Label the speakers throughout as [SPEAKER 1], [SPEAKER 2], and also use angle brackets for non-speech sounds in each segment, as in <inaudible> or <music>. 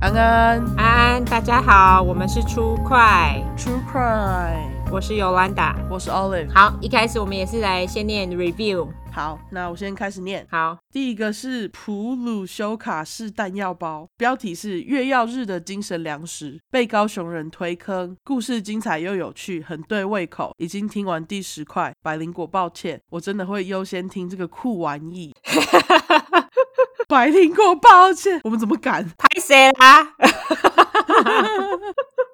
[SPEAKER 1] 安安
[SPEAKER 2] 安安，大家好，我们是出快，
[SPEAKER 1] ，True Crime，
[SPEAKER 2] 我是尤兰达。
[SPEAKER 1] 我是 Olive。
[SPEAKER 2] 好，一开始我们也是来先念 review。
[SPEAKER 1] 好，那我先开始念。
[SPEAKER 2] 好， <laughs>
[SPEAKER 1] 第一个是普鲁修卡式弹药包，标题是“月曜日的精神粮食”，被高雄人推坑，故事精彩又有趣，很对胃口。已经听完第十块，百灵果抱歉，我真的会优先听这个酷玩意。 <laughs> 百灵果抱歉，我们怎么敢？ <laughs>
[SPEAKER 2] 拍谁啦？ <laughs>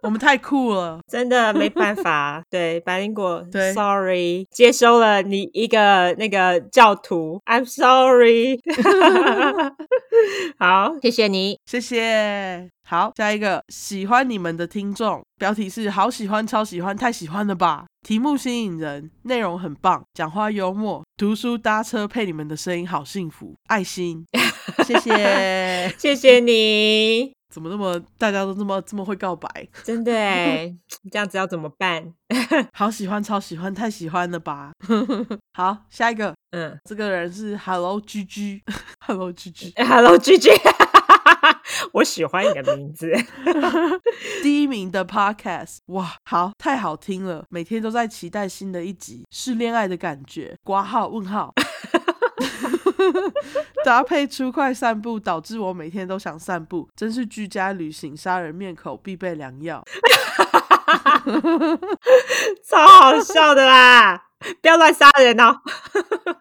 [SPEAKER 1] 我们太酷了。
[SPEAKER 2] 真的没办 <laughs> 法，对百灵果
[SPEAKER 1] 对
[SPEAKER 2] ，sorry，接收了你一个那个教徒，I'm sorry。好，谢谢你。
[SPEAKER 1] 谢谢。好，下一个喜欢你们的听众，标题是“好喜欢，超喜欢，太喜欢了吧”。题目吸引人，内容很棒，讲话幽默，读书搭车配你们的声音，好幸福，爱心，谢谢。
[SPEAKER 2] 谢谢你，
[SPEAKER 1] 怎么那么大家都这么这么会告白？ <laughs>
[SPEAKER 2] 真的哎，这样子要怎么办？
[SPEAKER 1] 好喜欢，超喜欢，太喜欢了吧？ <laughs> 好，下一个，
[SPEAKER 2] 嗯
[SPEAKER 1] 这个人是 Hello G G，Hello G G，
[SPEAKER 2] ，Hello G G，我喜欢你的名字。
[SPEAKER 1] 第一名的 podcast，哇，好，太好听了，每天都在期待新的一集，是恋爱的感觉。挂号问号。 <laughs> 搭配出快散步，导致我每天都想散步，真是居家旅行杀人灭口必备良药。
[SPEAKER 2] <laughs> 超好笑的啦！不要乱杀人哦，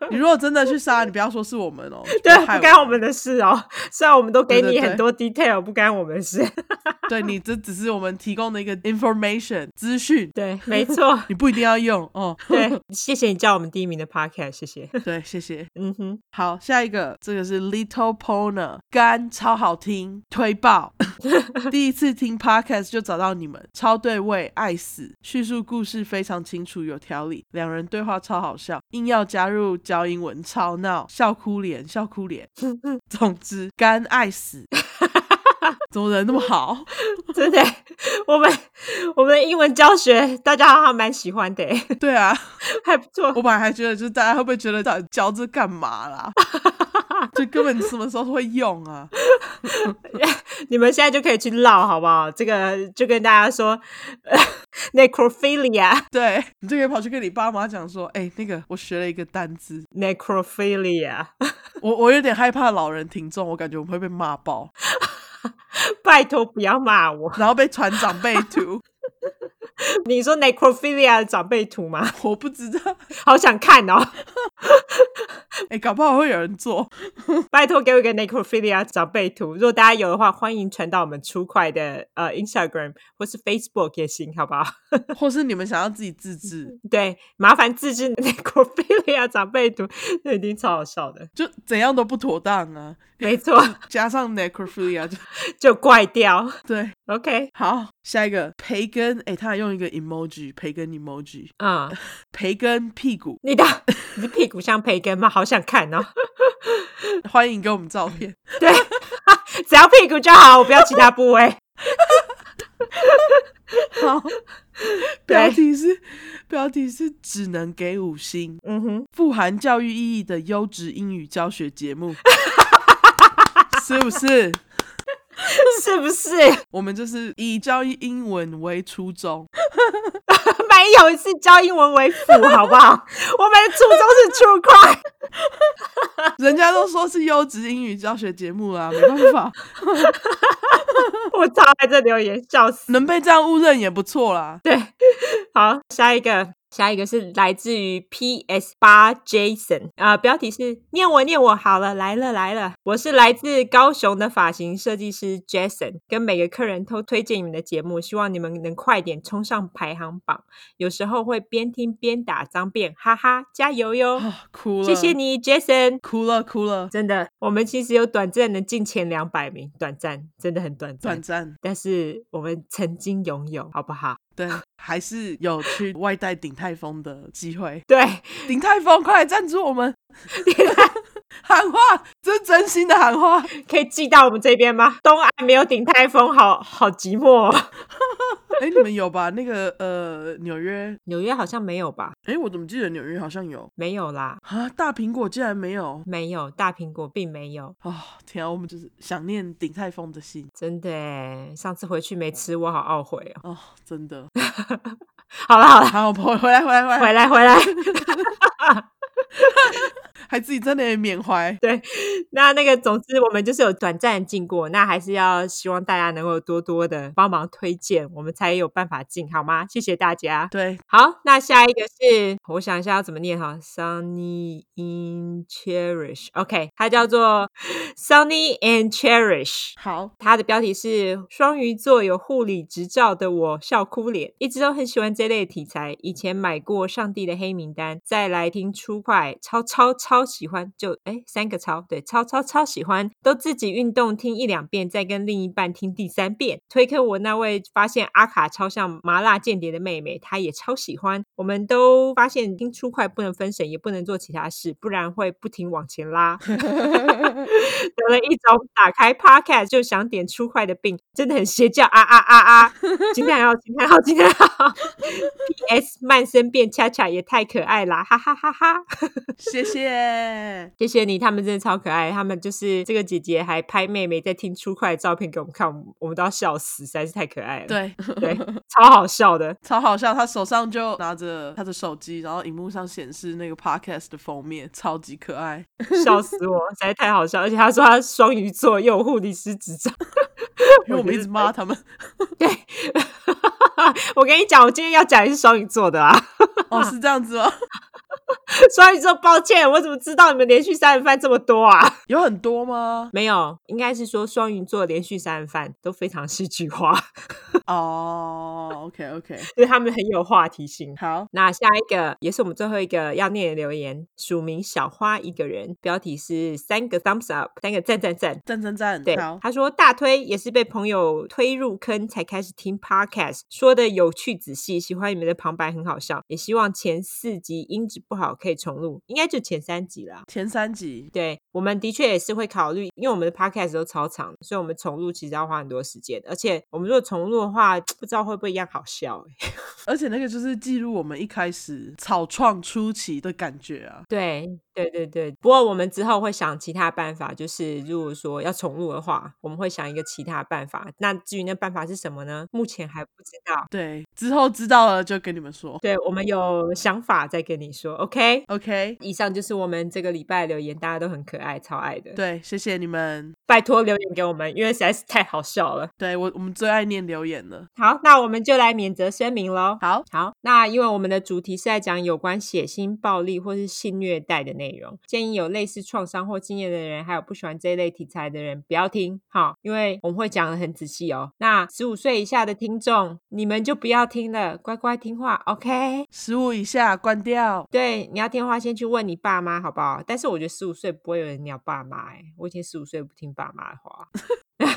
[SPEAKER 1] 你如果真的去杀，你不要说是我们哦，
[SPEAKER 2] <laughs> 对，啊
[SPEAKER 1] 害
[SPEAKER 2] <laughs> 不干我们的事哦。虽然我们都给
[SPEAKER 1] 对
[SPEAKER 2] 你
[SPEAKER 1] 对对
[SPEAKER 2] 很多 detail，不干我们的事。
[SPEAKER 1] <laughs> 对你这只是我们提供的一个 information 资讯，，
[SPEAKER 2] <laughs> 对，没错
[SPEAKER 1] 你不一定要用哦。
[SPEAKER 2] <laughs> 对，谢谢你叫我们第一名的 podcast，谢谢。
[SPEAKER 1] 对，谢谢。
[SPEAKER 2] <laughs> 嗯哼，
[SPEAKER 1] 好，下一个，这个是 Little Pona，干超好听，推爆！ <laughs> 第一次听 podcast 就找到你们，超对味，爱死！叙述故事非常清楚有条理，两人对话超好笑，硬要加入教英文，超闹，笑哭脸，笑哭脸。 <laughs> 总之，干爱死！怎么人那么好？
[SPEAKER 2] 真的，我们我们的英文教学大家好像蛮喜欢的， <laughs>
[SPEAKER 1] 对啊，
[SPEAKER 2] 还不错。
[SPEAKER 1] 我本来还觉得，就是大家会不会觉得到底教这干嘛啦？ <laughs> 就根本什么时候都会用啊？
[SPEAKER 2] 你们现在就可以去唠，好不好？这个就跟大家说、 <laughs> 呃、，necrophilia。
[SPEAKER 1] 对你就可以跑去跟你爸妈讲说，哎、那个我学了一个单字，
[SPEAKER 2] necrophilia，
[SPEAKER 1] 我我有点害怕老人听众，我感觉我们会被骂爆，
[SPEAKER 2] 拜托不要骂我。
[SPEAKER 1] 然后被传长辈图， <laughs>
[SPEAKER 2] 你说 necrophilia 的长辈图吗？ <laughs>
[SPEAKER 1] 我不知道，
[SPEAKER 2] 好想看哦！ <laughs>
[SPEAKER 1] 哎、搞不好会有人做，
[SPEAKER 2] 拜托给我一个 necrophilia 长辈图，如果大家有的话，欢迎传到我们出快的呃 Instagram 或是 Facebook 也行，好不 <laughs> 好？
[SPEAKER 1] 或是你们想要自己自制，
[SPEAKER 2] 对，麻烦自制 <laughs> necrophilia 长辈图，那一定超好笑的。
[SPEAKER 1] 就怎样都不妥当啊，
[SPEAKER 2] 没错， <laughs>
[SPEAKER 1] 加上 necrophilia 就
[SPEAKER 2] 就怪掉。
[SPEAKER 1] 对。
[SPEAKER 2] OK，
[SPEAKER 1] 好，下一个培根，哎、他还用一个 emoji，培根 emoji，
[SPEAKER 2] 嗯，
[SPEAKER 1] 培根屁股，
[SPEAKER 2] 你的你的屁股像培根吗？好想看哦！ <laughs>
[SPEAKER 1] 欢迎给我们照片。 <laughs>
[SPEAKER 2] 对，只要屁股就好，我不要其他部位。 <laughs>
[SPEAKER 1] 好，标题是标题是只能给五星，
[SPEAKER 2] 嗯哼，
[SPEAKER 1] 富含教育意义的优质英语教学节目，是不是？
[SPEAKER 2] 是不是？ <laughs>
[SPEAKER 1] 我们就是以教育英文为初衷，
[SPEAKER 2] 没有是教英文为辅，好不好？ <laughs> 我们的初衷是 true crime。
[SPEAKER 1] 人家都说是优质英语教学节目啦，没办法，
[SPEAKER 2] <laughs> 我超爱这留言，笑死！
[SPEAKER 1] 能被这样误认也不错啦。
[SPEAKER 2] 对，好，下一个，下一个是来自于 PS 八 Jason 啊、呃标题是念我念我，好了，来了来了，我是来自高雄的发型设计师 Jason，跟每个客人都推荐你们的节目，希望你们能快点冲上排行榜。有时候会边听边打脏辫，哈哈，加油哟！ <laughs>
[SPEAKER 1] 啊，哭了，
[SPEAKER 2] 谢谢，你，Jason。
[SPEAKER 1] 哭了，哭了，
[SPEAKER 2] 真的，我们其实有短暂的进前两百名，短暂，真的很短暂。
[SPEAKER 1] 短暂，
[SPEAKER 2] 但是我们曾经拥有，好不好？
[SPEAKER 1] 对，还是有去外带鼎泰丰的机会，
[SPEAKER 2] 对， <laughs>
[SPEAKER 1] 鼎泰丰快来赞助我们，喊话，这是真心的喊话。 <laughs>
[SPEAKER 2] 可以寄到我们这边吗？东岸没有顶泰风，好好寂寞、哦。
[SPEAKER 1] 哎，你们有吧？那个呃，纽约，
[SPEAKER 2] 纽约好像没有吧？
[SPEAKER 1] 哎，我怎么记得纽约好像有
[SPEAKER 2] 没有啦，
[SPEAKER 1] 啊？大苹果竟然没有
[SPEAKER 2] 没有，大苹果并没有。
[SPEAKER 1] 哦！天啊，我们就是想念鼎泰丰的心
[SPEAKER 2] 真的耶，上次回去没吃，我好懊悔哦。
[SPEAKER 1] 哦，真的。
[SPEAKER 2] 好了 <laughs> 好了，
[SPEAKER 1] 好，回回来回来回来，
[SPEAKER 2] 回来回来。
[SPEAKER 1] 还自己在那里缅怀。
[SPEAKER 2] 那那个，总之我们就是有短暂进过，那还是要希望大家能够多多的帮忙推荐，我们才有办法进，好吗？谢谢大家。
[SPEAKER 1] 对，
[SPEAKER 2] 好，那下一个是我想一下要怎么念哈，Sunny and Cherish。OK，它叫做 Sunny and Cherish。
[SPEAKER 1] 好， <laughs>
[SPEAKER 2] 它的标题是“双鱼座有护理执照的我笑哭脸”，一直都很喜欢这类题材。以前买过《上帝的黑名单》，再来听初快，超超超喜欢，就哎三个超对，超超超喜欢，都自己运动听一两遍，再跟另一半听第三遍。推坑我那位发现阿卡超像麻辣间谍的妹妹，她也超喜欢。我们都发现听初快不能分神，也不能做其他事，不然会不停往前拉。得了一种打开 Podcast 就想点出快的病，真的很邪教啊啊啊啊！惊叹号惊叹号惊叹号！P.S. 慢生变恰恰也太可爱啦，哈哈哈哈！
[SPEAKER 1] 谢谢。
[SPEAKER 2] 谢谢你，他们真的超可爱。他们就是这个姐姐还拍妹妹在听出快的照片给我们看，我们我们都要笑死，实在是太可爱了。
[SPEAKER 1] 对，
[SPEAKER 2] 对，超好笑的。
[SPEAKER 1] 超好笑，他手上就拿着他的手机，然后荧幕上显示那个 podcast 的封面，超级可爱。
[SPEAKER 2] 笑死我，实在太好笑！而且他说他双鱼座，又有护理师执照，
[SPEAKER 1] 因为我们一直骂他们。
[SPEAKER 2] 对。我跟你讲，我今天要讲的是双鱼座的啊。
[SPEAKER 1] 哦，是这样子吗？ <laughs>
[SPEAKER 2] <laughs> 双鱼座，抱歉，我怎么知道你们连续杀人犯这么多啊？
[SPEAKER 1] 有很多吗？
[SPEAKER 2] <laughs> 没有，应该是说双鱼座连续杀人犯都非常戏剧 <laughs> 化，
[SPEAKER 1] 哦，OK OK，
[SPEAKER 2] 就是他们很有话题性。
[SPEAKER 1] 好，
[SPEAKER 2] 那下一个也是我们最后一个要念的留言，署名小花一个人，标题是三个 thumbs up，三个赞赞赞。
[SPEAKER 1] 赞赞赞，
[SPEAKER 2] 对
[SPEAKER 1] 好，，
[SPEAKER 2] 他说大推也是被朋友推入坑才开始听 podcast，说的有趣仔细，喜欢你们的旁白很好笑，也希望前四集音质不好可以重录，应该就前三集啦。
[SPEAKER 1] 前三集，
[SPEAKER 2] 对，我们的确也是会考虑，因为我们的 podcast 都超长，所以我们重录其实要花很多时间，而且我们如果重录的话，不知道会不会一样好笑、欸。 <laughs>
[SPEAKER 1] 而且那个就是记录我们一开始草创初期的感觉啊。
[SPEAKER 2] 对对对对，不过我们之后会想其他办法，就是如果说要重录的话，我们会想一个其他办法。那至于那办法是什么呢？目前还不知道。
[SPEAKER 1] 对，之后知道了就跟你们说。
[SPEAKER 2] 对我们有想法再跟你说，OK？
[SPEAKER 1] OK，
[SPEAKER 2] 以上就是我们这个礼拜的留言，大家都很可爱，超爱的。，
[SPEAKER 1] 对，谢谢你们。
[SPEAKER 2] 拜托留言给我们，因为实在是太好笑了。
[SPEAKER 1] 对我，我们最爱念留言了。
[SPEAKER 2] 好，那我们就来免责声明喽。
[SPEAKER 1] 好，
[SPEAKER 2] 好，那因为我们的主题是在讲有关血腥暴力或是性虐待的内容，建议有类似创伤或经验的人，还有不喜欢这一类题材的人不要听哈，因为我们会讲的很仔细哦。那十五岁以下的听众，你们就不要听了，乖乖听话，OK？
[SPEAKER 1] 十五以下关掉。
[SPEAKER 2] 对，你要电话先去问你爸妈好不好？但是我觉得十五岁不会有人鸟爸妈哎、我以前十五岁不听爸妈的话。 <laughs>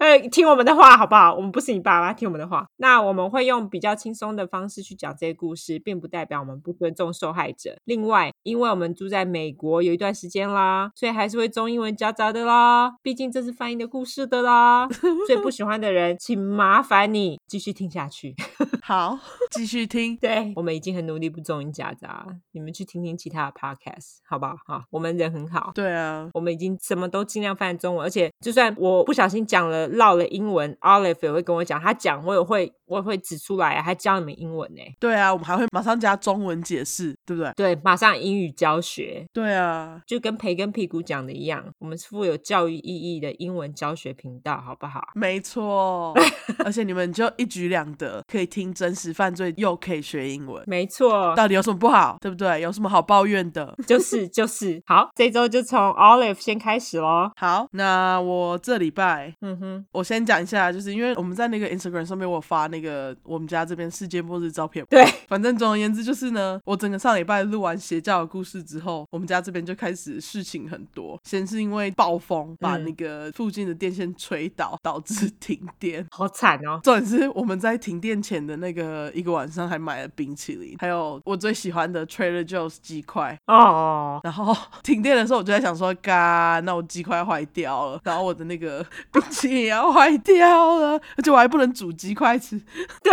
[SPEAKER 2] 呃，听我们的话好不好？我们不是你爸妈，听我们的话。那我们会用比较轻松的方式去讲这些故事，并不代表我们不尊重受害者。另外，因为我们住在美国有一段时间啦，所以还是会中英文夹杂的啦。毕竟这是翻译的故事的啦，所以不喜欢的人，请麻烦你继续听下去。
[SPEAKER 1] 好，继续听。
[SPEAKER 2] 对，我们已经很努力不中英夹杂，你们去听听其他的 podcast 好不好？哈，我们人很好。
[SPEAKER 1] 对啊，
[SPEAKER 2] 我们已经什么都尽量翻中文，而且就算我不小心讲了绕了英文，Olive 也会跟我讲，他讲我也会我也会指出来啊，还教你们英文呢、
[SPEAKER 1] 对啊，我们还会马上加中文解释，对不对？
[SPEAKER 2] 对，马上英语教学。
[SPEAKER 1] 对啊，
[SPEAKER 2] 就跟培根屁股讲的一样，我们是富有教育意义的英文教学频道，好不好？
[SPEAKER 1] 没错。而且你们就一举两得，可以听真实犯罪，又可以学英文。
[SPEAKER 2] 没错，
[SPEAKER 1] 到底有什么不好？对不对？有什么好抱怨的？
[SPEAKER 2] 就是就是好，这周就从 Olive 先开始喽。
[SPEAKER 1] 好，那我这礼拜
[SPEAKER 2] 嗯哼，
[SPEAKER 1] 我先讲一下，就是因为我们在那个 Instagram 上面，我有发那个我们家这边世界末日照片。
[SPEAKER 2] 对，
[SPEAKER 1] 反正总而言之就是呢，我整个上礼拜录完邪教的故事之后，我们家这边就开始事情很多。先是因为暴风把
[SPEAKER 2] 嗯
[SPEAKER 1] 那个附近的电线吹倒，导致 <laughs> 停电。
[SPEAKER 2] 好惨哦。
[SPEAKER 1] 重点是我们在停电前的那个一个晚上还买了冰淇淋，还有我最喜欢的 Trader Joe's 鸡块。
[SPEAKER 2] 哦，
[SPEAKER 1] 然后 <laughs> 停电的时候，我就在想说，嘎，那我鸡块坏掉了，然后我的那个 <laughs> 冰淇淋也要坏掉了，而且我还不能煮鸡块吃。
[SPEAKER 2] <laughs> 对，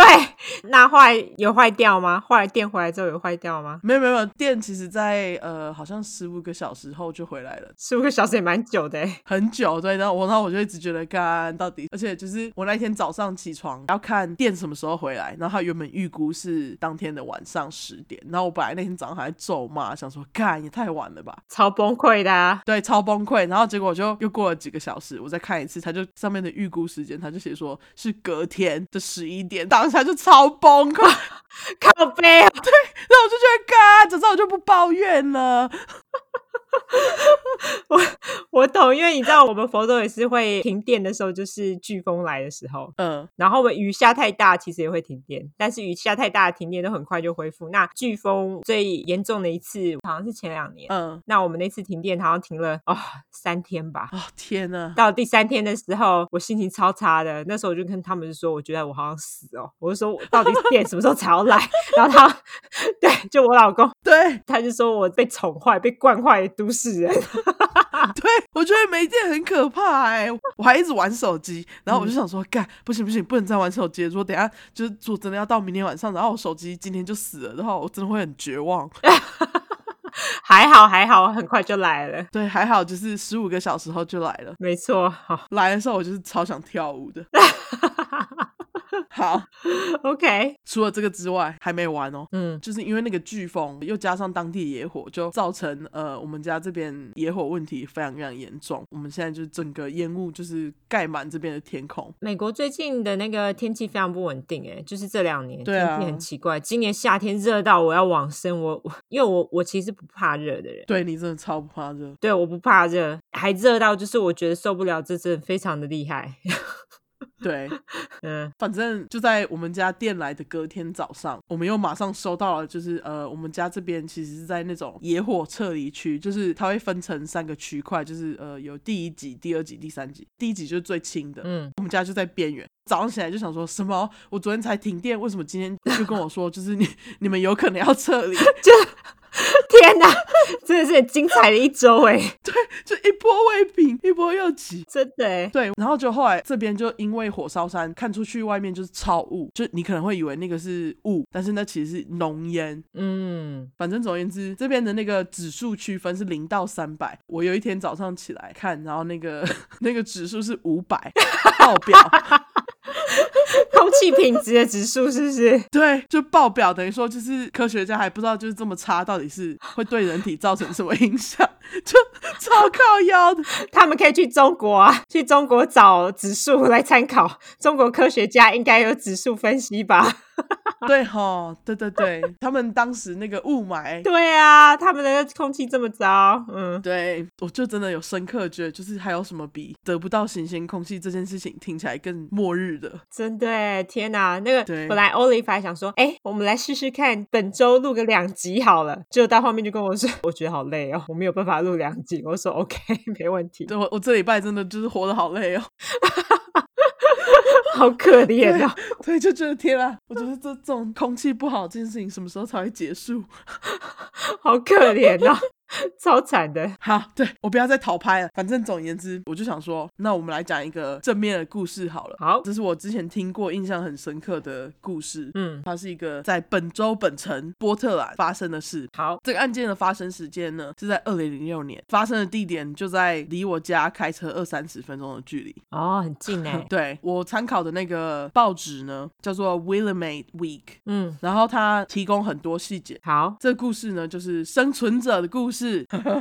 [SPEAKER 2] 那坏有坏掉吗？后来电回来之后有坏掉吗？
[SPEAKER 1] 没有没有没有，电其实在呃好像十五个小时后就回来了。
[SPEAKER 2] 十五个小时也蛮久的欸。 <laughs>
[SPEAKER 1] 很久，对，然后我，然后我就一直觉得，干到底，而且就是我那天早上起床要看店什么时候回来，然后他原本预估是当天的晚上十点，然后我本来那天早上还咒骂，想说干也太晚了吧，
[SPEAKER 2] 超崩溃的、啊， <laughs>
[SPEAKER 1] 对，超崩溃。然后结果我就又过了几个小时，我再看一次，他就上面的预估时间，他就写说是隔天的十一点，当下就超崩溃。然 <laughs> 后
[SPEAKER 2] 靠背啊，
[SPEAKER 1] 我就觉得，嘎，早知道我就不抱怨了。
[SPEAKER 2] 我懂，因为你知道我们佛州也是会停电的时候，就是飓风来的时候，
[SPEAKER 1] 嗯，
[SPEAKER 2] 然后我们雨下太大，其实也会停电，但是雨下太大，停电都很快就恢复。那飓风最严重的一次好像是前两年，
[SPEAKER 1] 嗯，
[SPEAKER 2] 那我们那次停电好像停了哦三天吧。
[SPEAKER 1] 哦天呐，
[SPEAKER 2] 到第三天的时候，我心情超差的。那时候我就跟他们就说，我觉得我好像死哦。我就说，我到底电什么时候才要来？然后他，对，就我老公，
[SPEAKER 1] 对
[SPEAKER 2] 他就说我被宠坏、被惯坏的都市人。
[SPEAKER 1] 对，我觉得没电很可怕哎、我还一直玩手机，然后我就想说，干不行不行，不能再玩手机了。如果等一下就是我真的要到明天晚上，然后我手机今天就死了的话，我真的会很绝望。
[SPEAKER 2] 还好，还好，很快就来了。
[SPEAKER 1] 对，还好就是十五个小时后就来了。
[SPEAKER 2] 没错，好
[SPEAKER 1] 来的时候我就是超想跳舞的。 <laughs> 好，
[SPEAKER 2] ，OK，
[SPEAKER 1] 除了这个之外还没完哦，
[SPEAKER 2] 嗯，
[SPEAKER 1] 就是因为那个飓风，又加上当地野火，就造成呃我们家这边野火问题非常非常严重。我们现在就是整个烟雾就是盖满这边的天空。
[SPEAKER 2] 美国最近的那个天气非常不稳定，哎，就是这两年、
[SPEAKER 1] 对啊
[SPEAKER 2] 天气很奇怪。今年夏天热到我要往生，我我因为我我其实不怕热的人，
[SPEAKER 1] 对你真的超不怕热，
[SPEAKER 2] 对，我不怕热，还热到就是我觉得受不了，这真的非常的厉害。 <laughs>
[SPEAKER 1] 对，
[SPEAKER 2] 嗯，
[SPEAKER 1] 反正就在我们家电来的隔天早上，我们又马上收到了，就是呃，我们家这边其实是在那种野火撤离区，就是它会分成三个区块，就是呃有第一级、第二级、第三级。第一级就是最轻的，
[SPEAKER 2] 嗯，
[SPEAKER 1] 我们家就在边缘。早上起来就想说什么？我昨天才停电，为什么今天就跟我说，就是你 <laughs> 你们有可能要撤离？
[SPEAKER 2] <laughs>
[SPEAKER 1] <laughs>
[SPEAKER 2] 天哪，真的是很精彩的一周哎， <laughs>
[SPEAKER 1] 就一波未平，一波又起。
[SPEAKER 2] 真的哎，
[SPEAKER 1] 对，然后就后来这边就因为火烧山，看出去外面就是超雾，就你可能会以为那个是雾，但是那其实是浓烟，
[SPEAKER 2] 嗯，
[SPEAKER 1] 反正总而言之，这边的那个指数区分是零到三百。我有一天早上起来看，然后那个 <laughs> 那个指数是五百，爆表，
[SPEAKER 2] 空气品质的指数是不是？
[SPEAKER 1] <laughs> 对，就爆表，等于说就是科学家还不知道就是这么差到底是会对人体造成什么影响，就超靠腰的。
[SPEAKER 2] 他们可以去中国啊，去中国找指数来参考，中国科学家应该有指数分析吧？ <laughs>
[SPEAKER 1] 对吼，对对对，他们当时那个雾霾。
[SPEAKER 2] 对啊，他们的空气这么糟，嗯，
[SPEAKER 1] 对，我就真的有深刻觉得，就是还有什么比得不到新鲜空气这件事情听起来更末日的？
[SPEAKER 2] 真的耶，天哪！那个
[SPEAKER 1] 对
[SPEAKER 2] 本来 Olive 还想说，哎、我们来试试看，本周录个两集好了。结果到后面就跟我说， <laughs> 我觉得好累哦，我没有办法录两集。我说 OK，没 <laughs> 问题。
[SPEAKER 1] 对我，我这礼拜真的就是活得好累哦。 <laughs>
[SPEAKER 2] 好可怜
[SPEAKER 1] <laughs>
[SPEAKER 2] 哦，
[SPEAKER 1] 对，就觉得天啊，我觉得这这种空气不好这件事情什么时候才会结束？ <laughs>
[SPEAKER 2] 好可怜哦，超惨的。
[SPEAKER 1] 好，对我不要再讨拍了。反正总而言之，我就想说，那我们来讲一个正面的故事好了。
[SPEAKER 2] 好
[SPEAKER 1] 这是我之前听过印象很深刻的故事。
[SPEAKER 2] 嗯，
[SPEAKER 1] 它是一个在本州本城波特兰发生的事。
[SPEAKER 2] 好，
[SPEAKER 1] 这个案件的发生时间呢是在二零零六年，发生的地点就在离我家开车二三十分钟的距离。，
[SPEAKER 2] 哦，很近哎
[SPEAKER 1] <laughs> 对我参考的那个报纸呢，叫做《Willamette Week》，
[SPEAKER 2] 嗯，
[SPEAKER 1] 然后它提供很多细节。 <laughs>
[SPEAKER 2] 好，
[SPEAKER 1] 这个故事呢，就是生存者的故事。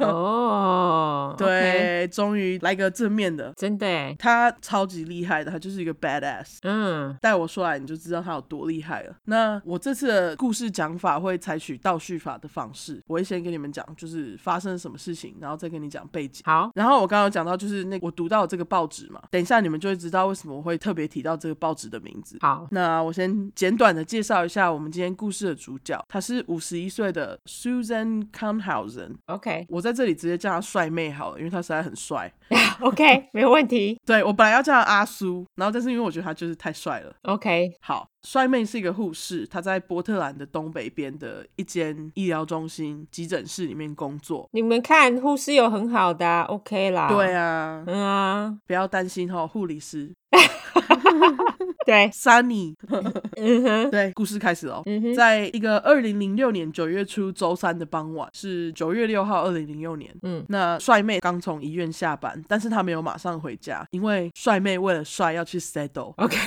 [SPEAKER 2] 哦，OK，
[SPEAKER 1] 对，终于来个正面的，
[SPEAKER 2] 真的耶，
[SPEAKER 1] 他超级厉害的，他就是一个 badass。
[SPEAKER 2] 嗯，
[SPEAKER 1] 带我说来，你就知道他有多厉害了。那我这次的故事讲法会采取倒叙法的方式，我会先跟你们讲，就是发生什么事情，然后再跟你讲背景。
[SPEAKER 2] 好，
[SPEAKER 1] 然后我刚刚有讲到，就是那我读到这个报纸嘛，等一下你们就会知道为什么我会特别提到这个报纸的名字。
[SPEAKER 2] 好，
[SPEAKER 1] 那我先简短的介绍一下我们今天故事的主角，她是五十一岁的 Susan Kamhausen。
[SPEAKER 2] OK，OK，、
[SPEAKER 1] <laughs> 我在这里直接叫她帅妹好了，因为她实在很帅。
[SPEAKER 2] 没问题
[SPEAKER 1] 对我本来要叫她阿苏，然后但是因为我觉得她就是太帅了。
[SPEAKER 2] ，OK，
[SPEAKER 1] 好，帅妹是一个护士，她在波特兰的东北边的一间医疗中心急诊室里面工作。
[SPEAKER 2] 你们看护士有很好的、啊、，OK 啦，
[SPEAKER 1] 对，啊，
[SPEAKER 2] 嗯啊，
[SPEAKER 1] 不要担心哦，护理师
[SPEAKER 2] 对， <laughs>
[SPEAKER 1] Sunny。
[SPEAKER 2] 嗯哼，
[SPEAKER 1] 对，故事开始哦。
[SPEAKER 2] 嗯哼，
[SPEAKER 1] 在一个二零零六年九月初周三的傍晚，是九月六号，二零零六年。
[SPEAKER 2] 嗯，
[SPEAKER 1] 那帅妹刚从医院下班，但是她没有马上回家，因为帅妹为了帅要去 settle。 <laughs>
[SPEAKER 2] OK，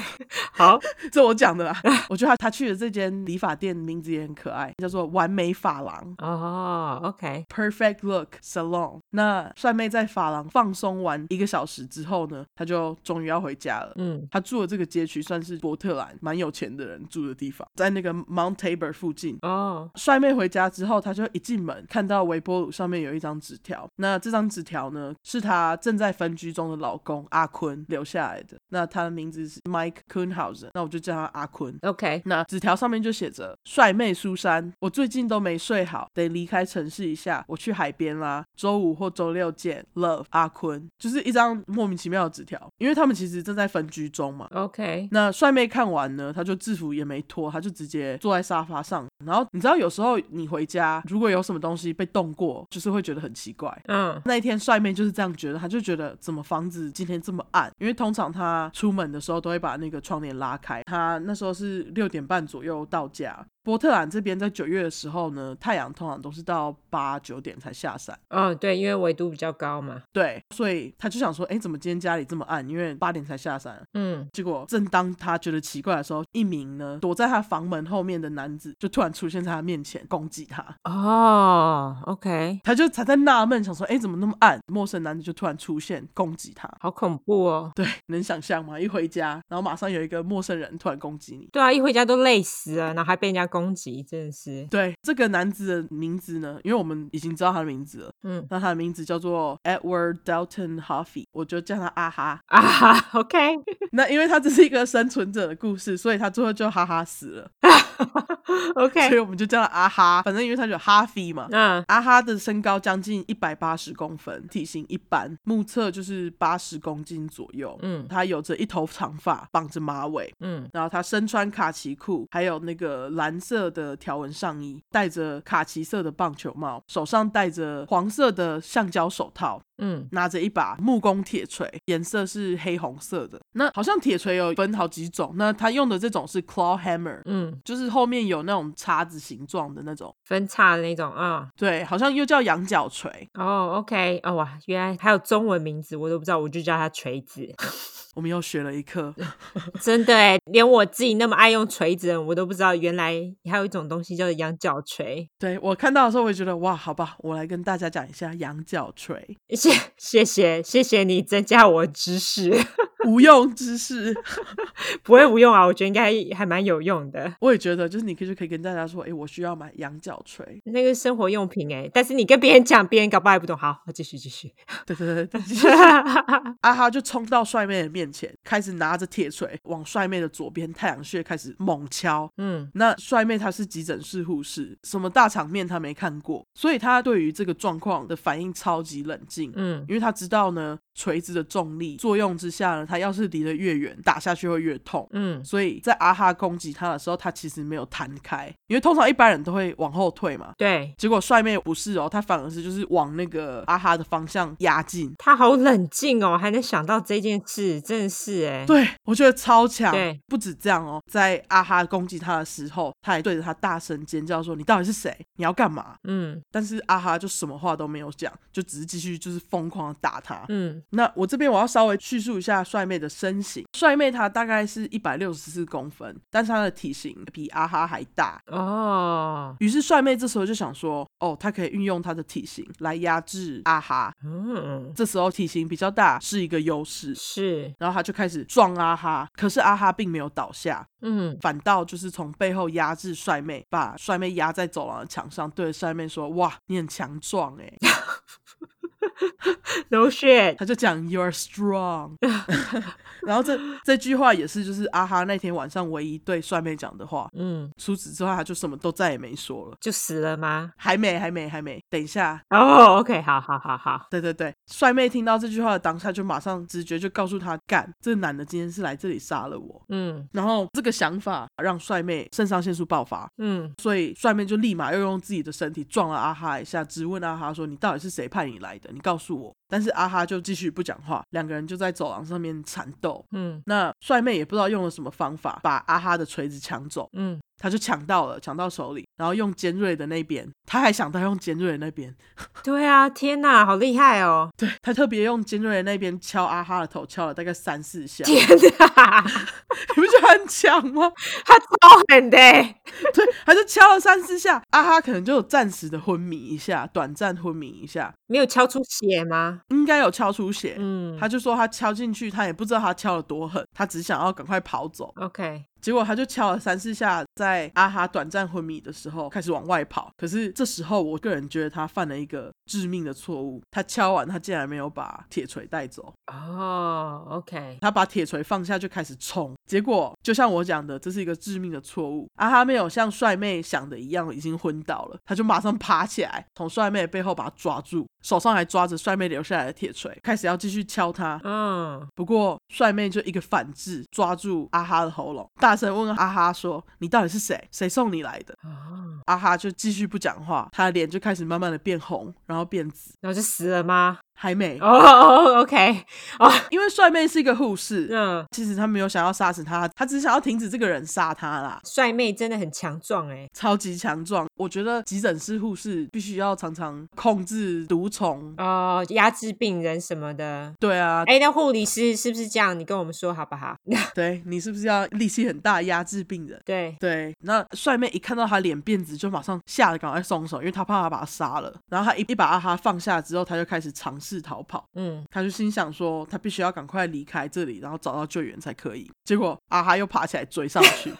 [SPEAKER 2] 好， <laughs>
[SPEAKER 1] 这我讲的啦。
[SPEAKER 2] 啊
[SPEAKER 1] 我觉得她她去的这间理发店名字也很可爱，叫做完美发廊。
[SPEAKER 2] 哦，OK，
[SPEAKER 1] Perfect Look Salon。那帅妹在发廊放松完一个小时之后呢，她就终于要回家了。
[SPEAKER 2] 嗯
[SPEAKER 1] 她住的这个街区算是波特兰蛮有钱的人住的地方，在那个 Mount Tabor 附近。
[SPEAKER 2] 哦，
[SPEAKER 1] 帅妹回家之后，她就一进门看到微波炉上面有一张纸条。那这张纸条呢，是她正在分居中的老公阿坤留下来的。那他的名字是 Mike Kunhausen，那我就叫他阿坤。
[SPEAKER 2] OK，
[SPEAKER 1] 那纸条上面就写着：“帅妹苏珊，我最近都没睡好，得离开城市一下，我去海边啦。周五或周六见，Love 阿坤。”就是一张莫名其妙的纸条，因为他们其实正在分居中嘛。
[SPEAKER 2] OK，
[SPEAKER 1] 那帅妹看完呢，她就制服也没脱，她就直接坐在沙发上。然后你知道，有时候你回家如果有什么东西被动过，就是会觉得很奇怪。
[SPEAKER 2] 嗯
[SPEAKER 1] 那一天帅妹就是这样觉得，她就觉得怎么房子今天这么暗？因为通常她出门的时候都会把那个窗帘拉开。她那时候是六点半左右到家。波特兰这边在九月的时候呢，太阳通常都是到八九点才下山，
[SPEAKER 2] 哦，对，因为纬度比较高嘛，
[SPEAKER 1] 对，所以她就想说，哎，怎么今天家里这么暗？因为八点才下山。
[SPEAKER 2] 嗯
[SPEAKER 1] 结果正当她觉得奇怪的时候，一名呢躲在她房门后面的男子就突然出现在她面前，攻击她。
[SPEAKER 2] 哦，OK，
[SPEAKER 1] 她就才在纳闷，想说，哎，怎么那么暗？陌生男子就突然出现攻击她。
[SPEAKER 2] 好恐怖哦。
[SPEAKER 1] 对，能想象吗？一回家，然后马上有一个陌生人突然攻击你。
[SPEAKER 2] 对啊，一回家都累死了，然后还被人家攻击，真的是，
[SPEAKER 1] 对，这个男子的名字呢，因为我们已经知道他的名字了，
[SPEAKER 2] 嗯
[SPEAKER 1] 那他的名字叫做 Edward Dalton Huffy，我就叫他阿哈。
[SPEAKER 2] 啊哈，OK， <laughs>
[SPEAKER 1] 那因为他只是一个生存者的故事，所以他最后就哈哈死了，所
[SPEAKER 2] OK，
[SPEAKER 1] 以我们就叫他阿哈。反正因为他叫哈菲嘛。
[SPEAKER 2] 那
[SPEAKER 1] 阿哈的身高将近一百八十公分，体型一般，目测就是八十公斤左右。
[SPEAKER 2] 嗯
[SPEAKER 1] 他有着一头长发，绑着马尾，
[SPEAKER 2] 嗯
[SPEAKER 1] 然后他身穿卡其裤，还有那个蓝色的条纹上衣，戴着卡其色的棒球帽，手上戴着黄色的橡胶手套，
[SPEAKER 2] 嗯
[SPEAKER 1] 拿着一把木工铁锤，颜色是黑红色的。那好像铁锤有分好几种，那他用的这种是 claw hammer，
[SPEAKER 2] 嗯，
[SPEAKER 1] 就是后面有那种叉子形状的那种。
[SPEAKER 2] 分叉的那种啊、
[SPEAKER 1] 对，好像又叫羊角锤，
[SPEAKER 2] 哦，OK，哦哇，原来还有中文名字，我都不知道，我就叫它锤子。
[SPEAKER 1] 我们又学了一课。
[SPEAKER 2] 真的哎，连我自己那么爱用锤子的人，我都不知道原来还有一种东西叫做羊角锤。
[SPEAKER 1] 对我看到的时候，我也觉得哇，好吧，我来跟大家讲一下羊角锤，
[SPEAKER 2] 谢谢谢谢谢你增加我的知识，
[SPEAKER 1] 无用知识。
[SPEAKER 2] 不会无用啊，我觉得应该还蛮有用的。
[SPEAKER 1] 我也觉得，就是你可以就可以跟大家说，诶，我需要买羊角锤。 <laughs>
[SPEAKER 2] 那个生活用品哎，但是你跟别人讲，别人搞不好还不懂。好，我继续继续。 <laughs>
[SPEAKER 1] 对对对对，阿哈就冲到帅妹的面前，开始拿着铁锤往帅妹的左边太阳穴开始猛敲。
[SPEAKER 2] 嗯
[SPEAKER 1] 那帅妹她是急诊室护士，什么大场面她没看过，所以她对于这个状况的反应超级冷静。
[SPEAKER 2] 嗯
[SPEAKER 1] 因为她知道呢，锤子的重力作用之下呢，她要是离得越远，打下去会越痛。
[SPEAKER 2] 嗯
[SPEAKER 1] 所以在阿哈攻击她的时候，她其实没有弹开，因为通常一般人都会往后退嘛，
[SPEAKER 2] 对
[SPEAKER 1] 结果帅妹不是哦，她反而是就是往那个阿哈的方向压进。
[SPEAKER 2] 他好冷静哦，还能想到这件事，真的是哎。
[SPEAKER 1] 对，我觉得超强
[SPEAKER 2] 对。
[SPEAKER 1] 不止这样哦，在阿哈攻击他的时候，他还对着他大声尖叫说：“你到底是谁？你要干嘛
[SPEAKER 2] 嗯？”
[SPEAKER 1] 但是阿哈就什么话都没有讲，就只是继续就是疯狂的打他。
[SPEAKER 2] 嗯嗯，
[SPEAKER 1] 那我这边我要稍微叙述一下帅妹的身形。帅妹她大概是一百六十四公分，但是她的体型比阿哈还大。
[SPEAKER 2] 哦，
[SPEAKER 1] 于是帅妹这时候就想说，哦，她可以运用她的体型来压制阿哈。
[SPEAKER 2] 嗯，
[SPEAKER 1] 这时候体型比较大是一个优势，
[SPEAKER 2] 是，
[SPEAKER 1] 然后她就开始撞阿哈，可是阿哈并没有倒下，
[SPEAKER 2] 嗯，
[SPEAKER 1] 反倒就是从背后压制帅妹，把帅妹压在走廊的墙上，对着帅妹说：“哇，你很强壮哎、
[SPEAKER 2] no shit，
[SPEAKER 1] 他就讲 “You are strong”，然后这这句话也是就是阿哈那天晚上唯一对帅妹讲的话。
[SPEAKER 2] 嗯，
[SPEAKER 1] 除此之外，他就什么都再也没说了。
[SPEAKER 2] 就死了吗？
[SPEAKER 1] 还没，还没，还没。等一下，
[SPEAKER 2] 哦、o k 好好好好，
[SPEAKER 1] 对对对，帅妹听到这句话的当下，就马上直觉就告诉他，干，这男的今天是来这里杀了我。
[SPEAKER 2] 嗯
[SPEAKER 1] 然后这个想法让帅妹肾上腺素爆发，
[SPEAKER 2] 嗯，
[SPEAKER 1] 所以帅妹就立马又用自己的身体撞了阿哈一下，质问阿哈说：“你到底是谁派你来的？你告诉我。”但是阿哈就继续不讲话，两个人就在走廊上面缠斗。
[SPEAKER 2] 嗯
[SPEAKER 1] 那帅妹也不知道用了什么方法把阿哈的锤子抢走，
[SPEAKER 2] 嗯，
[SPEAKER 1] 他就抢到了，抢到手里，然后用尖锐的那边，他还想到用尖锐的那边，
[SPEAKER 2] 对啊，天哪，好厉害哦！
[SPEAKER 1] 对啊他特别用尖锐的那边 <laughs> 敲阿哈的头，敲了大概三四下， <laughs> 你
[SPEAKER 2] <laughs> 天哪，
[SPEAKER 1] 不觉得很强吗？
[SPEAKER 2] 他超狠的欸，
[SPEAKER 1] 对，他就敲了三四下，阿哈可能就有暂时的昏迷一下，短暂昏迷一下，
[SPEAKER 2] 没有敲出血吗？
[SPEAKER 1] 应该有敲出血。
[SPEAKER 2] 嗯
[SPEAKER 1] 他就说他敲进去，他也不知道他敲了多狠，他只想要赶快跑走。
[SPEAKER 2] ，OK，
[SPEAKER 1] 结果他就敲了三四下，在阿哈短暂昏迷的时候开始往外跑。可是这时候，我个人觉得他犯了一个致命的错误。他敲完，他竟然没有把铁锤带走，
[SPEAKER 2] 哦，OK，
[SPEAKER 1] 他把铁锤放下就开始冲。结果就像我讲的，这是一个致命的错误。阿哈没有像帅妹想的一样已经昏倒了，他就马上爬起来，从帅妹的背后把他抓住，手上还抓着帅妹留下来的铁锤，开始要继续敲他。
[SPEAKER 2] 嗯，
[SPEAKER 1] 不过帅妹就一个反制，抓住阿哈的喉咙，大声问阿哈说：“你到底是谁？谁送你来的
[SPEAKER 2] 哦，？”
[SPEAKER 1] 阿哈就继续不讲话，他的脸就开始慢慢的变红，然后变紫，
[SPEAKER 2] 然后就死了吗？
[SPEAKER 1] 还没，
[SPEAKER 2] 哦、o o k
[SPEAKER 1] 因为帅妹是一个护士。
[SPEAKER 2] 嗯，
[SPEAKER 1] 其实他没有想要杀死他，他只是想要停止这个人杀他啦。
[SPEAKER 2] 帅妹真的很强壮哎，
[SPEAKER 1] 超级强壮，我觉得急诊室护士必须要常常控制毒虫。
[SPEAKER 2] 哦，压制病人什么的。
[SPEAKER 1] 对啊，
[SPEAKER 2] 哎，那护理师是不是这样？你跟我们说好不好？
[SPEAKER 1] 对你是不是要力气很大压制病人？
[SPEAKER 2] 对，
[SPEAKER 1] 对，那帅妹一看到他脸变紫，就马上吓得赶快松手，因为她怕他把他杀了。然后他一一把阿哈放下之后，他就开始尝试逃跑。
[SPEAKER 2] 嗯，
[SPEAKER 1] 他就心想说，他必须要赶快离开这里，然后找到救援才可以。结果阿哈又爬起来追上去，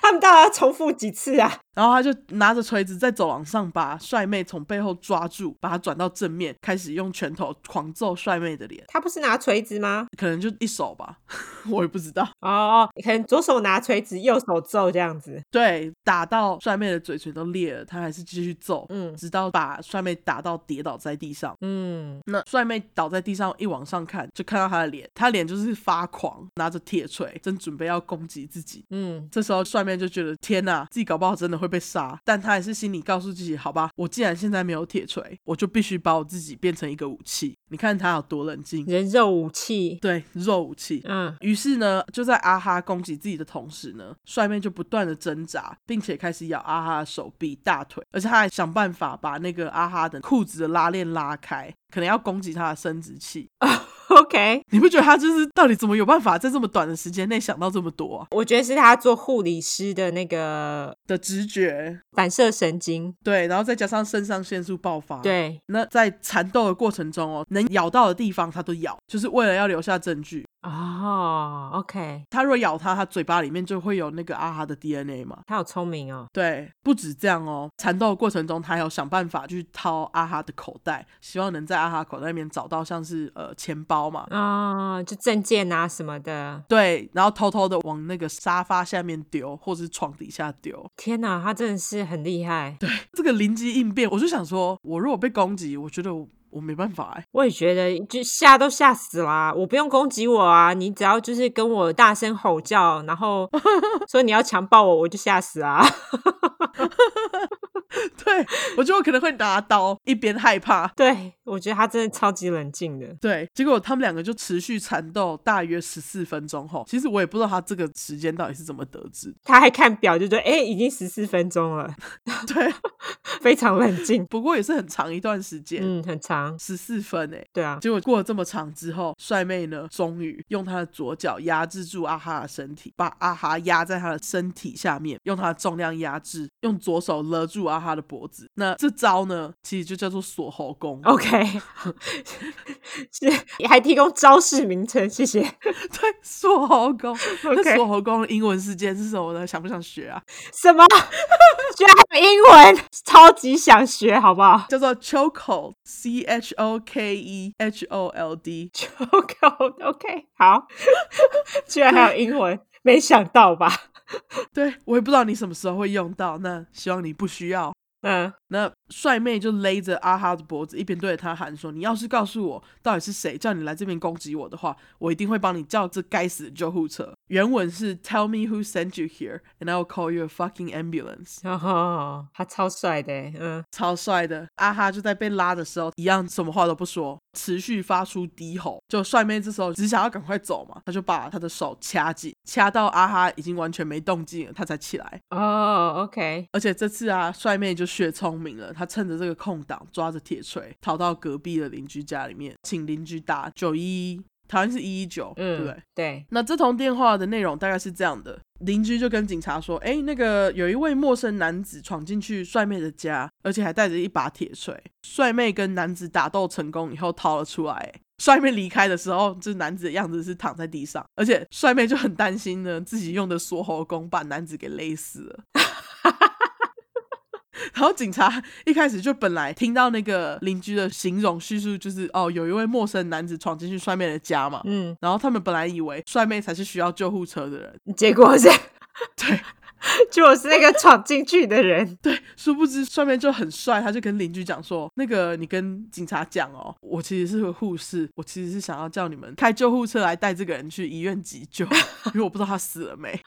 [SPEAKER 2] 他们到底要重复几次啊？
[SPEAKER 1] 然后他就拿着锤子在走廊上把帅妹从背后抓住，把她转到正面，开始用拳头狂揍帅妹的脸，
[SPEAKER 2] 他不是拿锤子吗？
[SPEAKER 1] 可能就一手吧， <laughs> 我也不知道。
[SPEAKER 2] 哦哦，可能左手拿锤子，右手揍这样子。
[SPEAKER 1] 对，打到帅妹的嘴唇都裂了，他还是继续揍，
[SPEAKER 2] 嗯
[SPEAKER 1] 直到把帅妹打到跌倒在地上。
[SPEAKER 2] 嗯，
[SPEAKER 1] 那帅妹倒在地上，一往上看，就看到她的脸，她脸就是发狂，拿着铁锤，正准备要攻击自己。
[SPEAKER 2] 嗯，
[SPEAKER 1] 这时候帅妹就觉得天呐，自己搞不好真的会被杀，但她还是心里告诉自己，好吧，我既然现在没有铁锤，我就必须把我自己变成一个武器。你看她有多冷静，
[SPEAKER 2] 人肉武器。
[SPEAKER 1] 对，肉武器。
[SPEAKER 2] 嗯 <laughs>
[SPEAKER 1] 于是呢，就在阿哈攻击自己的同时呢，帅妹就不断的挣扎，并且开始咬阿哈的手臂、大腿，而且她还想办法把那个阿哈的裤子的拉链拉开，可能要攻击他的生殖器。
[SPEAKER 2] ，OK，
[SPEAKER 1] 你不觉得他就是到底怎么有办法在这么短的时间内想到这么多、啊、
[SPEAKER 2] 我觉得是他做护理师的那个
[SPEAKER 1] 的直觉？
[SPEAKER 2] 反射神经。
[SPEAKER 1] 对，然后再加上肾上腺素爆发，。
[SPEAKER 2] 对，
[SPEAKER 1] 那在缠斗的过程中哦，能咬到的地方他都咬，就是为了要留下证据。
[SPEAKER 2] 哦，OK，
[SPEAKER 1] 他若咬他，他嘴巴里面就会有那个阿啊哈的 DNA 嘛。
[SPEAKER 2] 他好聪明哦。
[SPEAKER 1] 对，不止这样哦，缠斗的过程中，他还有想办法去掏阿哈的口袋，希望能在啊阿哈口袋里面找到像是呃钱包嘛。
[SPEAKER 2] 啊、就证件啊什么的。
[SPEAKER 1] 对，然后偷偷的往那个沙发下面丢，或是床底下丢。
[SPEAKER 2] 天哪，他真的是很厉害。
[SPEAKER 1] 这个灵机应变，我就想说，我如果被攻击，我觉得我我没办法哎、
[SPEAKER 2] 我也觉得，就吓都吓死啦、我不用攻击我啊，你只要就是跟我大声吼叫，然后 <laughs> 说你要强暴我，我就吓死啊。
[SPEAKER 1] <laughs> 对，我觉得我可能会拿刀，一边害怕。
[SPEAKER 2] <laughs> 对，我觉得他真的超级冷静的。
[SPEAKER 1] 对，结果他们两个就持续缠斗，大约十四分钟后，其实我也不知道他这个时间到底是怎么得知。 <laughs>
[SPEAKER 2] 他还看表，就觉得哎，已经十四分钟了，
[SPEAKER 1] 对，
[SPEAKER 2] 非常冷静。
[SPEAKER 1] 不过也 <laughs> 是很长一段时间，
[SPEAKER 2] 嗯，很长。
[SPEAKER 1] 十四、分诶、
[SPEAKER 2] 对啊，
[SPEAKER 1] 结果过了这么长之后，帅妹呢，终于用她的左脚压制住阿哈的身体，把阿哈压在她的身体下面，用她的重量压制，用左手勒住阿哈的脖子。那这招呢，其实就叫做锁喉功。
[SPEAKER 2] OK，是还提供招式名称，谢谢。
[SPEAKER 1] <laughs> 对，锁喉功。那
[SPEAKER 2] OK
[SPEAKER 1] 锁喉功的英文世界是什么呢？想不想学啊？
[SPEAKER 2] 什么？居然还有英文，超级想学，好不好？
[SPEAKER 1] 叫做 chokehold，c h o k e h o l d。
[SPEAKER 2] 就够 OK，好。居然还有英文，没想到吧？
[SPEAKER 1] 对我也不知道你什么时候会用到，那希望你不需要。
[SPEAKER 2] 嗯，
[SPEAKER 1] 那帅妹就勒着阿哈的脖子，一边对着他喊说：“你要是告诉我到底是谁叫你来这边攻击我的话，我一定会帮你叫这该死的救护车。”原文是 “Tell me who sent you here, and I'll call you a fucking ambulance。
[SPEAKER 2] 然后哦他超帅的欸，嗯”
[SPEAKER 1] 超帅的阿哈就在被拉的时候，一样什么话都不说，持续发出低吼。就帅妹这时候只想要赶快走嘛，他就把他的手掐紧，掐到阿哈已经完全没动静了，他才起来。
[SPEAKER 2] 哦，OK，
[SPEAKER 1] 而且这次啊，帅妹就学聪明了，她趁着这个空档，抓着铁锤逃到隔壁的邻居家里面，请邻居打九一一，好像是一一九，对不对
[SPEAKER 2] 嗯？，对，
[SPEAKER 1] 那这通电话的内容大概是这样的：邻居就跟警察说，哎，那个有一位陌生男子闯进去帅妹的家，而且还带着一把铁锤。帅妹跟男子打斗成功以后逃了出来。诶帅妹离开的时候，这男子的样子是躺在地上，而且帅妹就很担心呢，自己用的锁喉功把男子给勒死了。 <laughs> 然后警察一开始就本来听到那个邻居的形容叙述，就是哦，有一位陌生男子闯进去帅妹的家嘛，
[SPEAKER 2] 嗯，
[SPEAKER 1] 然后他们本来以为帅妹才是需要救护车的人，
[SPEAKER 2] 结果是，
[SPEAKER 1] <laughs> 对，
[SPEAKER 2] 结果是那个闯进去的人，
[SPEAKER 1] <laughs> 对，殊不知帅妹就很帅，他就跟邻居讲说：“那个你跟警察讲哦，我其实是个护士，我其实是想要叫你们开救护车来带这个人去医院急救， <laughs> 因为我不知道他死了没。”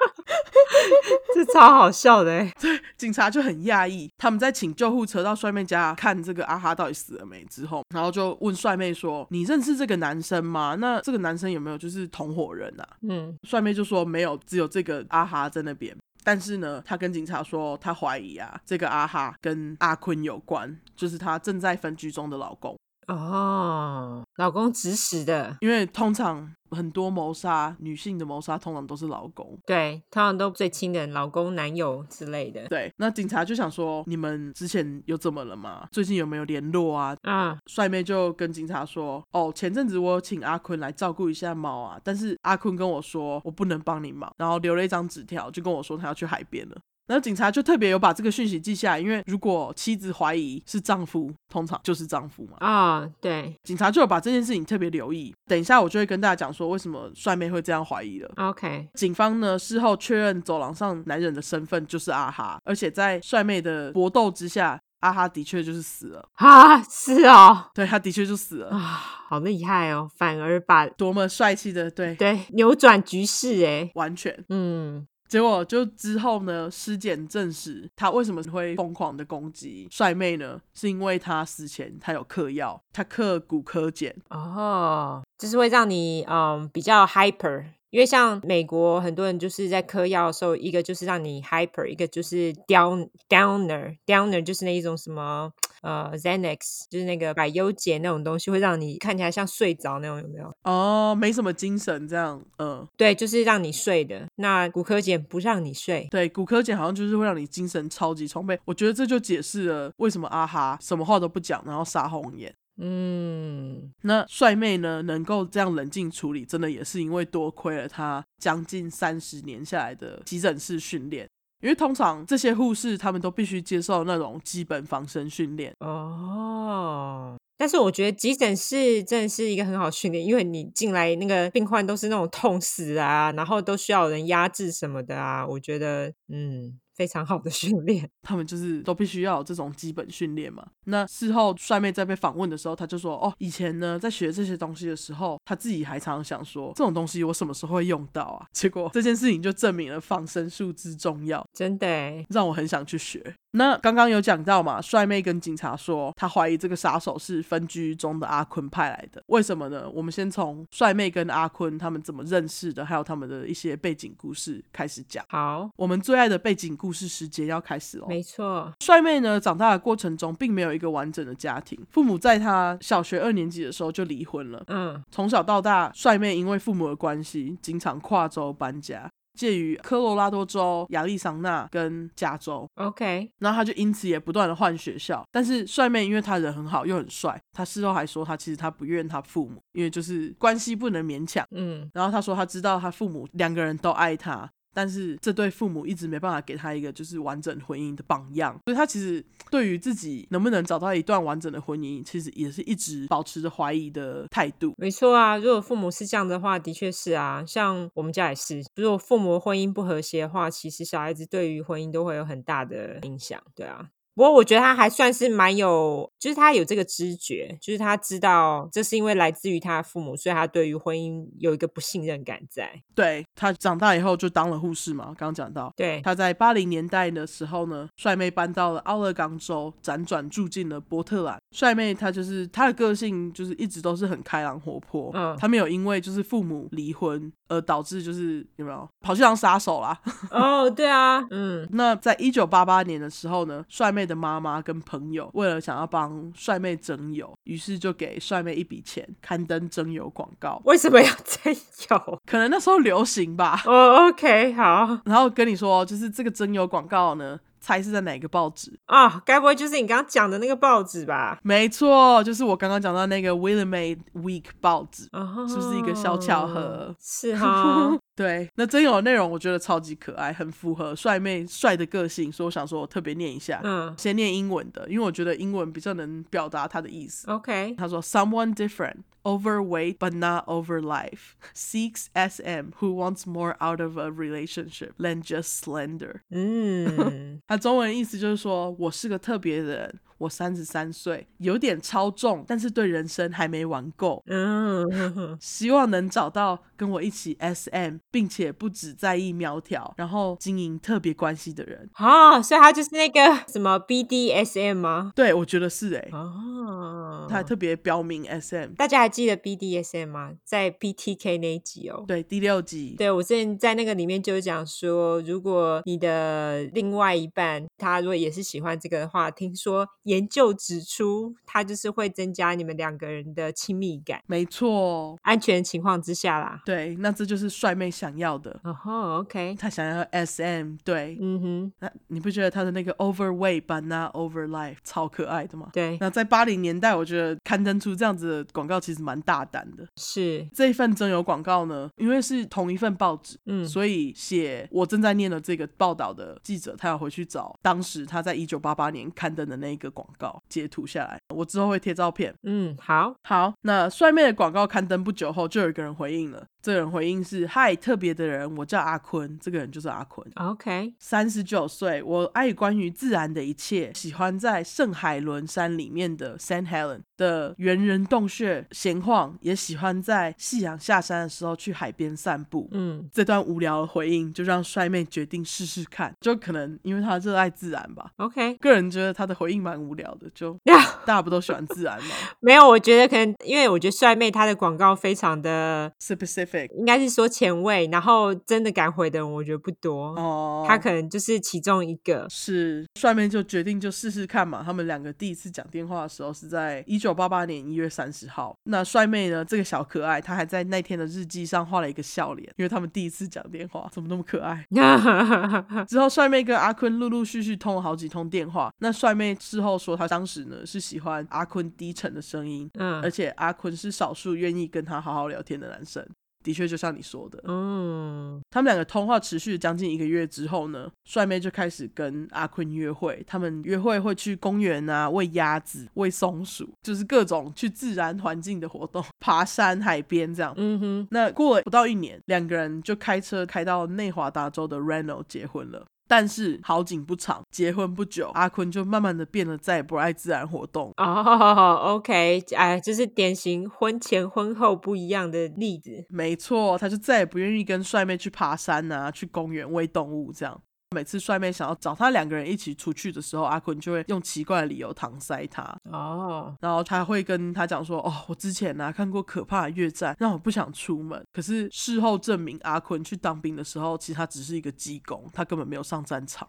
[SPEAKER 1] <laughs>
[SPEAKER 2] 这超好笑的欸，
[SPEAKER 1] 警察就很讶异，他们在请救护车到帅妹家看这个阿哈到底死了没之后，然后就问帅妹说：“你认识这个男生吗？那这个男生有没有就是同伙人啊？”
[SPEAKER 2] 嗯，
[SPEAKER 1] 帅妹就说没有，只有这个阿哈在那边。但是呢，她跟警察说，她怀疑啊，这个阿哈跟阿坤有关，就是她正在分居中的老公。
[SPEAKER 2] 哦，老公指使的，
[SPEAKER 1] 因为通常很多谋杀，女性的谋杀通常都是老公。
[SPEAKER 2] 对，通常都最亲的老公、男友之类的，
[SPEAKER 1] 对，那警察就想说，你们之前有怎么了吗？最近有没有联络啊？
[SPEAKER 2] 啊，
[SPEAKER 1] 帅妹就跟警察说：“哦，前阵子我有请阿坤来照顾一下猫啊，但是阿坤跟我说我不能帮你忙，然后留了一张纸条，就跟我说他要去海边了。”然后警察就特别有把这个讯息记下来，因为如果妻子怀疑是丈夫，通常就是丈夫嘛。
[SPEAKER 2] 哦，对
[SPEAKER 1] 警察就有把这件事情特别留意。等一下我就会跟大家讲说为什么帅妹会这样怀疑了。
[SPEAKER 2] ，OK，
[SPEAKER 1] 警方呢事后确认走廊上男人的身份就是阿哈，而且在帅妹的搏斗之下，阿哈的确就是死了。
[SPEAKER 2] 啊，是哦，
[SPEAKER 1] 对，他的确就死了
[SPEAKER 2] 啊，。好厉害哦，反而把
[SPEAKER 1] 多么帅气的，对，
[SPEAKER 2] 对扭转局势，哎，
[SPEAKER 1] 完全。
[SPEAKER 2] 嗯，
[SPEAKER 1] 结果就之后呢，尸检证实他为什么会疯狂的攻击帅妹呢？是因为他死前他有嗑药，他嗑骨科碱，
[SPEAKER 2] 哦，就是会让你嗯比较 hyper。因为像美国很多人就是在嗑药的时候，一个就是让你 hyper，一个就是 down downer downer 就是那一种什么呃 Xanax，就是那个百忧解那种东西，会让你看起来像睡着那种，有没有？
[SPEAKER 1] 哦，没什么精神，这样，嗯，
[SPEAKER 2] 对，就是让你睡的。那骨科碱不让你睡，
[SPEAKER 1] 对，骨科碱好像就是会让你精神超级充沛。我觉得这就解释了为什么阿哈什么话都不讲，然后杀红眼。
[SPEAKER 2] 嗯，
[SPEAKER 1] 那帅妹呢，能够这样冷静处理，真的也是因为多亏了她将近三十年下来的急诊室训练。因为通常这些护士他们都必须接受那种基本防身训练，
[SPEAKER 2] 哦。但是我觉得急诊室真的是一个很好训练，因为你进来那个病患都是那种痛死啊，然后都需要有人压制什么的啊。我觉得，嗯，非常好的训练。
[SPEAKER 1] 他们就是都必须要有这种基本训练嘛。那事后帅妹在被访问的时候，她就说：“哦，以前呢，在学这些东西的时候，她自己还常常想说，这种东西我什么时候会用到啊？”结果这件事情就证明了防身术之重要，
[SPEAKER 2] 真的欸，
[SPEAKER 1] 让我很想去学。那刚刚有讲到嘛，帅妹跟警察说，她怀疑这个杀手是分居中的阿坤派来的。为什么呢？我们先从帅妹跟阿坤他们怎么认识的，还有他们的一些背景故事开始讲。
[SPEAKER 2] 好，
[SPEAKER 1] 我们最爱的背景故事时间要开始喽。
[SPEAKER 2] 没错，
[SPEAKER 1] 帅妹呢，长大的过程中并没有一个完整的家庭，父母在她小学二年级的时候就离婚了。
[SPEAKER 2] 嗯，
[SPEAKER 1] 从小到大，帅妹因为父母的关系，经常跨州搬家，介于科罗拉多州、亚利桑那跟加州。
[SPEAKER 2] OK，
[SPEAKER 1] 然后她就因此也不断的换学校，但是帅妹因为她人很好又很帅，她事后还说她其实她不怨她父母，因为就是关系不能勉强。
[SPEAKER 2] 嗯，
[SPEAKER 1] 然后她说她知道她父母两个人都爱她，但是这对父母一直没办法给她一个就是完整婚姻的榜样，所以她其实对于自己能不能找到一段完整的婚姻，其实也是一直保持着怀疑的态度。
[SPEAKER 2] 没错啊。如果父母是这样的话，的确是啊。像我们家也是，如果父母的婚姻不和谐的话，其实小孩子对于婚姻都会有很大的影响，对啊。不过我觉得他还算是蛮有，就是他有这个知觉，就是他知道这是因为来自于他的父母，所以他对于婚姻有一个不信任感在。
[SPEAKER 1] 对她长大以后就当了护士嘛，刚刚讲到。 <laughs>
[SPEAKER 2] 对，
[SPEAKER 1] 她在八零年代的时候呢，帅妹搬到了奥勒冈州，辗转住进了波特兰。帅妹她就是她的个性就是一直都是很开朗活泼，
[SPEAKER 2] 嗯
[SPEAKER 1] 她没有因为就是父母离婚而导致就是有没有跑去当杀手啦， <laughs>
[SPEAKER 2] 哦，对啊，嗯，
[SPEAKER 1] 那在一九八八年的时候呢，帅妹的妈妈跟朋友为了想要帮帅妹征友，于是就给帅妹一笔钱刊登征友广告，
[SPEAKER 2] 为什么要 <laughs> 再有？
[SPEAKER 1] 可能那时候流行吧。 <laughs>
[SPEAKER 2] 哦、o k 好
[SPEAKER 1] 然后跟你说，就是这个征友广告呢，猜是在哪个报纸？
[SPEAKER 2] 啊、该不会就是你刚刚讲的那个报纸吧？
[SPEAKER 1] 没错，就是我刚刚讲到那个《w i l l i m a d e Week》报纸。
[SPEAKER 2] 哦
[SPEAKER 1] 是不是一个小巧合？，
[SPEAKER 2] 是哈
[SPEAKER 1] <laughs> 对，那征友的内容我觉得超级可爱，很符合帅妹帅的个性，所以我想说我特别念一下，
[SPEAKER 2] 嗯
[SPEAKER 1] 先念英文的，因为我觉得英文比较能表达他的意思。
[SPEAKER 2] ，OK，
[SPEAKER 1] 他说，someone different, overweight but not over life, seeks SM who wants more out of a relationship than just slender。 <laughs>
[SPEAKER 2] 嗯
[SPEAKER 1] 他中文意思就是说我是个特别的人，我三十三岁，有点超重，但是对人生还没玩够。
[SPEAKER 2] 嗯，
[SPEAKER 1] 希望能找到跟我一起 SM，并且不只在意苗条，然后经营特别关系的人。
[SPEAKER 2] 哦，所以他就是那个什么 BDSM 吗？
[SPEAKER 1] 对，我觉得是诶、
[SPEAKER 2] 嗯哦，
[SPEAKER 1] 他还特别标明 SM。
[SPEAKER 2] 大家还记得 BDSM 吗？在 BTK 那一集哦。
[SPEAKER 1] 对，第六集，
[SPEAKER 2] 对，我之前在那个里面就有讲说，如果你的另外一半他如果也是喜欢这个的话，听说研究指出，它就是会增加你们两个人的亲密感，
[SPEAKER 1] 没错。哦
[SPEAKER 2] 安全情况之下啦。
[SPEAKER 1] 对，那这就是帅妹想要的。
[SPEAKER 2] 哦、吼 o k
[SPEAKER 1] 他想要 SM，对，
[SPEAKER 2] 嗯哼，
[SPEAKER 1] 那你不觉得他的那个 overweight but not over life 超可爱的吗？
[SPEAKER 2] 对，
[SPEAKER 1] 那在八零年代，我觉得刊登出这样子的广告其实蛮大胆的。
[SPEAKER 2] 是，
[SPEAKER 1] 这一份征友广告呢，因为是同一份报纸，
[SPEAKER 2] 嗯
[SPEAKER 1] 所以写我正在念的这个报道的记者，他要回去找当时他在一九八八年刊登的那一个广告截图下来，我之后会贴照片。
[SPEAKER 2] 嗯，好，
[SPEAKER 1] 好，那帅妹的广告刊登不久后，就有一个人回应了。这个人回应是：“嗨，特别的人，我叫阿坤。”这个人就是阿坤，
[SPEAKER 2] 啊，OK，
[SPEAKER 1] 三十九岁，我爱关于自然的一切，喜欢在圣海伦山里面的 San Helen 的猿人洞穴闲晃，也喜欢在夕阳下山的时候去海边散步。
[SPEAKER 2] 嗯，
[SPEAKER 1] 这段无聊的回应就让帅妹决定试试看，就可能因为她热爱自然吧。
[SPEAKER 2] ，OK，
[SPEAKER 1] 个人觉得她的回应蛮无聊的，就 <laughs> 大家不都喜欢自然吗
[SPEAKER 2] 没有，我觉得可能因为我觉得帅妹她的广告非常的，
[SPEAKER 1] ？Specific
[SPEAKER 2] 应该是说前卫，然后真的敢回的人我觉得不多，
[SPEAKER 1] 哦，
[SPEAKER 2] 她可能就是其中一个。
[SPEAKER 1] 是帅妹就决定就试试看嘛。他们两个第一次讲电话的时候是在一九八八年一月三十号。那帅妹呢，这个小可爱，她还在那天的日记上画了一个笑脸，因为他们第一次讲电话，怎么那么可爱？
[SPEAKER 2] 嗯
[SPEAKER 1] 之后，帅妹跟阿坤陆陆续续通了好几通电话。那帅妹事后说，她当时呢是喜欢阿坤低沉的声音，而
[SPEAKER 2] 嗯
[SPEAKER 1] 且阿坤是少数愿意跟她好好聊天的男生。的确，就像你说的，
[SPEAKER 2] 嗯
[SPEAKER 1] 他们两个通话持续将近一个月之后呢，帅妹就开始跟阿坤约会。他们约会会去公园啊，喂鸭子、喂松鼠，就是各种去自然环境的活动，爬山、海边这样。
[SPEAKER 2] 嗯哼，
[SPEAKER 1] 那过了不到一年，两个人就开车开到内华达州的 Reno 结婚了。但是好景不长，结婚不久，阿坤就慢慢的变得再也不爱自然活动。
[SPEAKER 2] 哦，OK，哎，这是典型婚前婚后不一样的例子。
[SPEAKER 1] 没错，他就再也不愿意跟帅妹去爬山啊，去公园喂动物这样。每次帅妹想要找他两个人一起出去的时候，阿坤就会用奇怪的理由搪塞他，
[SPEAKER 2] 哦，
[SPEAKER 1] 然后他会跟他讲说：“哦，我之前呢、看过可怕的越战，让我不想出门。”可是事后证明，阿坤去当兵的时候，其实他只是一个技工，他根本没有上战场，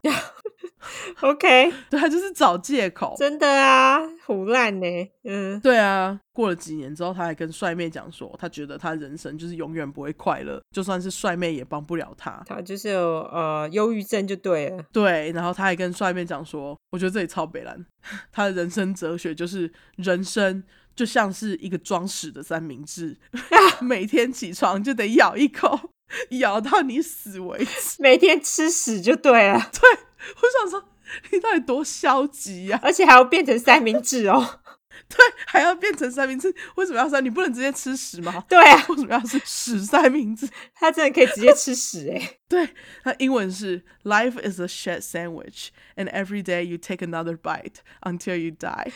[SPEAKER 2] OK，
[SPEAKER 1] <laughs> 对他就是找借口。
[SPEAKER 2] 真的啊，胡烂呢、嗯，
[SPEAKER 1] 对啊，过了几年之后，他还跟帅妹讲说，他觉得他人生就是永远不会快乐，就算是帅妹也帮不了他。
[SPEAKER 2] 他就是有呃忧郁症就对了。
[SPEAKER 1] 对，然后他还跟帅妹讲说，我觉得这里超北蓝， <laughs> 他的人生哲学就是人生就像是一个装屎的三明治，每天起床就得咬一口，咬到你死为止。 <laughs>
[SPEAKER 2] 每天吃屎就对了，
[SPEAKER 1] 我想说，你到底多消极呀、 <laughs>
[SPEAKER 2] 而且还要变成三明治哦。 <laughs>
[SPEAKER 1] 对，还要变成三明治，为什么要三？你不能直接吃屎吗？
[SPEAKER 2] 对啊，
[SPEAKER 1] <laughs> 为什么要是屎三明治？
[SPEAKER 2] 他真的可以直接吃屎哎、
[SPEAKER 1] 对，它英文是 Life is a shit sandwich, and every day you take another bite until you die。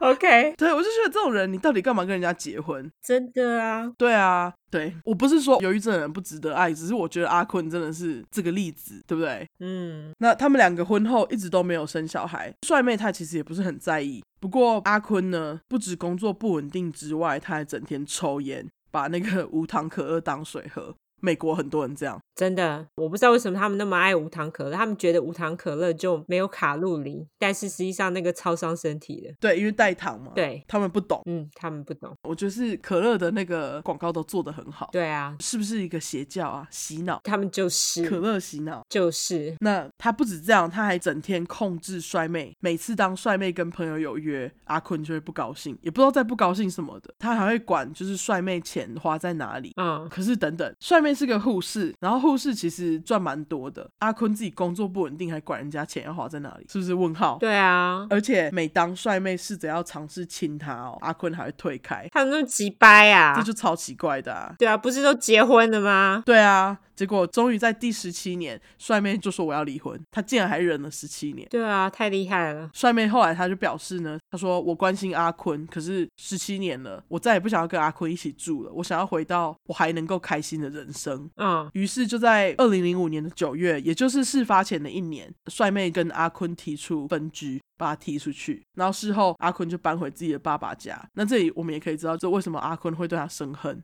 [SPEAKER 2] OK，
[SPEAKER 1] 对我就觉得这种人，你到底干嘛跟人家结婚？
[SPEAKER 2] <laughs> 真的啊，
[SPEAKER 1] 对啊，对我不是说忧郁症的人不值得爱，只是我觉得阿坤真的是这个例子，对不对？
[SPEAKER 2] 嗯，
[SPEAKER 1] 那他们两个婚后一直都没有生小孩，帅妹她其实也不是很在意。不过阿坤呢，不止工作不稳定之外，他还整天抽烟，把那个无糖可乐当水喝。美国很多人这样，
[SPEAKER 2] 真的，我不知道为什么他们那么爱无糖可乐，他们觉得无糖可乐就没有卡路里，但是实际上那个超伤身体的。
[SPEAKER 1] 对，因为代糖嘛，，
[SPEAKER 2] 对，
[SPEAKER 1] 他们不懂。
[SPEAKER 2] 嗯，他们不懂。
[SPEAKER 1] 我觉得是可乐的那个广告都做得很好，
[SPEAKER 2] 对啊，
[SPEAKER 1] 是不是一个邪教啊？洗脑，
[SPEAKER 2] 他们就
[SPEAKER 1] 可
[SPEAKER 2] 是
[SPEAKER 1] 乐洗脑。
[SPEAKER 2] 就是
[SPEAKER 1] 那他不止这样，他还整天控制帅妹。每次当帅妹跟朋友有约，阿坤就会不高兴，也不知道在不高兴什么的。他还会管就是帅妹钱花在哪里。
[SPEAKER 2] 嗯，
[SPEAKER 1] 可是等等，帅妹是个护士，然后护士其实赚蛮多的。阿坤自己工作不稳定，还管人家钱要花在哪里，是不是？问号。
[SPEAKER 2] 对啊，
[SPEAKER 1] 而且每当帅妹试着要尝试亲他哦，阿坤还会退开，
[SPEAKER 2] 他们那么急掰啊
[SPEAKER 1] 这，就超奇怪的啊。
[SPEAKER 2] 对啊，不是都结婚了吗？
[SPEAKER 1] 对啊，结果终于在第十七年，帅妹就说我要离婚，他竟然还忍了十七年。
[SPEAKER 2] 对啊，太厉害了。
[SPEAKER 1] 帅妹后来她就表示呢，她说我关心阿坤，可是十七年了，我再也不想要跟阿坤一起住了，我想要回到我还能够开心的人生。
[SPEAKER 2] 嗯，
[SPEAKER 1] 于是就在二零零五年的九月，也就是事发前的一年，帅妹跟阿坤提出分居，把他踢出去。然后事后，阿坤就搬回自己的爸爸家。那这里我们也可以知道，这为什么阿坤会对他生恨。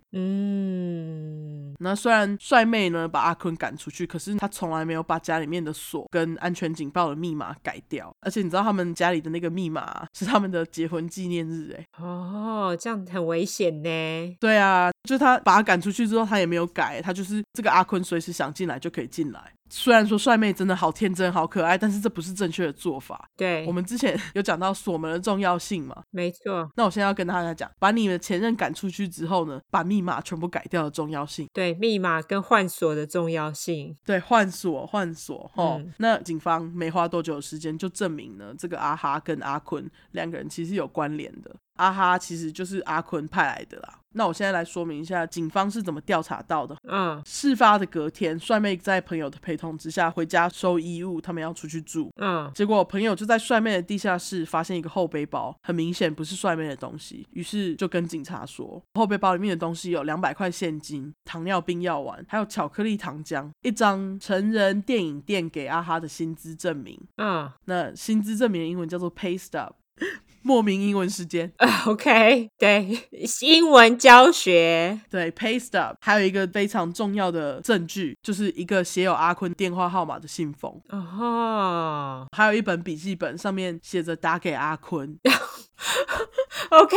[SPEAKER 2] 嗯，
[SPEAKER 1] 那虽然帅妹呢把阿坤赶出去，可是她从来没有把家里面的锁跟安全警报的密码改掉。而且你知道他们家里的那个密码啊、是他们的结婚纪念日、欸，
[SPEAKER 2] 哦，这样很危险呢。
[SPEAKER 1] 对啊，就他把他赶出去之后，他也没有改，他就是这个阿坤随时想进来就可以进来。虽然说帅妹真的好天真、好可爱，但是这不是正确的做法。
[SPEAKER 2] 对，
[SPEAKER 1] 我们之前有讲到锁门的重要性嘛，
[SPEAKER 2] 没错，
[SPEAKER 1] 那我现在要跟大家讲，把你的前任赶出去之后呢，把密码全部改掉的重要性。
[SPEAKER 2] 对密码跟换锁的重要性。
[SPEAKER 1] 对，换锁换锁哦。
[SPEAKER 2] 嗯
[SPEAKER 1] 那警方没花多久的时间就证明呢，这个阿哈跟阿坤两个人其实有关联的。阿哈其实就是阿坤派来的啦。那我现在来说明一下，警方是怎么调查到的。
[SPEAKER 2] 嗯
[SPEAKER 1] 事发的隔天，帅妹在朋友的陪同之下回家收衣物，他们要出去住。
[SPEAKER 2] 嗯，
[SPEAKER 1] 结果朋友就在帅妹的地下室发现一个后背包，很明显不是帅妹的东西，于是就跟警察说，后背包里面的东西有两百块现金、糖尿病药丸，还有巧克力糖浆，一张成人电影店给阿哈的薪资证明。
[SPEAKER 2] 嗯 <laughs>
[SPEAKER 1] 那薪资证明的英文叫做 pay stub，莫名英文时间。
[SPEAKER 2] 啊，OK，对， <laughs> 英文教学，
[SPEAKER 1] 对，pay stub，还有一个非常重要的证据，就是一个写有阿坤电话号码的信封，
[SPEAKER 2] 哦
[SPEAKER 1] 还有一本笔记本，上面写着打给阿坤，
[SPEAKER 2] ，OK，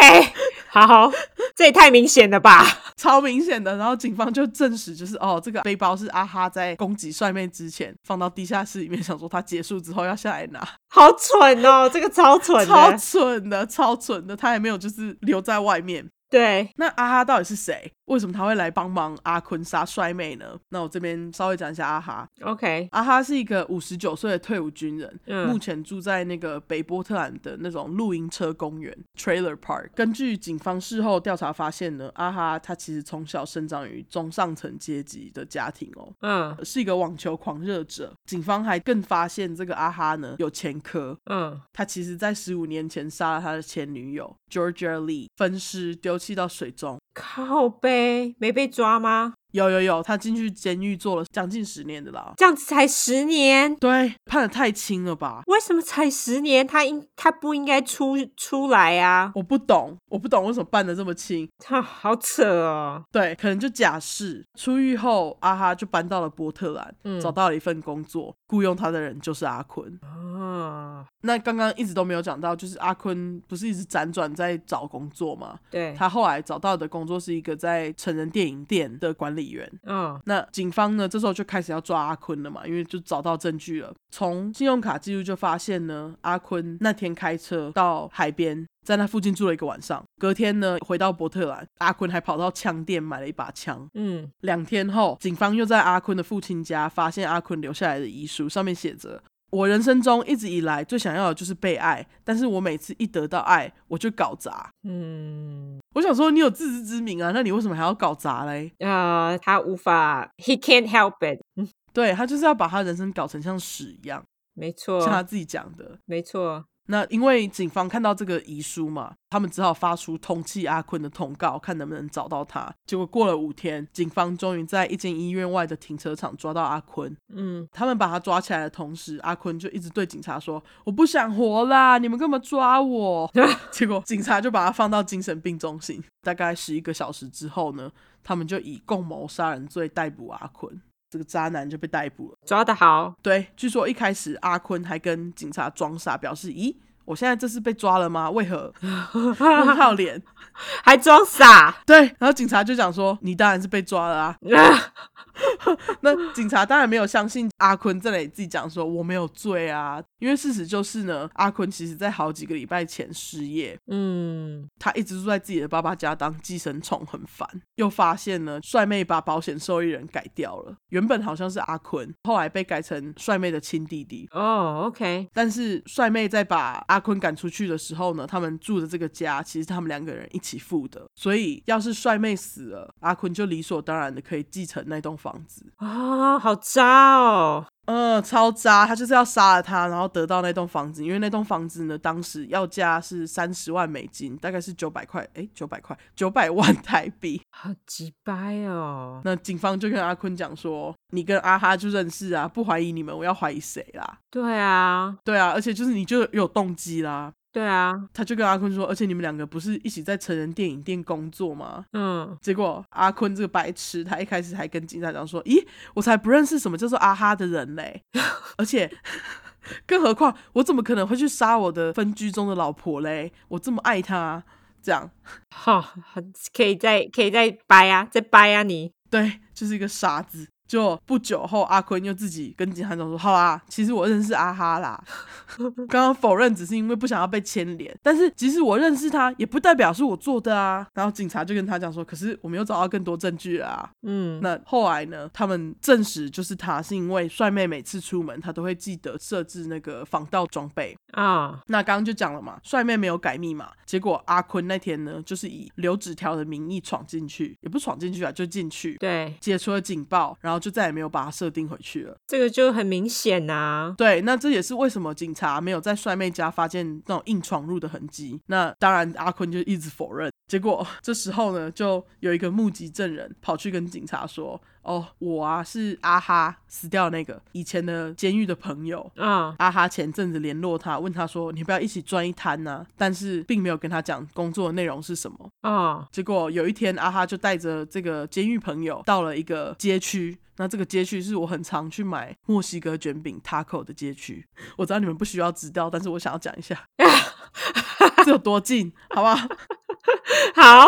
[SPEAKER 2] 好，这也太明显了吧？
[SPEAKER 1] 超明显的。然后警方就证实，就是哦，这个背包是阿哈在攻击帅妹之前放到地下室里面，想说他结束之后要下来拿，
[SPEAKER 2] 好蠢哦，这个超蠢
[SPEAKER 1] 超
[SPEAKER 2] 的，
[SPEAKER 1] 蠢的，超蠢的，他还没有就是留在外面。
[SPEAKER 2] 对，
[SPEAKER 1] 那阿哈到底是谁？为什么他会来帮忙阿坤杀帅妹呢？那我这边稍微讲一下阿哈。
[SPEAKER 2] OK，
[SPEAKER 1] 阿哈啊是一个五十九岁的退伍军人，
[SPEAKER 2] 嗯
[SPEAKER 1] 目前住在那个北波特兰的那种露营车公园 （trailer park）。根据警方事后调查发现呢，阿哈他其实从小生长于中上层阶级的家庭哦，
[SPEAKER 2] 嗯
[SPEAKER 1] 是一个网球狂热者。警方还更发现这个阿哈呢有前科，
[SPEAKER 2] 嗯
[SPEAKER 1] 他其实在十五年前杀了他的前女友 Georgia Lee，分尸丢弃到水中。
[SPEAKER 2] 靠背没被抓吗？
[SPEAKER 1] 有有有，他进去监狱坐了将近十年的啦。
[SPEAKER 2] 这样子才十年，
[SPEAKER 1] 对，判的太轻了吧？
[SPEAKER 2] 为什么才十年？他应他不应该出出来啊？ <laughs>
[SPEAKER 1] 我不懂，我不懂为什么办的这么轻。
[SPEAKER 2] 他好扯哦。
[SPEAKER 1] 对，可能就假释。出狱后，阿哈就搬到了波特兰，
[SPEAKER 2] 嗯
[SPEAKER 1] 找到了一份工作。雇佣他的人就是阿坤。
[SPEAKER 2] 啊，
[SPEAKER 1] 那刚刚一直都没有讲到，就是阿坤不是一直辗转在找工作吗？
[SPEAKER 2] 对，
[SPEAKER 1] 他后来找到的工作是一个在成人电影店的管理员。
[SPEAKER 2] 嗯
[SPEAKER 1] 那警方呢，这时候就开始要抓阿坤了嘛，因为就找到证据了。从信用卡记录就发现呢，阿坤那天开车到海边，在那附近住了一个晚上。隔天呢，回到伯特兰，阿坤还跑到枪店买了一把枪。
[SPEAKER 2] 嗯
[SPEAKER 1] 两天后，警方又在阿坤的父亲家发现阿坤留下来的遗书，上面写着。我人生中一直以来最想要的就是被爱，但是我每次一得到爱，我就搞砸。
[SPEAKER 2] 嗯，
[SPEAKER 1] 我想说，你有自知之明啊，那你为什么还要搞砸嘞？
[SPEAKER 2] 呃，他无法，he can't help it，
[SPEAKER 1] 对他就是要把他人生搞成像屎一样。
[SPEAKER 2] 没错，
[SPEAKER 1] 像他自己讲的。
[SPEAKER 2] 没错，
[SPEAKER 1] 那因为警方看到这个遗书嘛，他们只好发出通缉阿坤的通告，看能不能找到他。结果过了五天，警方终于在一间医院外的停车场抓到阿坤。
[SPEAKER 2] 嗯
[SPEAKER 1] 他们把他抓起来的同时，阿坤就一直对警察说：“我不想活啦，你们干嘛抓我？”结果警察就把他放到精神病中心。大概十一个小时之后呢，他们就以共谋杀人罪逮捕阿坤。这个渣男就被逮捕了。
[SPEAKER 2] 抓得好，
[SPEAKER 1] 对，据说一开始阿坤还跟警察装傻，表示：“咦，我现在这是被抓了吗？为何？”问号脸。
[SPEAKER 2] 还装傻， <laughs>
[SPEAKER 1] 对，然后警察就讲说：“你当然是被抓了啊。
[SPEAKER 2] 啊”
[SPEAKER 1] 那警察当然没有相信阿坤在那里自己讲说：“我没有罪啊。”因为事实就是呢，阿坤其实在好几个礼拜前失业，
[SPEAKER 2] 嗯，
[SPEAKER 1] 他一直住在自己的爸爸家当寄生虫，很烦。又发现呢，帅妹把保险受益人改掉了，原本好像是阿坤，后来被改成帅妹的亲弟弟。
[SPEAKER 2] 哦，OK，
[SPEAKER 1] 但是帅妹在把阿坤赶出去的时候呢，他们住的这个家其实他们两个人一起付的，所以要是帅妹死了，阿坤就理所当然的可以继承那栋房子。
[SPEAKER 2] 哦，好渣哦，
[SPEAKER 1] 呃，超渣，他就是要杀了他，然后得到那栋房子，因为那栋房子呢，当时要价是三十万美金，大概是九百块，诶，九百块，九百万台币。
[SPEAKER 2] 好鸡掰哦，
[SPEAKER 1] 那警方就跟阿坤讲说，你跟阿哈就认识啊，不怀疑你们，我要怀疑谁啦？
[SPEAKER 2] 对啊，
[SPEAKER 1] 对啊，而且就是你就有动机啦，
[SPEAKER 2] 对啊，
[SPEAKER 1] 他就跟阿坤说，而且你们两个不是一起在成人电影店工作吗？
[SPEAKER 2] 嗯，
[SPEAKER 1] 结果阿坤这个白痴，他一开始还跟警察讲说：“咦，我才不认识什么叫做阿哈的人嘞！ <laughs> 而且，更何况我怎么可能会去杀我的分居中的老婆嘞？我这么爱她，这样
[SPEAKER 2] 好、可以再可以再掰啊，再掰啊你，
[SPEAKER 1] 对，就是一个傻子。”就不久后，阿坤又自己跟警察讲说：“好啦，其实我认识阿哈啦， <laughs> 刚刚否认只是因为不想要被牵连，但是即使我认识他，也不代表是我做的啊。”然后警察就跟他讲说：“可是我们又找到更多证据了啊。”
[SPEAKER 2] 嗯，
[SPEAKER 1] 那后来呢？他们证实就是他，是因为帅妹每次出门，她都会记得设置那个防盗装备。
[SPEAKER 2] 啊、
[SPEAKER 1] 那刚刚就讲了嘛，帅妹没有改密码，结果阿坤那天呢，就是以留纸条的名义闯进去，也不是闯进去啊，就进去。
[SPEAKER 2] 对，
[SPEAKER 1] 解除了警报，然后就再也没有把它设定回去了。
[SPEAKER 2] 这个就很明显啊呐、
[SPEAKER 1] 对，那这也是为什么警察没有在帅妹家发现那种硬闯入的痕迹。那当然，阿坤就一直否认。结果这时候呢，就有一个目击证人跑去跟警察说：“哦，我啊是阿哈死掉那个以前的监狱的朋友。”
[SPEAKER 2] 啊，啊、
[SPEAKER 1] 阿哈前阵子联络他，问他说：“你要不要一起赚一摊呢、但是并没有跟他讲工作的内容是什么。
[SPEAKER 2] 哦，
[SPEAKER 1] 结果有一天，阿哈就带着这个监狱朋友到了一个街区。那这个街区是我很常去买墨西哥卷饼 taco 的街区。我知道你们不需要知道，但是我想要讲一下 <laughs> 这有多近，好不好？
[SPEAKER 2] 好，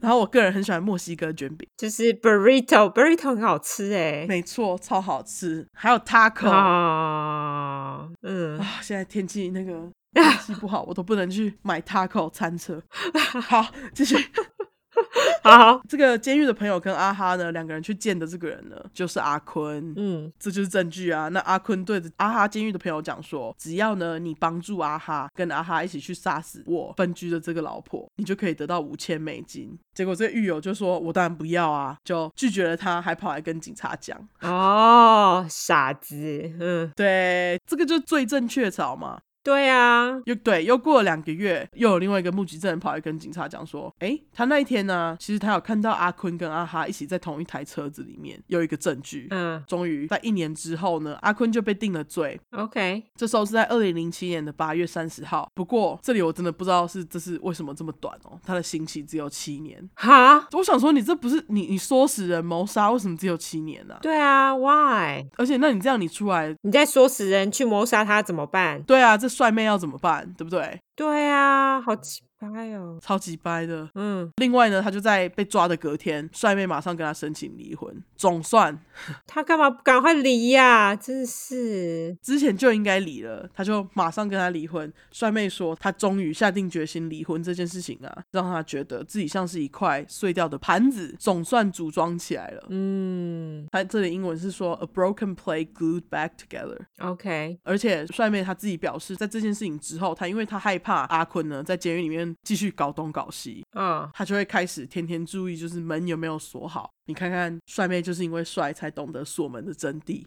[SPEAKER 1] 然后我个人很喜欢墨西哥卷饼，
[SPEAKER 2] 就是 burrito，burrito 很好吃哎、
[SPEAKER 1] 没错，超好吃。还有 taco 啊
[SPEAKER 2] 啊、嗯，
[SPEAKER 1] <laughs> 现在天气那个天气不好，我都不能去买 taco 餐车。好，继续。
[SPEAKER 2] 好好，
[SPEAKER 1] 这个监狱的朋友跟阿哈呢，两个人去见的这个人呢，就是阿坤。
[SPEAKER 2] 嗯，
[SPEAKER 1] 这就是证据啊！那阿坤对着阿哈监狱的朋友讲说，只要呢你帮助阿哈跟阿哈一起去杀死我分居的这个老婆，你就可以得到五千美金。结果这个狱友就说：“我当然不要啊！”就拒绝了他，还跑来跟警察讲。
[SPEAKER 2] 哦，傻子，嗯，
[SPEAKER 1] 对，这个就是罪证确凿嘛。
[SPEAKER 2] 对啊，
[SPEAKER 1] 又对，又过了两个月，又有另外一个目击证人跑来跟警察讲说，诶，他那一天呢，其实他有看到阿坤跟阿哈一起在同一台车子里面，有一个证据。
[SPEAKER 2] 嗯
[SPEAKER 1] 终于在一年之后呢，阿坤就被定了罪。
[SPEAKER 2] ，OK，
[SPEAKER 1] 这时候是在二零零七年的八月三十号。不过这里我真的不知道是这是为什么这么短哦，他的刑期只有七年。
[SPEAKER 2] 哈，
[SPEAKER 1] 我想说，你这不是你你唆使人谋杀，为什么只有七年呢、
[SPEAKER 2] 对啊，Why？
[SPEAKER 1] 而且，那你这样你出来，
[SPEAKER 2] 你在唆使人去谋杀他怎么办？
[SPEAKER 1] 对啊，这帅妹要怎么办，对不对？
[SPEAKER 2] 对啊，好奇怪哦，
[SPEAKER 1] 超级掰的。
[SPEAKER 2] 嗯，
[SPEAKER 1] 另外呢，他就在被抓的隔天，帅妹马上跟他申请离婚。总算
[SPEAKER 2] 他干嘛不赶快离呀、真是，
[SPEAKER 1] 之前就应该离了，他就马上跟他离婚。帅妹说，她终于下定决心离婚这件事情啊，让她觉得自己像是一块碎掉的盘子，总算组装起来了。
[SPEAKER 2] 嗯
[SPEAKER 1] 他这里英文是说 a broken plate glued back together，
[SPEAKER 2] ，OK，
[SPEAKER 1] 而且帅妹她自己表示，在这件事情之后，她因为她害怕阿坤呢在监狱里面继续搞东搞西，
[SPEAKER 2] 哦，
[SPEAKER 1] 他就会开始天天注意，就是门有没有锁好。你看看帅妹，就是因为帅才懂得锁门的真谛。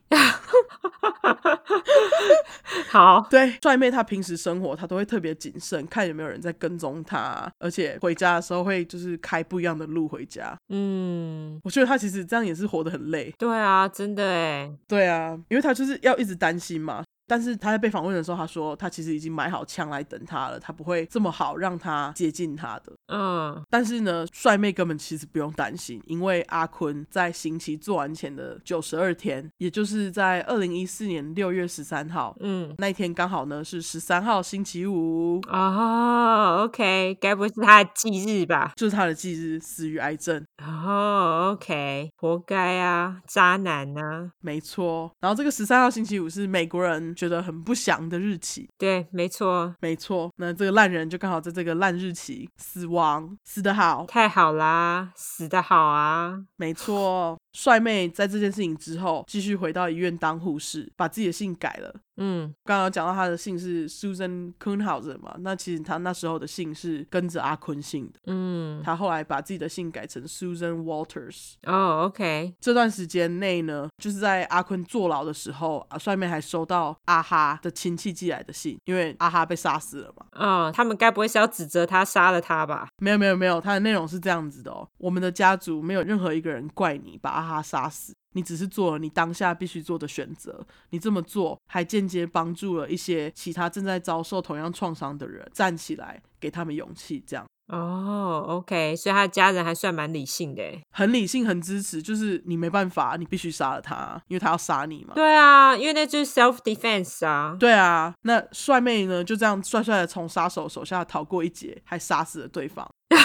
[SPEAKER 2] 好，
[SPEAKER 1] 对，帅妹她平时生活她都会特别谨慎，看有没有人在跟踪她，而且回家的时候会就是开不一样的路回家。
[SPEAKER 2] 嗯，
[SPEAKER 1] 我觉得她其实这样也是活得很累。
[SPEAKER 2] 对啊，真的哎，
[SPEAKER 1] 对啊，因为她就是要一直担心嘛。但是她在被访问的时候，她说她其实已经买好枪来等她了，她不会这么好让她接近她的。
[SPEAKER 2] 嗯，
[SPEAKER 1] 但是呢，帅妹根本其实不用担心，因为阿坤在刑期做完前的九十二天，也就是在二零一四年六月十三号
[SPEAKER 2] 嗯。
[SPEAKER 1] 那一天，刚好呢是十三号星期五，
[SPEAKER 2] 哦、o k 该不会是他的忌日吧？
[SPEAKER 1] 就是他的忌日，死于癌症。
[SPEAKER 2] 哦、o k 活该啊，渣男啊，
[SPEAKER 1] 没错，然后这个十三号星期五是美国人觉得很不祥的日期。
[SPEAKER 2] 对，没错，
[SPEAKER 1] 没错，那这个烂人就刚好在这个烂日期死亡，死得好。
[SPEAKER 2] 太好啦，死得好啊，
[SPEAKER 1] 没错，帅妹在这件事情之后继续回到医院当护士，把自己的姓改了，
[SPEAKER 2] 嗯
[SPEAKER 1] 刚刚有讲到他的姓是 Susan Kuhnhauser 嘛，那其实他那时候的姓是跟着阿坤姓的，
[SPEAKER 2] 嗯，
[SPEAKER 1] 他后来把自己的姓改成 Susan Walters。
[SPEAKER 2] 哦、o k
[SPEAKER 1] 这段时间内呢，就是在阿坤坐牢的时候，啊，帅妹还收到阿哈的亲戚寄来的信，因为阿哈被杀死了嘛。
[SPEAKER 2] 哦，他们该不会是要指责他杀了他吧？
[SPEAKER 1] 没有没有没有，他的内容是这样子的哦，我们的家族没有任何一个人怪你把阿哈杀死。你只是做了你当下必须做的选择，你这么做还间接帮助了一些其他正在遭受同样创伤的人站起来，给他们勇气，这样
[SPEAKER 2] 哦、o k 所以他的家人还算蛮理性的欸耶。
[SPEAKER 1] 很理性、很支持。就是你没办法，你必须杀了他，因为他要杀你嘛。
[SPEAKER 2] 对啊，因为那就是 self defense 啊。 <laughs>
[SPEAKER 1] 对啊，那帅妹呢就这样帅帅的从杀手手下逃过一劫，还杀死了对方， <laughs>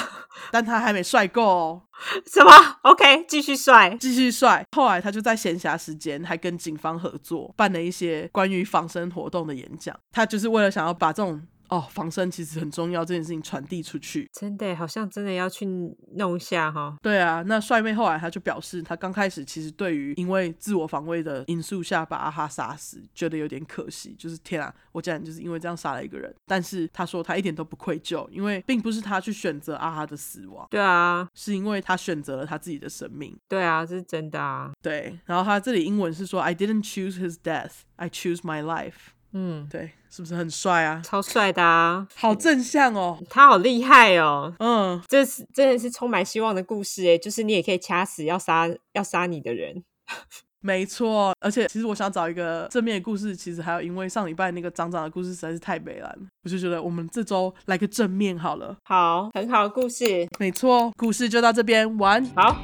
[SPEAKER 1] 但他还没帅够哦，
[SPEAKER 2] 什么？OK，继续帅。
[SPEAKER 1] 继续帅。后来他就在闲暇时间还跟警方合作，办了一些关于防身活动的演讲。他就是为了想要把这种哦防身其实很重要这件事情传递出去。
[SPEAKER 2] 真的耶，欸好像真的要去弄一下哈。
[SPEAKER 1] 对啊，那帅妹后来她就表示，她刚开始其实对于因为自我防卫的因素下把阿哈杀死，觉得有点可惜，就是天啊，我竟然就是因为这样杀了一个人。但是她说她一点都不愧疚，因为并不是她去选择阿哈的死亡，
[SPEAKER 2] 对啊，
[SPEAKER 1] 是因为她选择了她自己的生命。
[SPEAKER 2] 对啊，这是真的啊。
[SPEAKER 1] 对，然后她这里英文是说 I didn't choose his death, I choose my life。
[SPEAKER 2] 嗯，
[SPEAKER 1] 对，是不是很帅啊？
[SPEAKER 2] 超帅的啊，
[SPEAKER 1] 好正向哦。
[SPEAKER 2] 他好厉害哦。
[SPEAKER 1] 嗯，
[SPEAKER 2] 这是真的是充满希望的故事诶，欸就是你也可以掐死要杀要杀你的人。
[SPEAKER 1] 没错，而且其实我想找一个正面的故事，其实还有因为上礼拜那个长长的故事实在是太悲惨了，我就觉得我们这周来个正面好了。
[SPEAKER 2] 好，很好的故事。
[SPEAKER 1] 没错，故事就到这边完。
[SPEAKER 2] 好，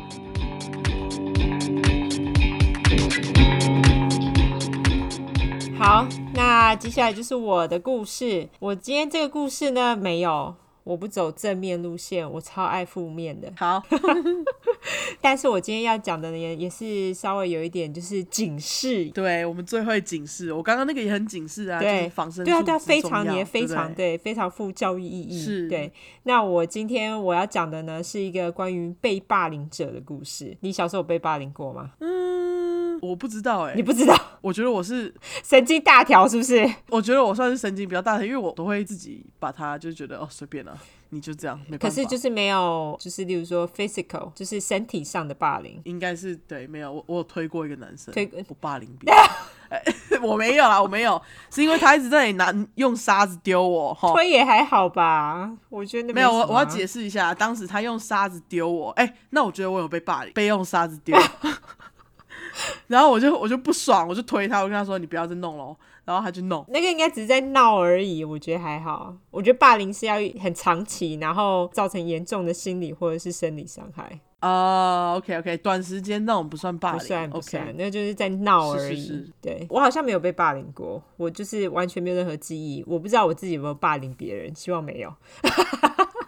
[SPEAKER 2] 好，那接下来就是我的故事。我今天这个故事呢，没有，我不走正面路线，我超爱负面的。
[SPEAKER 1] 好， <laughs>
[SPEAKER 2] 但是我今天要讲的呢，也也是稍微有一点就是警示。
[SPEAKER 1] 对我们最会警示，我刚刚那个也很警示啊，就是
[SPEAKER 2] 对，
[SPEAKER 1] 防身
[SPEAKER 2] 对啊，
[SPEAKER 1] 术
[SPEAKER 2] 对啊，
[SPEAKER 1] 之
[SPEAKER 2] 非
[SPEAKER 1] 重
[SPEAKER 2] 常
[SPEAKER 1] 要
[SPEAKER 2] 也非
[SPEAKER 1] 对不
[SPEAKER 2] 常
[SPEAKER 1] 对，
[SPEAKER 2] 非常富教育意义。
[SPEAKER 1] 是
[SPEAKER 2] 对。那我今天我要讲的呢，是一个关于被霸凌者的故事。你小时候有被霸凌过吗？
[SPEAKER 1] 嗯，我不知道哎、
[SPEAKER 2] <laughs> 你不知道，
[SPEAKER 1] 我觉得我是，
[SPEAKER 2] 神经大条是不是？
[SPEAKER 1] 我觉得我算是神经比较大的，因为我都会自己把它就觉得哦随便了、你就这样，没
[SPEAKER 2] 可
[SPEAKER 1] 办法。
[SPEAKER 2] 是就是没有，就是例如说 physical，就是身体上的霸凌。
[SPEAKER 1] 应该是对，没有我我有推过一个男生，
[SPEAKER 2] 推
[SPEAKER 1] 我霸凌
[SPEAKER 2] <laughs>
[SPEAKER 1] 别人。哎我没有啦，我没有，是因为他一直在那里拿用沙子丢我哈。
[SPEAKER 2] 推也还好吧，我觉得那
[SPEAKER 1] 没有，
[SPEAKER 2] 什
[SPEAKER 1] 我
[SPEAKER 2] 么
[SPEAKER 1] 我要解释一下，当时他用沙子丢我，哎、那我觉得我有被霸凌，被用沙子
[SPEAKER 2] <laughs>
[SPEAKER 1] 丢， <laughs> 然后我就我就不爽，我就推他，我跟他说你不要再弄喽，然后他就弄，
[SPEAKER 2] 那个应该只是在闹而已，我觉得还好。我觉得霸凌是要很长期，然后造成严重的心理或者是生理伤害，
[SPEAKER 1] 啊、o k OK，短时间那种不算霸
[SPEAKER 2] 不
[SPEAKER 1] 凌
[SPEAKER 2] 算不
[SPEAKER 1] o
[SPEAKER 2] 算
[SPEAKER 1] k
[SPEAKER 2] 那就是在闹而已。
[SPEAKER 1] 是是是
[SPEAKER 2] 对我好像没有被霸凌过，我就是完全没有任何记忆，我不知道我自己有没有霸凌别人，希望没有。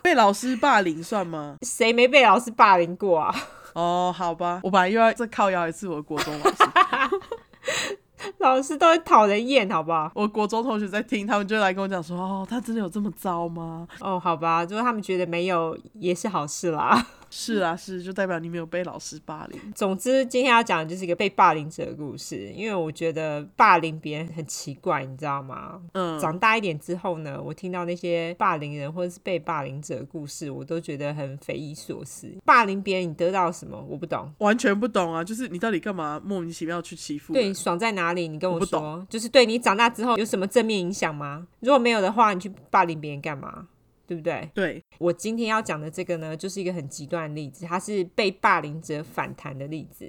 [SPEAKER 1] 被老师霸凌算吗？
[SPEAKER 2] <laughs> 谁没被老师霸凌过啊？ <laughs>
[SPEAKER 1] 哦，好吧，我本来又要再靠摇一次我的国中老师，
[SPEAKER 2] 老师都很讨人厌，好不好？
[SPEAKER 1] 我国中同学在听，他们就来跟我讲说，哦，他真的有这么糟吗？
[SPEAKER 2] 哦，好吧，如果他们觉得没有也是好事啦。 <laughs>
[SPEAKER 1] 是啊，是，就代表你没有被老师霸凌，
[SPEAKER 2] 总之，今天要讲的就是一个被霸凌者的故事，因为我觉得霸凌别人很奇怪，你知道吗？
[SPEAKER 1] 嗯，
[SPEAKER 2] 长大一点之后呢，我听到那些霸凌人或者是被霸凌者的故事，我都觉得很匪夷所思。霸凌别人，你得到什么？我不懂。
[SPEAKER 1] 完全不懂啊，就是你到底干嘛莫名其妙去欺负人？
[SPEAKER 2] 对你爽在哪里？你跟
[SPEAKER 1] 我
[SPEAKER 2] 我
[SPEAKER 1] 不
[SPEAKER 2] 说，就是对你长大之后有什么正面影响吗？如果没有的话，你去霸凌别人干嘛？对不对？
[SPEAKER 1] 对，
[SPEAKER 2] 我今天要讲的这个呢，就是一个很极端的例子，它是被霸凌者反弹的例子。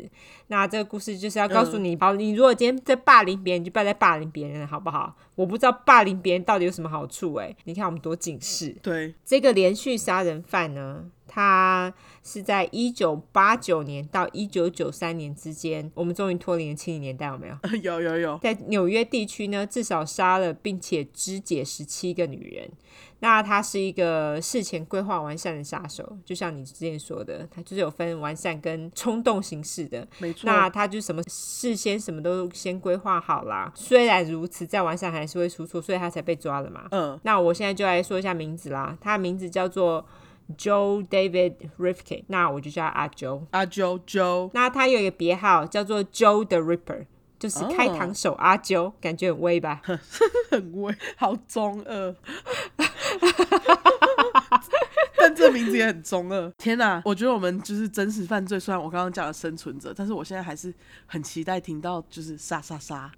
[SPEAKER 2] 那这个故事就是要告
[SPEAKER 1] 嗯
[SPEAKER 2] 诉你，好、你如果今天在霸凌别人，你就不要再霸凌别人了，好不好？我不知道霸凌别人到底有什么好处、诶，你看我们多警示。
[SPEAKER 1] 对， <laughs>
[SPEAKER 2] 这个连续杀人犯呢，他是在一九八九年到一九九三年之间，我们终于脱离了七零年代，有没有？
[SPEAKER 1] 有有有，
[SPEAKER 2] 在纽约地区呢，至少杀了并且肢解十七个女人。那他是一个事前规划完善的杀手，就像你之前说的，他就是有分完善跟冲动形式的。
[SPEAKER 1] 没错。
[SPEAKER 2] 那他就什么事先什么都先规划好啦。虽然如此，在完善还是会出错，所以他才被抓了嘛。
[SPEAKER 1] 嗯，
[SPEAKER 2] 那我现在就来说一下名字啦，他的名字叫做 Joe David Rifkin，那我就叫他阿 Joe。
[SPEAKER 1] 阿啾啾，
[SPEAKER 2] 那他有一个别号叫做 Joe the Ripper，就是开膛手阿啾
[SPEAKER 1] 哦
[SPEAKER 2] 感觉很
[SPEAKER 1] <laughs>
[SPEAKER 2] 威吧？
[SPEAKER 1] 很威，好中二。但这名字也很中二。天哪、我觉得我们就是真实犯罪，虽然我刚刚讲了生存者，但是我现在还是很期待听到就是杀杀 <laughs> 杀，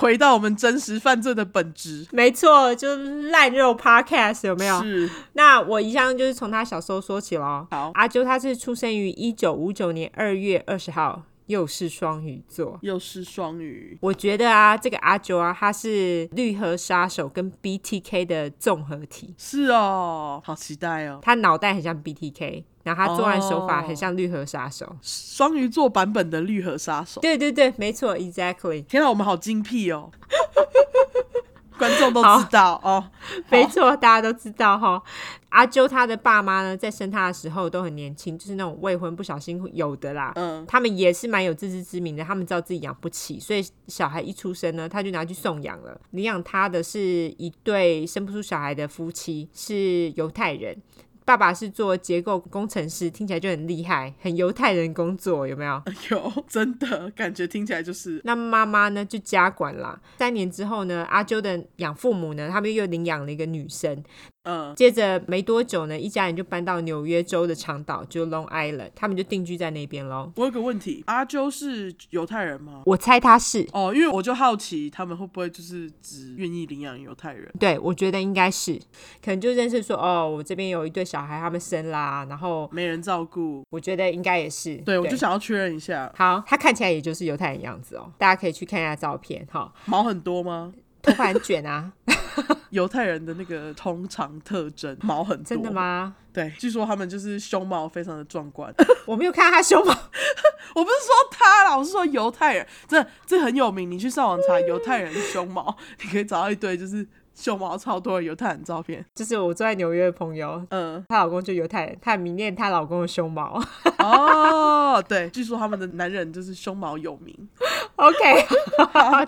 [SPEAKER 1] 回到我们真实犯罪的本质。
[SPEAKER 2] 没错，就是烂肉 Podcast 有没有？
[SPEAKER 1] 是，
[SPEAKER 2] 那我一向就是从他小时候说起咯。
[SPEAKER 1] 好
[SPEAKER 2] 阿啾他是出生于一九五九年二月二十号，又是双鱼座。
[SPEAKER 1] 又是双鱼，
[SPEAKER 2] 我觉得啊，这个阿啾啊，他是绿河杀手跟 BTK 的综合体。
[SPEAKER 1] 是哦，好期待哦。
[SPEAKER 2] 他脑袋很像 BTK，然后他作案手法
[SPEAKER 1] 哦
[SPEAKER 2] 很像绿河杀手。
[SPEAKER 1] 双鱼座版本的绿河杀手，
[SPEAKER 2] 对对对，没错，exactly，
[SPEAKER 1] 天哪、我们好精辟哦。 <laughs> 观众都
[SPEAKER 2] 好
[SPEAKER 1] 知道哦，
[SPEAKER 2] 没错，大家都知道哈。阿啾他的爸妈呢，在生他的时候都很年轻，就是那种未婚不小心有的啦。
[SPEAKER 1] 嗯，
[SPEAKER 2] 他们也是蛮有自知之明的，他们知道自己养不起，所以小孩一出生呢，他就拿去送养了。领养他的是一对生不出小孩的夫妻，是犹太人。爸爸是做结构工程师，听起来就很厉害，很犹太人工作，有没有？
[SPEAKER 1] 有真的感觉听起来就是
[SPEAKER 2] 那妈妈呢就家管啦。三年之后呢，阿啾的养父母呢，他们又领养了一个女生。
[SPEAKER 1] 嗯，
[SPEAKER 2] 接着没多久呢，一家人就搬到纽约州的长岛，就 Long Island，他们就定居在那边喽。
[SPEAKER 1] 我有个问题，阿啾是犹太人吗？
[SPEAKER 2] 我猜他是，
[SPEAKER 1] 哦，因为我就好奇他们会不会就是只愿意领养犹太人？
[SPEAKER 2] 对我觉得应该是，可能就认识说，哦，我这边有一对小孩，他们生啦，然后
[SPEAKER 1] 没人照顾，
[SPEAKER 2] 我觉得应该也是，
[SPEAKER 1] 对我就想要确认一下，
[SPEAKER 2] 好，他看起来也就是犹太人样子哦，大家可以去看一下照片哈，
[SPEAKER 1] 毛很多吗？
[SPEAKER 2] 头发很卷啊，
[SPEAKER 1] 犹太人的那个通常特征，毛很多，
[SPEAKER 2] 真的？吗？
[SPEAKER 1] 对，据说他们就是胸毛非常的壮观。 <laughs>
[SPEAKER 2] 我没有看到他胸毛，
[SPEAKER 1] 我不是说他啦，我是说 <laughs> 犹太人，这这很有名。你去上网查犹太人胸毛，你可以找到一堆就是秀毛超多的犹太人照片。
[SPEAKER 2] 就是我住在纽约的朋友，
[SPEAKER 1] 嗯，
[SPEAKER 2] 她老公就犹太人，她很迷恋她老公的胸毛。
[SPEAKER 1] 哦，对，据说他们的男人就是胸毛有名，
[SPEAKER 2] OK，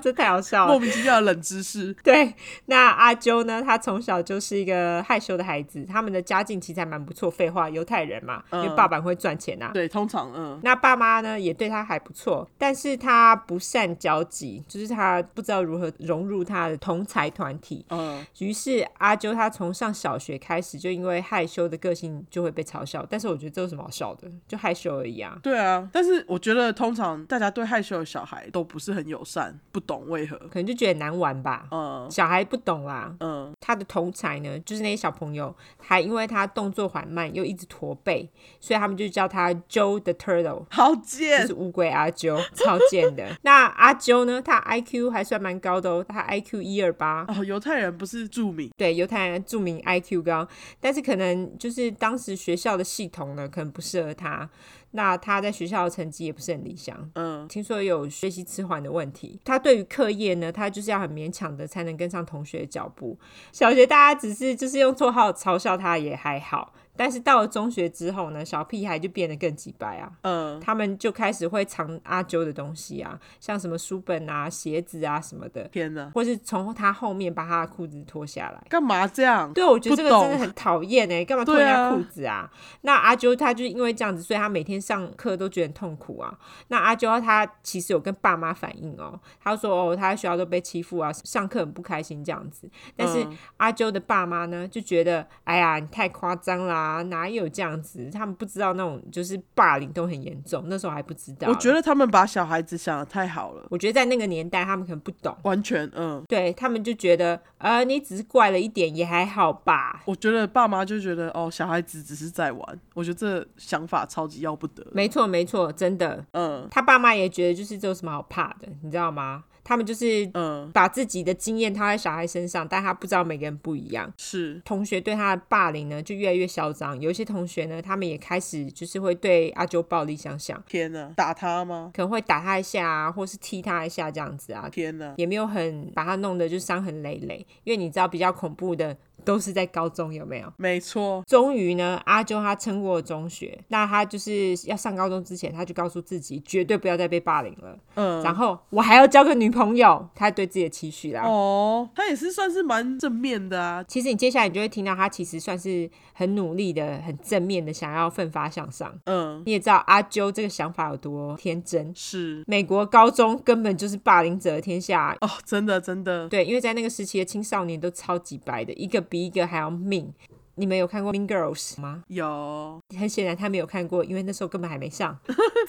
[SPEAKER 2] 这太好笑
[SPEAKER 1] 莫
[SPEAKER 2] 了。
[SPEAKER 1] 名其妙的冷知识。
[SPEAKER 2] 对，那阿啾呢？他从小就是一个害羞的孩子，他们的家境其实还蛮不错。废话，犹太人嘛，因
[SPEAKER 1] 嗯
[SPEAKER 2] 为爸爸会赚钱啊。
[SPEAKER 1] 对，通常嗯，
[SPEAKER 2] 那爸妈呢也对他还不错，但是他不善交际，就是他不知道如何融入他的同才团体。
[SPEAKER 1] 嗯，
[SPEAKER 2] 于是阿啾他从上小学开始就因为害羞的个性就会被嘲笑，但是我觉得这有什么好笑的？就害羞而已啊。
[SPEAKER 1] 对啊。但是我觉得通常大家对害羞的小孩都不是很友善，不懂为何。
[SPEAKER 2] 可能就觉得难玩吧，
[SPEAKER 1] 嗯
[SPEAKER 2] 小孩不懂啦。
[SPEAKER 1] 嗯，
[SPEAKER 2] 他的同才呢，就是那些小朋友，还因为他动作缓慢又一直驼背，所以他们就叫他 Joe the Turtle。
[SPEAKER 1] 好
[SPEAKER 2] 就
[SPEAKER 1] 贱
[SPEAKER 2] 是乌龟阿啾，超贱的。 <laughs> 那阿啾呢？他 IQ 还算蛮高的哦，他 IQ 一二八，
[SPEAKER 1] 哦！犹太人不是著名，
[SPEAKER 2] 对，犹太人著名 IQ 高，但是可能就是当时学校的系统呢，可能不适合他。那他在学校的成绩也不是很理想，
[SPEAKER 1] 嗯
[SPEAKER 2] 听说有学习迟缓的问题。他对于课业呢，他就是要很勉强的才能跟上同学的脚步。小学大家只是就是用绰号嘲笑他也还好，但是到了中学之后呢，小屁孩就变得更鸡掰啊。
[SPEAKER 1] 嗯
[SPEAKER 2] 他们就开始会藏阿啾的东西啊，像什么书本啊、鞋子啊什么的，
[SPEAKER 1] 天哪，
[SPEAKER 2] 或是从他后面把他的裤子脱下来。
[SPEAKER 1] 干嘛这样？
[SPEAKER 2] 对，我觉得这个真
[SPEAKER 1] 不
[SPEAKER 2] 的
[SPEAKER 1] 懂
[SPEAKER 2] 很讨厌哎，干嘛脱
[SPEAKER 1] 对
[SPEAKER 2] 人家
[SPEAKER 1] 啊
[SPEAKER 2] 裤子啊？那阿啾他就是因为这样子，所以他每天上课都觉得很痛苦啊。那阿啾他其实有跟爸妈反映哦，他说哦，他在学校都被欺负啊，上课很不开心这样子。但是
[SPEAKER 1] 嗯
[SPEAKER 2] 阿啾的爸妈呢，就觉得哎呀，你太夸张啦，哪有这样子？他们不知道那种就是霸凌都很严重，那时候还不知道。
[SPEAKER 1] 我觉，得他们把小孩子想的太好了，
[SPEAKER 2] 我觉得在那个年代，他们可能不懂，
[SPEAKER 1] 完全嗯。
[SPEAKER 2] 对他们就觉得呃，你只是怪了一点，也还好吧。
[SPEAKER 1] 我觉得爸妈就觉得哦，小孩子只是在玩，我觉得这想法超级要不得。
[SPEAKER 2] 没错，没错，真的，
[SPEAKER 1] 嗯
[SPEAKER 2] 他爸妈也觉得就是这有什么好怕的，你知道吗？他们就是呃
[SPEAKER 1] 嗯，
[SPEAKER 2] 把自己的经验套在小孩身上，但他不知道每个人不一样。
[SPEAKER 1] 是
[SPEAKER 2] 同学对他的霸凌呢，就越来越嚣张。有一些同学呢，他们也开始就是会对阿啾暴力相向，
[SPEAKER 1] 天哪，打他吗？
[SPEAKER 2] 可能会打他一下啊，或是踢他一下这样子啊，
[SPEAKER 1] 天哪，
[SPEAKER 2] 也没有很把他弄得就伤痕累累。因为你知道，比较恐怖的都是在高中，有没有？
[SPEAKER 1] 没错，
[SPEAKER 2] 终于呢，阿啾他撑过了中学，那他就是要上高中之前，他就告诉自己绝对不要再被霸凌了。
[SPEAKER 1] 嗯，
[SPEAKER 2] 然后我还要交个女朋友，他对自己的期许啦。
[SPEAKER 1] 哦，他也是算是蛮正面的啊。
[SPEAKER 2] 其实你接下来你就会听到他其实算是很努力的、很正面的，想要奋发向上。
[SPEAKER 1] 嗯，
[SPEAKER 2] 你也知道阿啾这个想法有多天真，
[SPEAKER 1] 是
[SPEAKER 2] 美国高中根本就是霸凌者的天下。
[SPEAKER 1] 哦，真的真的，
[SPEAKER 2] 对，因为在那个时期的青少年都超级白的，一个比一个还要命。你们有看过《Mean Girls》吗？
[SPEAKER 1] 有 <laughs>
[SPEAKER 2] 很显然他没有看过，因为那时候根本还没上。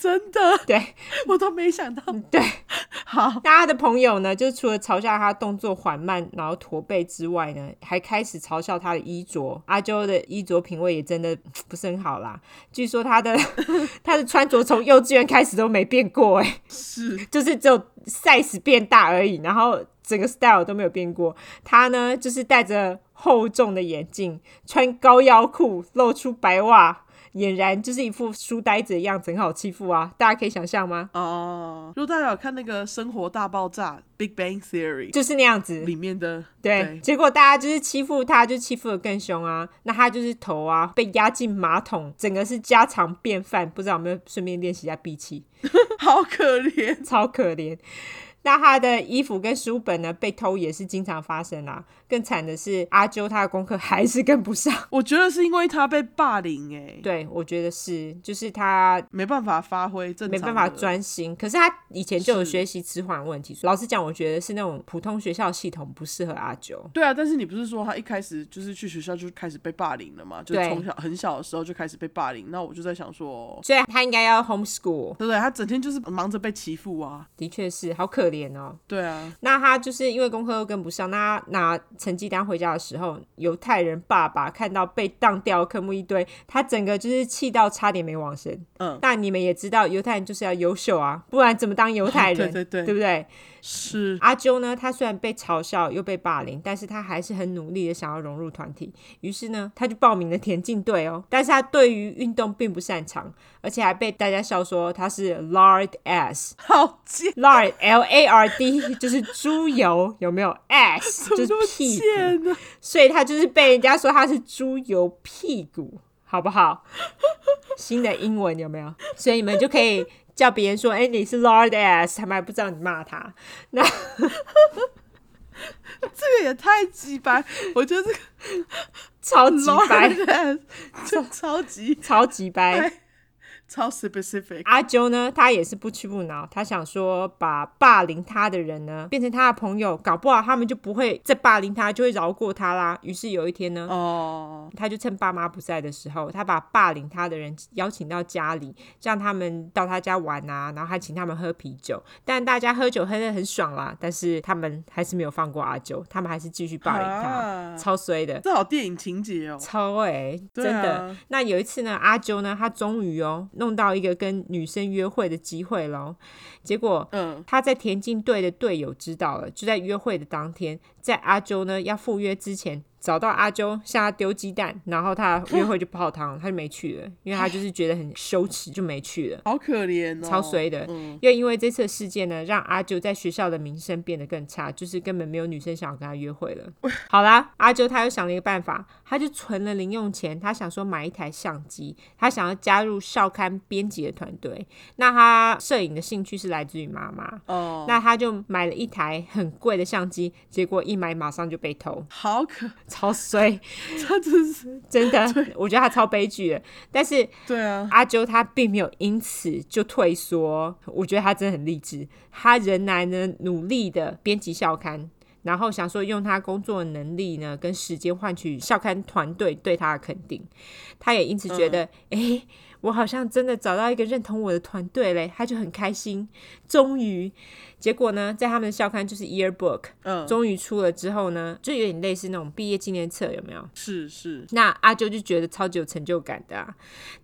[SPEAKER 1] 真的，
[SPEAKER 2] 对
[SPEAKER 1] 我都没想到。
[SPEAKER 2] 对，
[SPEAKER 1] 好，
[SPEAKER 2] 那他的朋友呢，就是除了嘲笑他动作缓慢，然后驼背之外呢，还开始嘲笑他的衣着。阿周的衣着品味也真的 <sniffs> 不是很好啦。据说他的 <laughs> 他的穿着从幼稚园开始都没变过，哎，
[SPEAKER 1] 是
[SPEAKER 2] <laughs> 就是只有 size 变大而已，然后整个 style 都没有变过。他呢，就是戴着厚重的眼镜，穿高腰裤，露出白袜。俨然就是一副书呆子的样子，很好欺负啊！大家可以想象吗？
[SPEAKER 1] 哦。如果大家有看那个《生活大爆炸》（Big Bang Theory）
[SPEAKER 2] 就是那样子，
[SPEAKER 1] 里面的，
[SPEAKER 2] 对，
[SPEAKER 1] 对
[SPEAKER 2] 结果大家就是欺负他，就欺负的更凶啊。那他就是头啊被压进马桶，整个是家常便饭。不知道有没有顺便练习一下闭气，
[SPEAKER 1] <laughs> 好可怜。
[SPEAKER 2] 超可怜。那他的衣服跟书本呢被偷也是经常发生啊。更惨的是阿啾他的功课还是跟不上。
[SPEAKER 1] 我觉得是因为他被霸凌、欸，哎，
[SPEAKER 2] <laughs> 对，我觉得是，就是他
[SPEAKER 1] 没办法发挥正常，
[SPEAKER 2] 没办法。专心。可是他以前就有
[SPEAKER 1] 是
[SPEAKER 2] 学习迟缓问题，老实讲，我觉得是那种普通学校系统不适合阿啾。
[SPEAKER 1] 对啊，但是你不是说他一开始就是去学校就开始被霸凌了吗？就是
[SPEAKER 2] 对
[SPEAKER 1] 从小很小的时候就开始被霸凌，那我就在想说，
[SPEAKER 2] 所以他应该要 homeschool，
[SPEAKER 1] 对不对？他整天就是忙着被欺负啊，
[SPEAKER 2] 的确是好可怜哦。
[SPEAKER 1] 对啊，
[SPEAKER 2] 那他就是因为功课又跟不上，那他拿成绩单回家的时候，犹太人爸爸看到被当掉的科目一堆，他整个就是气到差点没往生。
[SPEAKER 1] 嗯
[SPEAKER 2] 那你们也知道，犹太人就是要优秀啊，不然怎么当犹太
[SPEAKER 1] <laughs>
[SPEAKER 2] 人？
[SPEAKER 1] 对对对
[SPEAKER 2] 不对？
[SPEAKER 1] 是
[SPEAKER 2] 阿啾呢，他虽然被嘲笑又被霸凌，但是他还是很努力的想要融入团体。于是呢，他就报名了田径队哦。但是他对于运动并不擅长，而且还被大家笑说他是 lard ass。
[SPEAKER 1] 好贱，
[SPEAKER 2] lard l a r d 就是猪油，有没有？ass
[SPEAKER 1] 怎
[SPEAKER 2] 就
[SPEAKER 1] 么
[SPEAKER 2] 是
[SPEAKER 1] 这么
[SPEAKER 2] 屁股，
[SPEAKER 1] 贱啊呢、
[SPEAKER 2] 所以他就是被人家说他是猪油屁股，好
[SPEAKER 1] <laughs>
[SPEAKER 2] 不好？新的英文有没有？所以你们就可以叫别人说：“哎、你是 lard ass。”他们还不知道你骂他。那
[SPEAKER 1] 这个也太鸡掰！我觉得这个
[SPEAKER 2] 超级白，
[SPEAKER 1] Lord
[SPEAKER 2] <laughs>
[SPEAKER 1] 就超级
[SPEAKER 2] 超级
[SPEAKER 1] 哎
[SPEAKER 2] 白。
[SPEAKER 1] 超 specific。
[SPEAKER 2] 阿啾呢，他也是不屈不挠，他想说把霸凌他的人呢变成他的朋友，搞不好他们就不会再霸凌他，就会饶过他啦。于是有一天呢，
[SPEAKER 1] 哦，
[SPEAKER 2] 他就趁爸妈不在的时候，他把霸凌他的人邀请到家里，让他们到他家玩啊，然后还请他们喝啤酒。但大家喝酒喝得很爽啦，但是他们还是没有放过阿啾，他们还是继续霸凌他，
[SPEAKER 1] 啊
[SPEAKER 2] 超衰的。
[SPEAKER 1] 这好电影情节哦。
[SPEAKER 2] 超哎、欸，真
[SPEAKER 1] 对啊
[SPEAKER 2] 的。那有一次呢，阿啾呢，他终于哦弄到一个跟女生约会的机会喽。结果
[SPEAKER 1] 嗯，
[SPEAKER 2] 他在田径队的队友知道了，就在约会的当天，在阿啾呢要赴约之前，找到阿啾向他丢鸡蛋，然后他约会就泡汤，他就没去了，因为他就是觉得很羞耻，就没去了。
[SPEAKER 1] 好可怜哦，
[SPEAKER 2] 超衰的
[SPEAKER 1] 嗯，
[SPEAKER 2] 又因为这次事件呢，让阿啾在学校的名声变得更差，就是根本没有女生想要跟他约
[SPEAKER 1] <laughs>
[SPEAKER 2] 会了。好啦，阿啾他又想了一个办法，他就存了零用钱，他想说买一台相机，他想要加入校刊编辑的团队。那他摄影的兴趣是来自于妈妈，
[SPEAKER 1] 哦，
[SPEAKER 2] 那他就买了一台很贵的相机，结果一买马上就被偷，
[SPEAKER 1] 好可，
[SPEAKER 2] 超衰，
[SPEAKER 1] <laughs> 他真是
[SPEAKER 2] 真的，
[SPEAKER 1] <laughs>
[SPEAKER 2] 我觉得他超悲剧的。但是
[SPEAKER 1] 对啊，
[SPEAKER 2] 阿啾他并没有因此就退缩，我觉得他真的很励志，他仍然呢努力的编辑校刊，然后想说用他工作的能力呢跟时间换取校刊团队对他的肯定，他也因此觉得，诶，我好像真的找到一个认同我的团队嘞，他就很开心，终于，结果呢，在他们的校刊就是 yearbook，
[SPEAKER 1] 嗯，
[SPEAKER 2] 终于出了之后呢，就有点类似那种毕业纪念册，有没有？
[SPEAKER 1] 是是，
[SPEAKER 2] 那阿啾就觉得超级有成就感的、啊。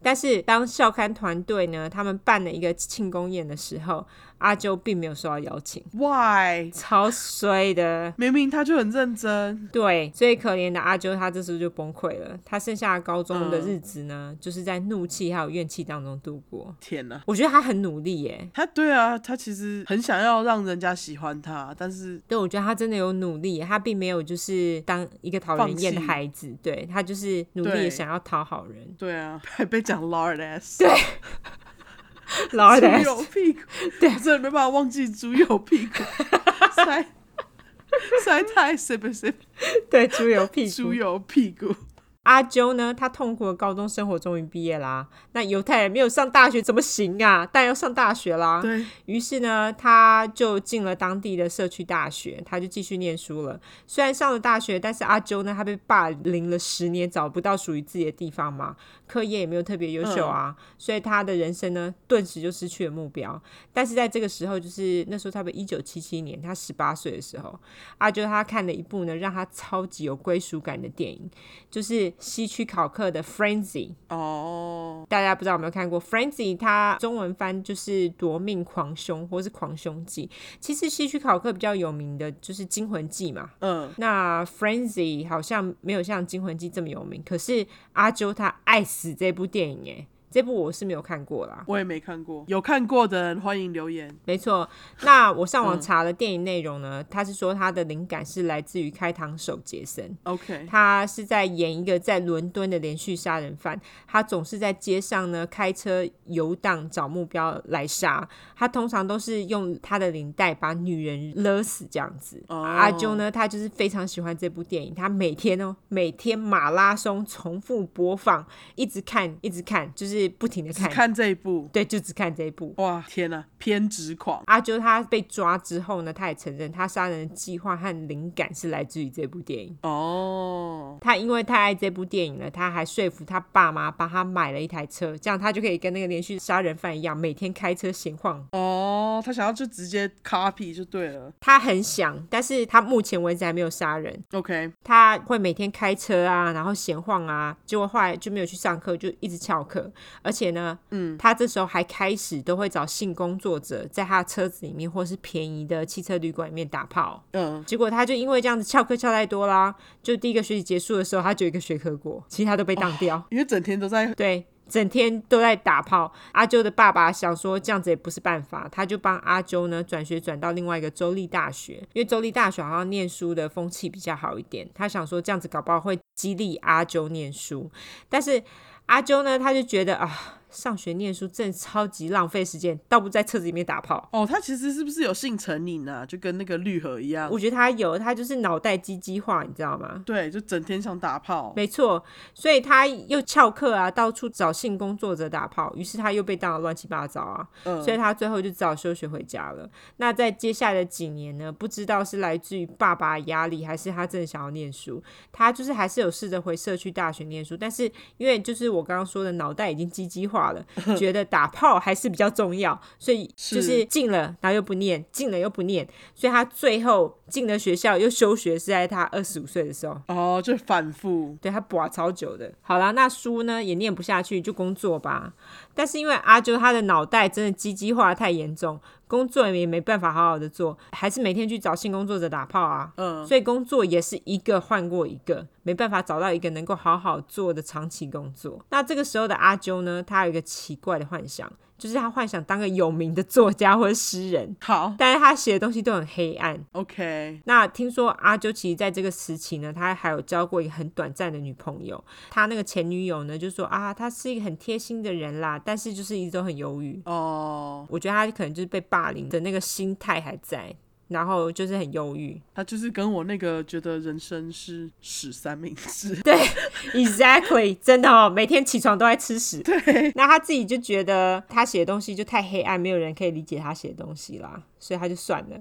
[SPEAKER 2] 但是当校刊团队呢，他们办了一个庆功宴的时候，阿啾并没有受到邀请，
[SPEAKER 1] why？
[SPEAKER 2] 超衰的。
[SPEAKER 1] 明明他就很认真，
[SPEAKER 2] 对，最可怜的阿啾，他这时候就崩溃了。他剩下的高中的日子呢，就是在怒气还有怨气当中度过。
[SPEAKER 1] 天哪，
[SPEAKER 2] 我觉得他很努力耶，
[SPEAKER 1] 他对啊，他其实很想要让人家喜欢他，但是
[SPEAKER 2] 对，我觉得他真的有努力，他并没有就是当一个讨人厌的
[SPEAKER 1] 放弃
[SPEAKER 2] 孩子，对他就是努力
[SPEAKER 1] 对
[SPEAKER 2] 的想要讨好人。
[SPEAKER 1] 对啊， <laughs> 还被讲 lard ass，对， <laughs>
[SPEAKER 2] 老二的
[SPEAKER 1] 猪油屁股，对，真的没办法忘记猪油屁 <laughs> 股，实在实在太 specific，
[SPEAKER 2] 对猪油屁股
[SPEAKER 1] 猪，油屁股，
[SPEAKER 2] 阿啾呢，他痛苦的高中生活终于毕业啦。那犹太人没有上大学怎么行啊？当然要上大学啦。
[SPEAKER 1] 对，
[SPEAKER 2] 于是呢，他就进了当地的社区大学，他就继续念书了。虽然上了大学，但是阿啾呢，他被霸凌了十年，找不到属于自己的地方嘛，课业也没有特别优秀啊，所以他的人生呢，顿时就失去了目标。但是在这个时候，就是那时候差不多一九七七年，他十八岁的时候，阿啾他看了一部呢，让他超级有归属感的电影，就是西区考克的《Frenzy》。
[SPEAKER 1] 哦，
[SPEAKER 2] 大家不知道有没有看过《Frenzy》，它中文翻就是《夺命狂凶》或是《狂凶记》。其实西区考克比较有名的就是《惊魂记》嘛。
[SPEAKER 1] 嗯，
[SPEAKER 2] 那《Frenzy》好像没有像《惊魂记》这么有名，可是阿啾他爱死这部电影诶，这部我是没有看过啦。
[SPEAKER 1] 我也没看过，有看过的人欢迎留言，
[SPEAKER 2] 没错，那我上网查了电影内容呢，他是说他的灵感是来自于开膛手杰森。
[SPEAKER 1] OK，
[SPEAKER 2] 他是在演一个在伦敦的连续杀人犯，他总是在街上呢开车游荡找目标来杀。他通常都是用他的领带把女人勒死这样子。
[SPEAKER 1] 哦
[SPEAKER 2] 阿啾呢，他就是非常喜欢这部电影，他每天哦每天马拉松重复播放，一直看一直看，就是不停的
[SPEAKER 1] 只
[SPEAKER 2] 看。
[SPEAKER 1] 看这一部，
[SPEAKER 2] 对，就只看这一部。
[SPEAKER 1] 哇，天哪、偏执狂，
[SPEAKER 2] 阿啾他被抓之后呢，他也承认他杀人的计划和灵感是来自于这部电影。
[SPEAKER 1] 哦，
[SPEAKER 2] 他因为太爱这部电影了，他还说服他爸妈帮他买了一台车，这样他就可以跟那个连续杀人犯一样，每天开车闲晃。
[SPEAKER 1] 哦，哦，他想要就直接 copy 就对了。
[SPEAKER 2] 他很想，但是他目前为止还没有杀人。
[SPEAKER 1] OK，
[SPEAKER 2] 他会每天开车啊，然后闲晃啊，结果后来就没有去上课，就一直翘课。而且呢，
[SPEAKER 1] 嗯，
[SPEAKER 2] 他这时候还开始都会找性工作者在他车子里面或是便宜的汽车旅馆里面打炮。
[SPEAKER 1] 嗯，
[SPEAKER 2] 结果他就因为这样子翘课翘太多啦，就第一个学期结束的时候，他只有一个学科过，其他都被当掉。
[SPEAKER 1] 因为整天都在
[SPEAKER 2] 对，整天都在打炮。阿啾的爸爸想说这样子也不是办法，他就帮阿啾呢转学转到另外一个州立大学，因为州立大学好像念书的风气比较好一点。他想说这样子搞不好会激励阿啾念书，但是阿啾呢他就觉得啊，上学念书真的超级浪费时间，倒不如在车子里面打炮。
[SPEAKER 1] 哦，他其实是不是有性成瘾啊？就跟那个绿河一样
[SPEAKER 2] 我，觉得他有，他就是脑袋鸡鸡化，你知道吗？
[SPEAKER 1] 对，就整天想打炮。
[SPEAKER 2] 没错，所以他又翘课啊，到处找性工作者打炮，于是他又被当得乱七八糟啊。
[SPEAKER 1] 嗯
[SPEAKER 2] 所以他最后就只好休学回家了。那在接下来的几年呢，不知道是来自于爸爸的压力，还是他真的想要念书，他就是还是有试着回社区大学念书，但是因为就是我刚刚说的脑袋已经鸡鸡化了，觉得打炮还是比较重要，所以就是
[SPEAKER 1] 是
[SPEAKER 2] 进了然后又不念，进了又不念，所以他最后进了学校又休学是在他二十五岁的时候。
[SPEAKER 1] 哦，就反复。
[SPEAKER 2] 对他拔超久的。好啦，那书呢也念不下去，就工作吧。但是因为阿啾他的脑袋真的鸡鸡化得太严重，工作也没办法好好的做，还是每天去找性工作者打炮啊。
[SPEAKER 1] 嗯，
[SPEAKER 2] 所以工作也是一个换过一个，没办法找到一个能够好好做的长期工作。那这个时候的阿啾呢，他有一个奇怪的幻想，就是他幻想当个有名的作家或者诗人，
[SPEAKER 1] 好
[SPEAKER 2] 但是他写的东西都很黑暗，
[SPEAKER 1] ，OK，
[SPEAKER 2] 那听说阿啾其实在这个时期呢，他还有交过一个很短暂的女朋友。他那个前女友呢，就说啊，他是一个很贴心的人啦，但是就是一直都很犹豫。
[SPEAKER 1] 哦，
[SPEAKER 2] 我觉得他可能就是被霸凌的那个心态还在，然后就是很忧郁。
[SPEAKER 1] 他就是跟我那个觉得人生是屎三明治。 <laughs>
[SPEAKER 2] Exactly，真的哦，每天起床都在吃屎。
[SPEAKER 1] 对，
[SPEAKER 2] 那他自己就觉得他写的东西就太黑暗，没有人可以理解他写的东西啦，所以他就算了。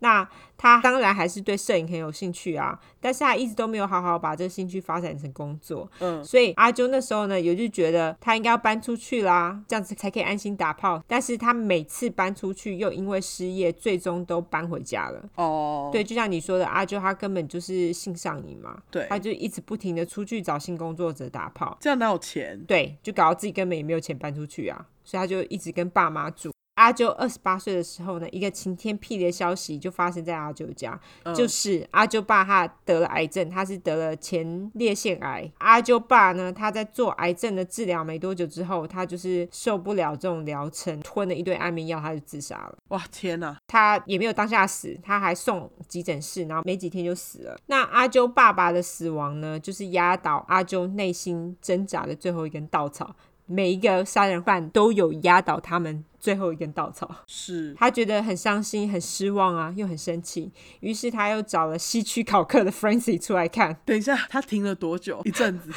[SPEAKER 2] 那他当然还是对摄影很有兴趣啊，但是他一直都没有好好把这个兴趣发展成工作。
[SPEAKER 1] 嗯，
[SPEAKER 2] 所以阿啾那时候呢，也就觉得他应该要搬出去啦，这样子才可以安心打炮。但是他每次搬出去，又因为失业，最终都搬回家了。
[SPEAKER 1] 哦，
[SPEAKER 2] 对，就像你说的，阿啾他根本就是性上瘾嘛，
[SPEAKER 1] 对
[SPEAKER 2] 他就一直不停的出去找性工作者打炮，
[SPEAKER 1] 这样哪有钱？
[SPEAKER 2] 对，就搞到自己根本也没有钱搬出去啊，所以他就一直跟爸妈住。阿啾二十八岁的时候呢，一个晴天霹雳的消息就发生在阿啾家，
[SPEAKER 1] 嗯
[SPEAKER 2] 就是阿啾爸他得了癌症，他是得了前列腺癌。阿啾爸呢，他在做癌症的治疗没多久之后，他就是受不了这种疗程，吞了一堆安眠药，他就自杀了。
[SPEAKER 1] 哇，天哪！
[SPEAKER 2] 他也没有当下死，他还送急诊室，然后没几天就死了。那阿啾爸爸的死亡呢，就是压倒阿啾内心挣扎的最后一根稻草。每一个杀人犯都有压倒他们最后一根稻草。
[SPEAKER 1] 是
[SPEAKER 2] 他觉得很伤心、很失望啊，又很生气，于是他又找了西区考克的 Francie 出来看。
[SPEAKER 1] 等一下，他停了多久？一阵子。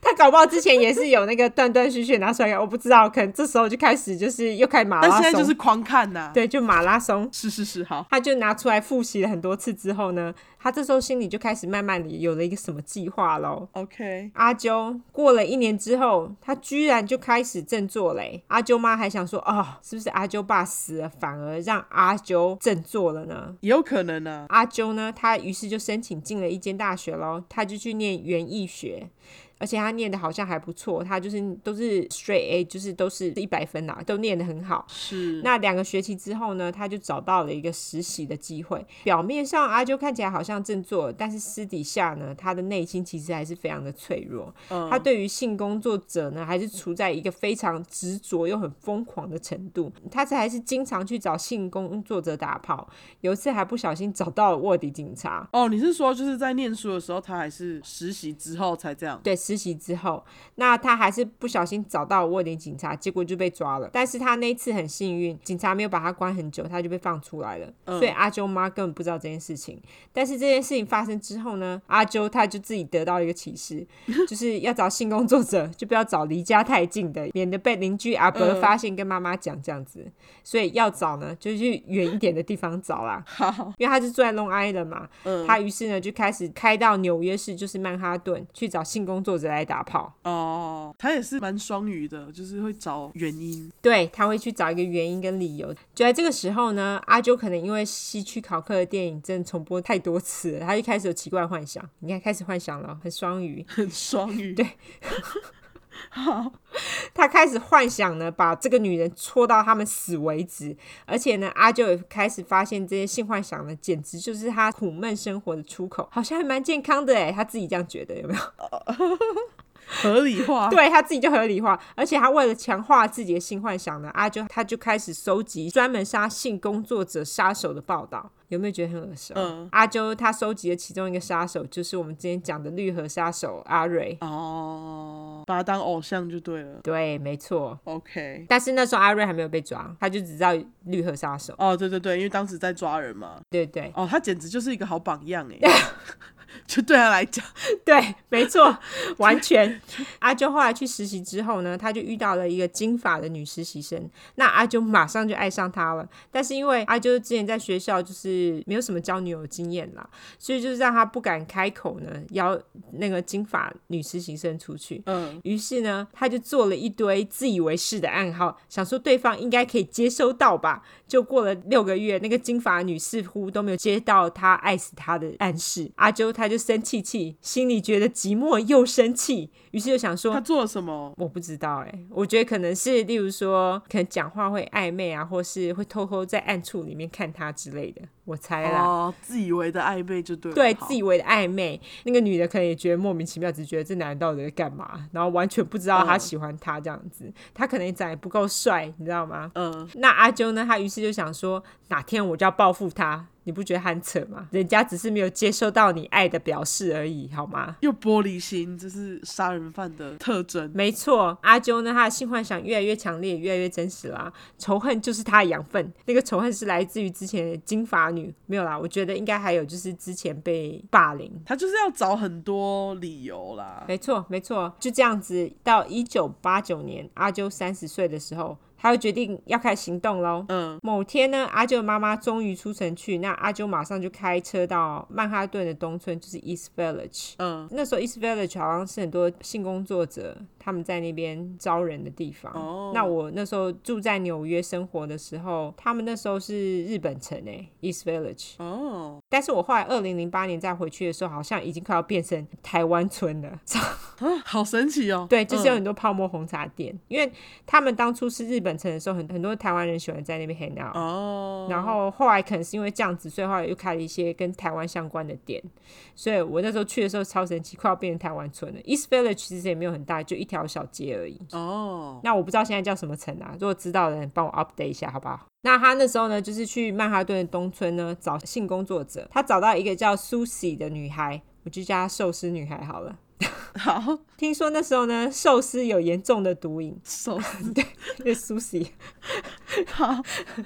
[SPEAKER 2] 他搞不好之前也是有那个断断续续拿出来看，我不知道，可能这时候就开始就是又开始马
[SPEAKER 1] 但
[SPEAKER 2] 拉松，
[SPEAKER 1] 现在就是狂看呐、
[SPEAKER 2] 啊对，就马拉松。
[SPEAKER 1] 是是是，好，
[SPEAKER 2] 他就拿出来复习了很多次之后呢，他这时候心里就开始慢慢的有了一个什么计划喽。
[SPEAKER 1] OK，
[SPEAKER 2] 阿啾过了一年之后，他居然就开始振作嘞、阿啾妈还想说，哦，是不是阿啾爸死了，反而让阿啾振作了呢？
[SPEAKER 1] 也有可能啊。
[SPEAKER 2] 阿啾呢，他于是就申请进了一间大学喽，他就去念园艺学，而且他念的好像还不错，他就是都是 straight A，就是都是一百分啦，都念得很好。
[SPEAKER 1] 是，
[SPEAKER 2] 那两个学期之后呢，他就找到了一个实习的机会。表面上阿啾看起来好像振作了，但是私底下呢，他的内心其实还是非常的脆弱。
[SPEAKER 1] 嗯
[SPEAKER 2] 他对于性工作者呢，还是处在一个非常执着又很疯狂的程度。他这还是经常去找性工作者打炮，有一次还不小心找到了卧底警察。
[SPEAKER 1] 哦，你是说就是在念书的时候，他还是实习之后才这样？
[SPEAKER 2] 对，实习之后，那他还是不小心找到了卧底警察，结果就被抓了。但是他那一次很幸运，警察没有把他关很久，他就被放出来了。
[SPEAKER 1] 嗯
[SPEAKER 2] 所以阿啾妈根本不知道这件事情。但是这件事情发生之后呢，阿啾他就自己得到一个启示，
[SPEAKER 1] <laughs>
[SPEAKER 2] 就是要找性工作者，就不要找离家太近的，免得被邻居阿伯
[SPEAKER 1] 嗯
[SPEAKER 2] 发现跟妈妈讲这样子。所以要找呢，就去远一点的地方找啦。
[SPEAKER 1] <laughs> 好，
[SPEAKER 2] 因为他是住在 Long Island 嘛，
[SPEAKER 1] 嗯
[SPEAKER 2] 他于是呢就开始开到纽约市，就是曼哈顿去找性工作作者来打炮。
[SPEAKER 1] 哦，他也是蛮双鱼的，就是会找原因。
[SPEAKER 2] 对，他会去找一个原因跟理由。就在这个时候呢，阿啾可能因为西区考克的电影真的重播太多次了，他一开始有奇怪的幻想，你看开始幻想了，很双鱼。
[SPEAKER 1] 很双鱼，
[SPEAKER 2] 对，
[SPEAKER 1] 好，
[SPEAKER 2] 他开始幻想呢，把这个女人戳到他们死为止。而且呢，阿啾也开始发现这些性幻想呢，简直就是他苦闷生活的出口，好像还蛮健康的诶，他自己这样觉得有没有？
[SPEAKER 1] 合理化，
[SPEAKER 2] 对他自己就合理化，而且他为了强化自己的性幻想呢，阿啾他就开始收集专门杀性工作者杀手的报道。有没有觉得很耳熟？
[SPEAKER 1] 嗯
[SPEAKER 2] 阿啾他收集的其中一个杀手就是我们之前讲的绿河杀手阿瑞。
[SPEAKER 1] 哦，把他当偶像就对了。
[SPEAKER 2] 对，没错。
[SPEAKER 1] OK，
[SPEAKER 2] 但是那时候阿瑞还没有被抓，他就只知道绿河杀手。
[SPEAKER 1] 哦，对对对，因为当时在抓人嘛。
[SPEAKER 2] 对对
[SPEAKER 1] 哦，他简直就是一个好榜样
[SPEAKER 2] <laughs>
[SPEAKER 1] 哎，就对他来讲，
[SPEAKER 2] 对，没错， <laughs> 完全。阿啾后来去实习之后呢，他就遇到了一个金发的女实习生，那阿啾马上就爱上她了。但是因为阿啾之前在学校就是没有什么交女友经验啦，所以就是让他不敢开口呢，邀那个金发女实习生出去。
[SPEAKER 1] 嗯，
[SPEAKER 2] 于是呢，他就做了一堆自以为是的暗号，想说对方应该可以接收到吧。就过了六个月，那个金发女似乎都没有接到他爱死他的暗示。阿啾他就生气气，心里觉得寂寞又生气，于是就想
[SPEAKER 1] 他
[SPEAKER 2] 说。
[SPEAKER 1] 做了什么？
[SPEAKER 2] 我不知道哎、我觉得可能是，例如说，可能讲话会暧昧啊，或是会偷偷在暗处里面看他之类的，我猜啦。
[SPEAKER 1] 哦，自以为的暧昧就对了，
[SPEAKER 2] 对
[SPEAKER 1] 好
[SPEAKER 2] 自以为的暧昧，那个女的可能也觉得莫名其妙，只觉得这男人到底在干嘛，然后完全不知道他
[SPEAKER 1] 嗯
[SPEAKER 2] 喜欢她这样子，他可能也长得不够帅，你知道吗？
[SPEAKER 1] 嗯，
[SPEAKER 2] 那阿啾呢？他于是就想说，哪天我就要报复他，你不觉得他很扯吗？人家只是没有接收到你爱的表示而已，好吗？
[SPEAKER 1] 又玻璃心，这是杀人犯的特征。
[SPEAKER 2] 没错，阿啾呢，他的性幻想越来越强烈，也越来越真实啦。仇恨就是他的养分，那个仇恨是来自于之前的金发女，没有啦。我觉得应该还有就是之前被霸凌，
[SPEAKER 1] 他就是要找很多理由啦，
[SPEAKER 2] 没错，没错，就这样子。到一九八九年，阿啾三十岁的时候，他就决定要开始行动喽。
[SPEAKER 1] 嗯，
[SPEAKER 2] 某天呢，阿啾的妈妈终于出城去，那阿啾马上就开车到曼哈顿的东村，就是 East Village。
[SPEAKER 1] 嗯，
[SPEAKER 2] 那时候 East Village 好像是很多性工作者他们在那边招人的地方。
[SPEAKER 1] 哦
[SPEAKER 2] 那我那时候住在纽约生活的时候，他们那时候是日本城诶、e a s t Village。
[SPEAKER 1] 哦，
[SPEAKER 2] 但是我后来二零零八年再回去的时候，好像已经快要变成台湾村了。
[SPEAKER 1] 啊， <laughs> 好神奇哦，
[SPEAKER 2] 对，就是有
[SPEAKER 1] 嗯
[SPEAKER 2] 很多泡沫红茶店，因为他们当初是日本城的时候，很很多台湾人喜欢在那边 hang out，、
[SPEAKER 1] 哦，
[SPEAKER 2] 然后后来可能是因为这样子，所以后来又开了一些跟台湾相关的店，所以我那时候去的时候超神奇，快要变成台湾村了。East Village 其实也没有很大，就一条小街而已。
[SPEAKER 1] 哦，
[SPEAKER 2] 那我不知道现在叫什么城啊，如果知道的人帮我 update 一下，好不好？那他那时候呢，就是去曼哈顿的东村呢找性工作者，他找到一个叫 Susie 的女孩，我就叫她寿司女孩好了。
[SPEAKER 1] 好，
[SPEAKER 2] <laughs> 听说那时候呢，寿司有严重的毒瘾， <laughs>
[SPEAKER 1] 手
[SPEAKER 2] 因为 Susie，
[SPEAKER 1] <laughs> 好，
[SPEAKER 2] <laughs>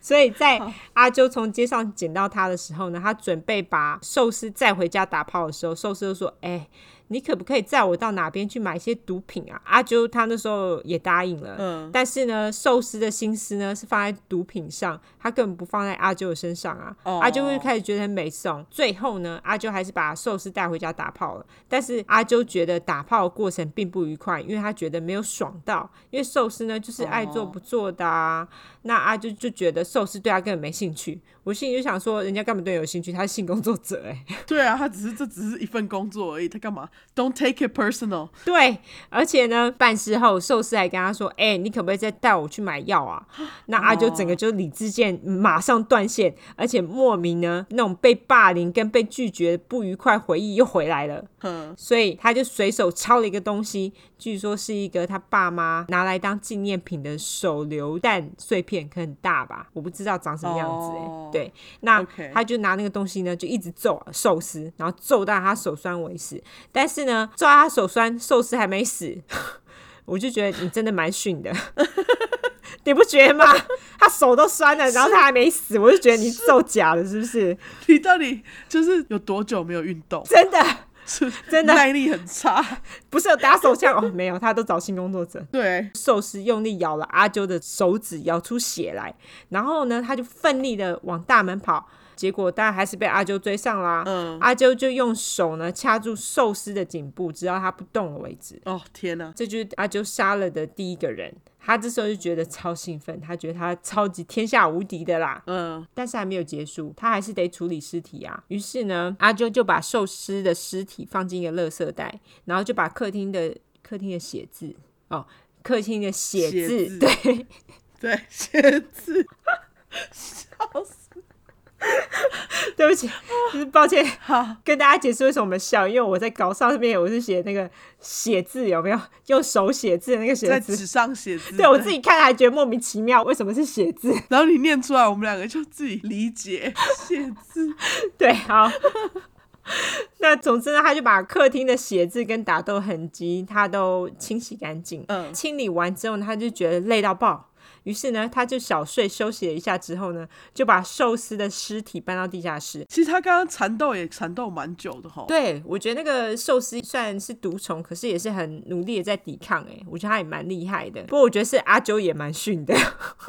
[SPEAKER 2] 所以在
[SPEAKER 1] 好
[SPEAKER 2] 阿啾从街上捡到他的时候呢，他准备把寿司载回家打炮的时候，寿司就说：“哎、你可不可以载我到哪边去买一些毒品啊？”阿啾他那时候也答应了。
[SPEAKER 1] 嗯，
[SPEAKER 2] 但是呢，寿司的心思呢是放在毒品上，他根本不放在阿啾的身上啊。
[SPEAKER 1] 哦
[SPEAKER 2] 阿啾会开始觉得很美颂。最后呢，阿啾还是把寿司带回家打炮了。但是阿啾觉得打炮的过程并不愉快，因为他觉得没有爽到，因为寿司呢就是爱做
[SPEAKER 1] 哦
[SPEAKER 2] 不做的啊。那阿啾就觉得寿司对他根本没兴趣。我心里就想说，人家根本对你有兴趣，他是性工作者哎、
[SPEAKER 1] 对啊，他只是这只是一份工作而已，他干嘛？Don't take it personal， <laughs>
[SPEAKER 2] 对，而且呢，办事后寿司还跟他说：“哎、你可不可以再带我去买药啊？”那阿啾整个就理智线马上断线，而且莫名呢，那种被霸凌跟被拒绝的不愉快回忆又回来了，
[SPEAKER 1] 嗯，
[SPEAKER 2] 所以他就随手抄了一个东西，据说是一个他爸妈拿来当纪念品的手榴弹碎片，可能很大吧，我不知道长什么样子、哎
[SPEAKER 1] 哦
[SPEAKER 2] 对，那
[SPEAKER 1] OK
[SPEAKER 2] 他就拿那个东西呢，就一直揍寿司，然后揍到他手酸为止。但是呢，揍到他手酸，寿司还没死， <laughs> 我就觉得你真的蛮逊的， <laughs> 你不觉得吗？他手都酸了，然后他还没死，我就觉得你揍假了，是不是？
[SPEAKER 1] 你到底就是有多久没有运动？ <laughs>
[SPEAKER 2] 真的
[SPEAKER 1] 是
[SPEAKER 2] 真的
[SPEAKER 1] 耐力很差，
[SPEAKER 2] 不是有打手枪哦，没有，他都找性工作者。
[SPEAKER 1] 对，
[SPEAKER 2] 寿司用力咬了阿啾的手指，咬出血来。然后呢，他就奋力的往大门跑。结果当然还是被阿啾追上啦。
[SPEAKER 1] 嗯，
[SPEAKER 2] 阿啾就用手呢掐住寿司的颈部，直到他不动了为止。
[SPEAKER 1] 哦天哪，
[SPEAKER 2] 这就是阿啾杀了的第一个人。他这时候就觉得超兴奋，他觉得他超级天下无敌的啦。
[SPEAKER 1] 嗯
[SPEAKER 2] 但是还没有结束，他还是得处理尸体啊。于是呢，阿啾就把寿司的尸体放进一个垃圾袋，然后就把客厅的客厅的写字哦，客厅的写
[SPEAKER 1] 写
[SPEAKER 2] 字
[SPEAKER 1] 字
[SPEAKER 2] 对 <laughs>
[SPEAKER 1] 对， <laughs> 写字，笑死，
[SPEAKER 2] 对不起，就是抱歉，
[SPEAKER 1] <laughs> 好，
[SPEAKER 2] 跟大家解释为什么我们笑，因为我在稿上面我是写那个写字有没 <laughs> 有用手写字的那个写
[SPEAKER 1] 在
[SPEAKER 2] 字。
[SPEAKER 1] 纸上写字，
[SPEAKER 2] 对我自己看还觉得莫名其妙，为什么是写字？
[SPEAKER 1] 然后你念出来，我们两个就自己理解写字。
[SPEAKER 2] <laughs> 对，好。 <laughs> 那总之呢，他就把客厅的血渍跟打斗痕迹，他都清洗干净。
[SPEAKER 1] 嗯
[SPEAKER 2] 清理完之后呢，他就觉得累到爆，于是呢，他就小睡休息了一下之后呢，就把寿司的尸体搬到地下室。
[SPEAKER 1] 其实他刚刚缠斗也缠斗蛮久的吼。
[SPEAKER 2] 对，我觉得那个寿司虽然是毒虫，可是也是很努力的在抵抗、欸。我觉得他也蛮厉害的。不过我觉得是阿啾也蛮逊的，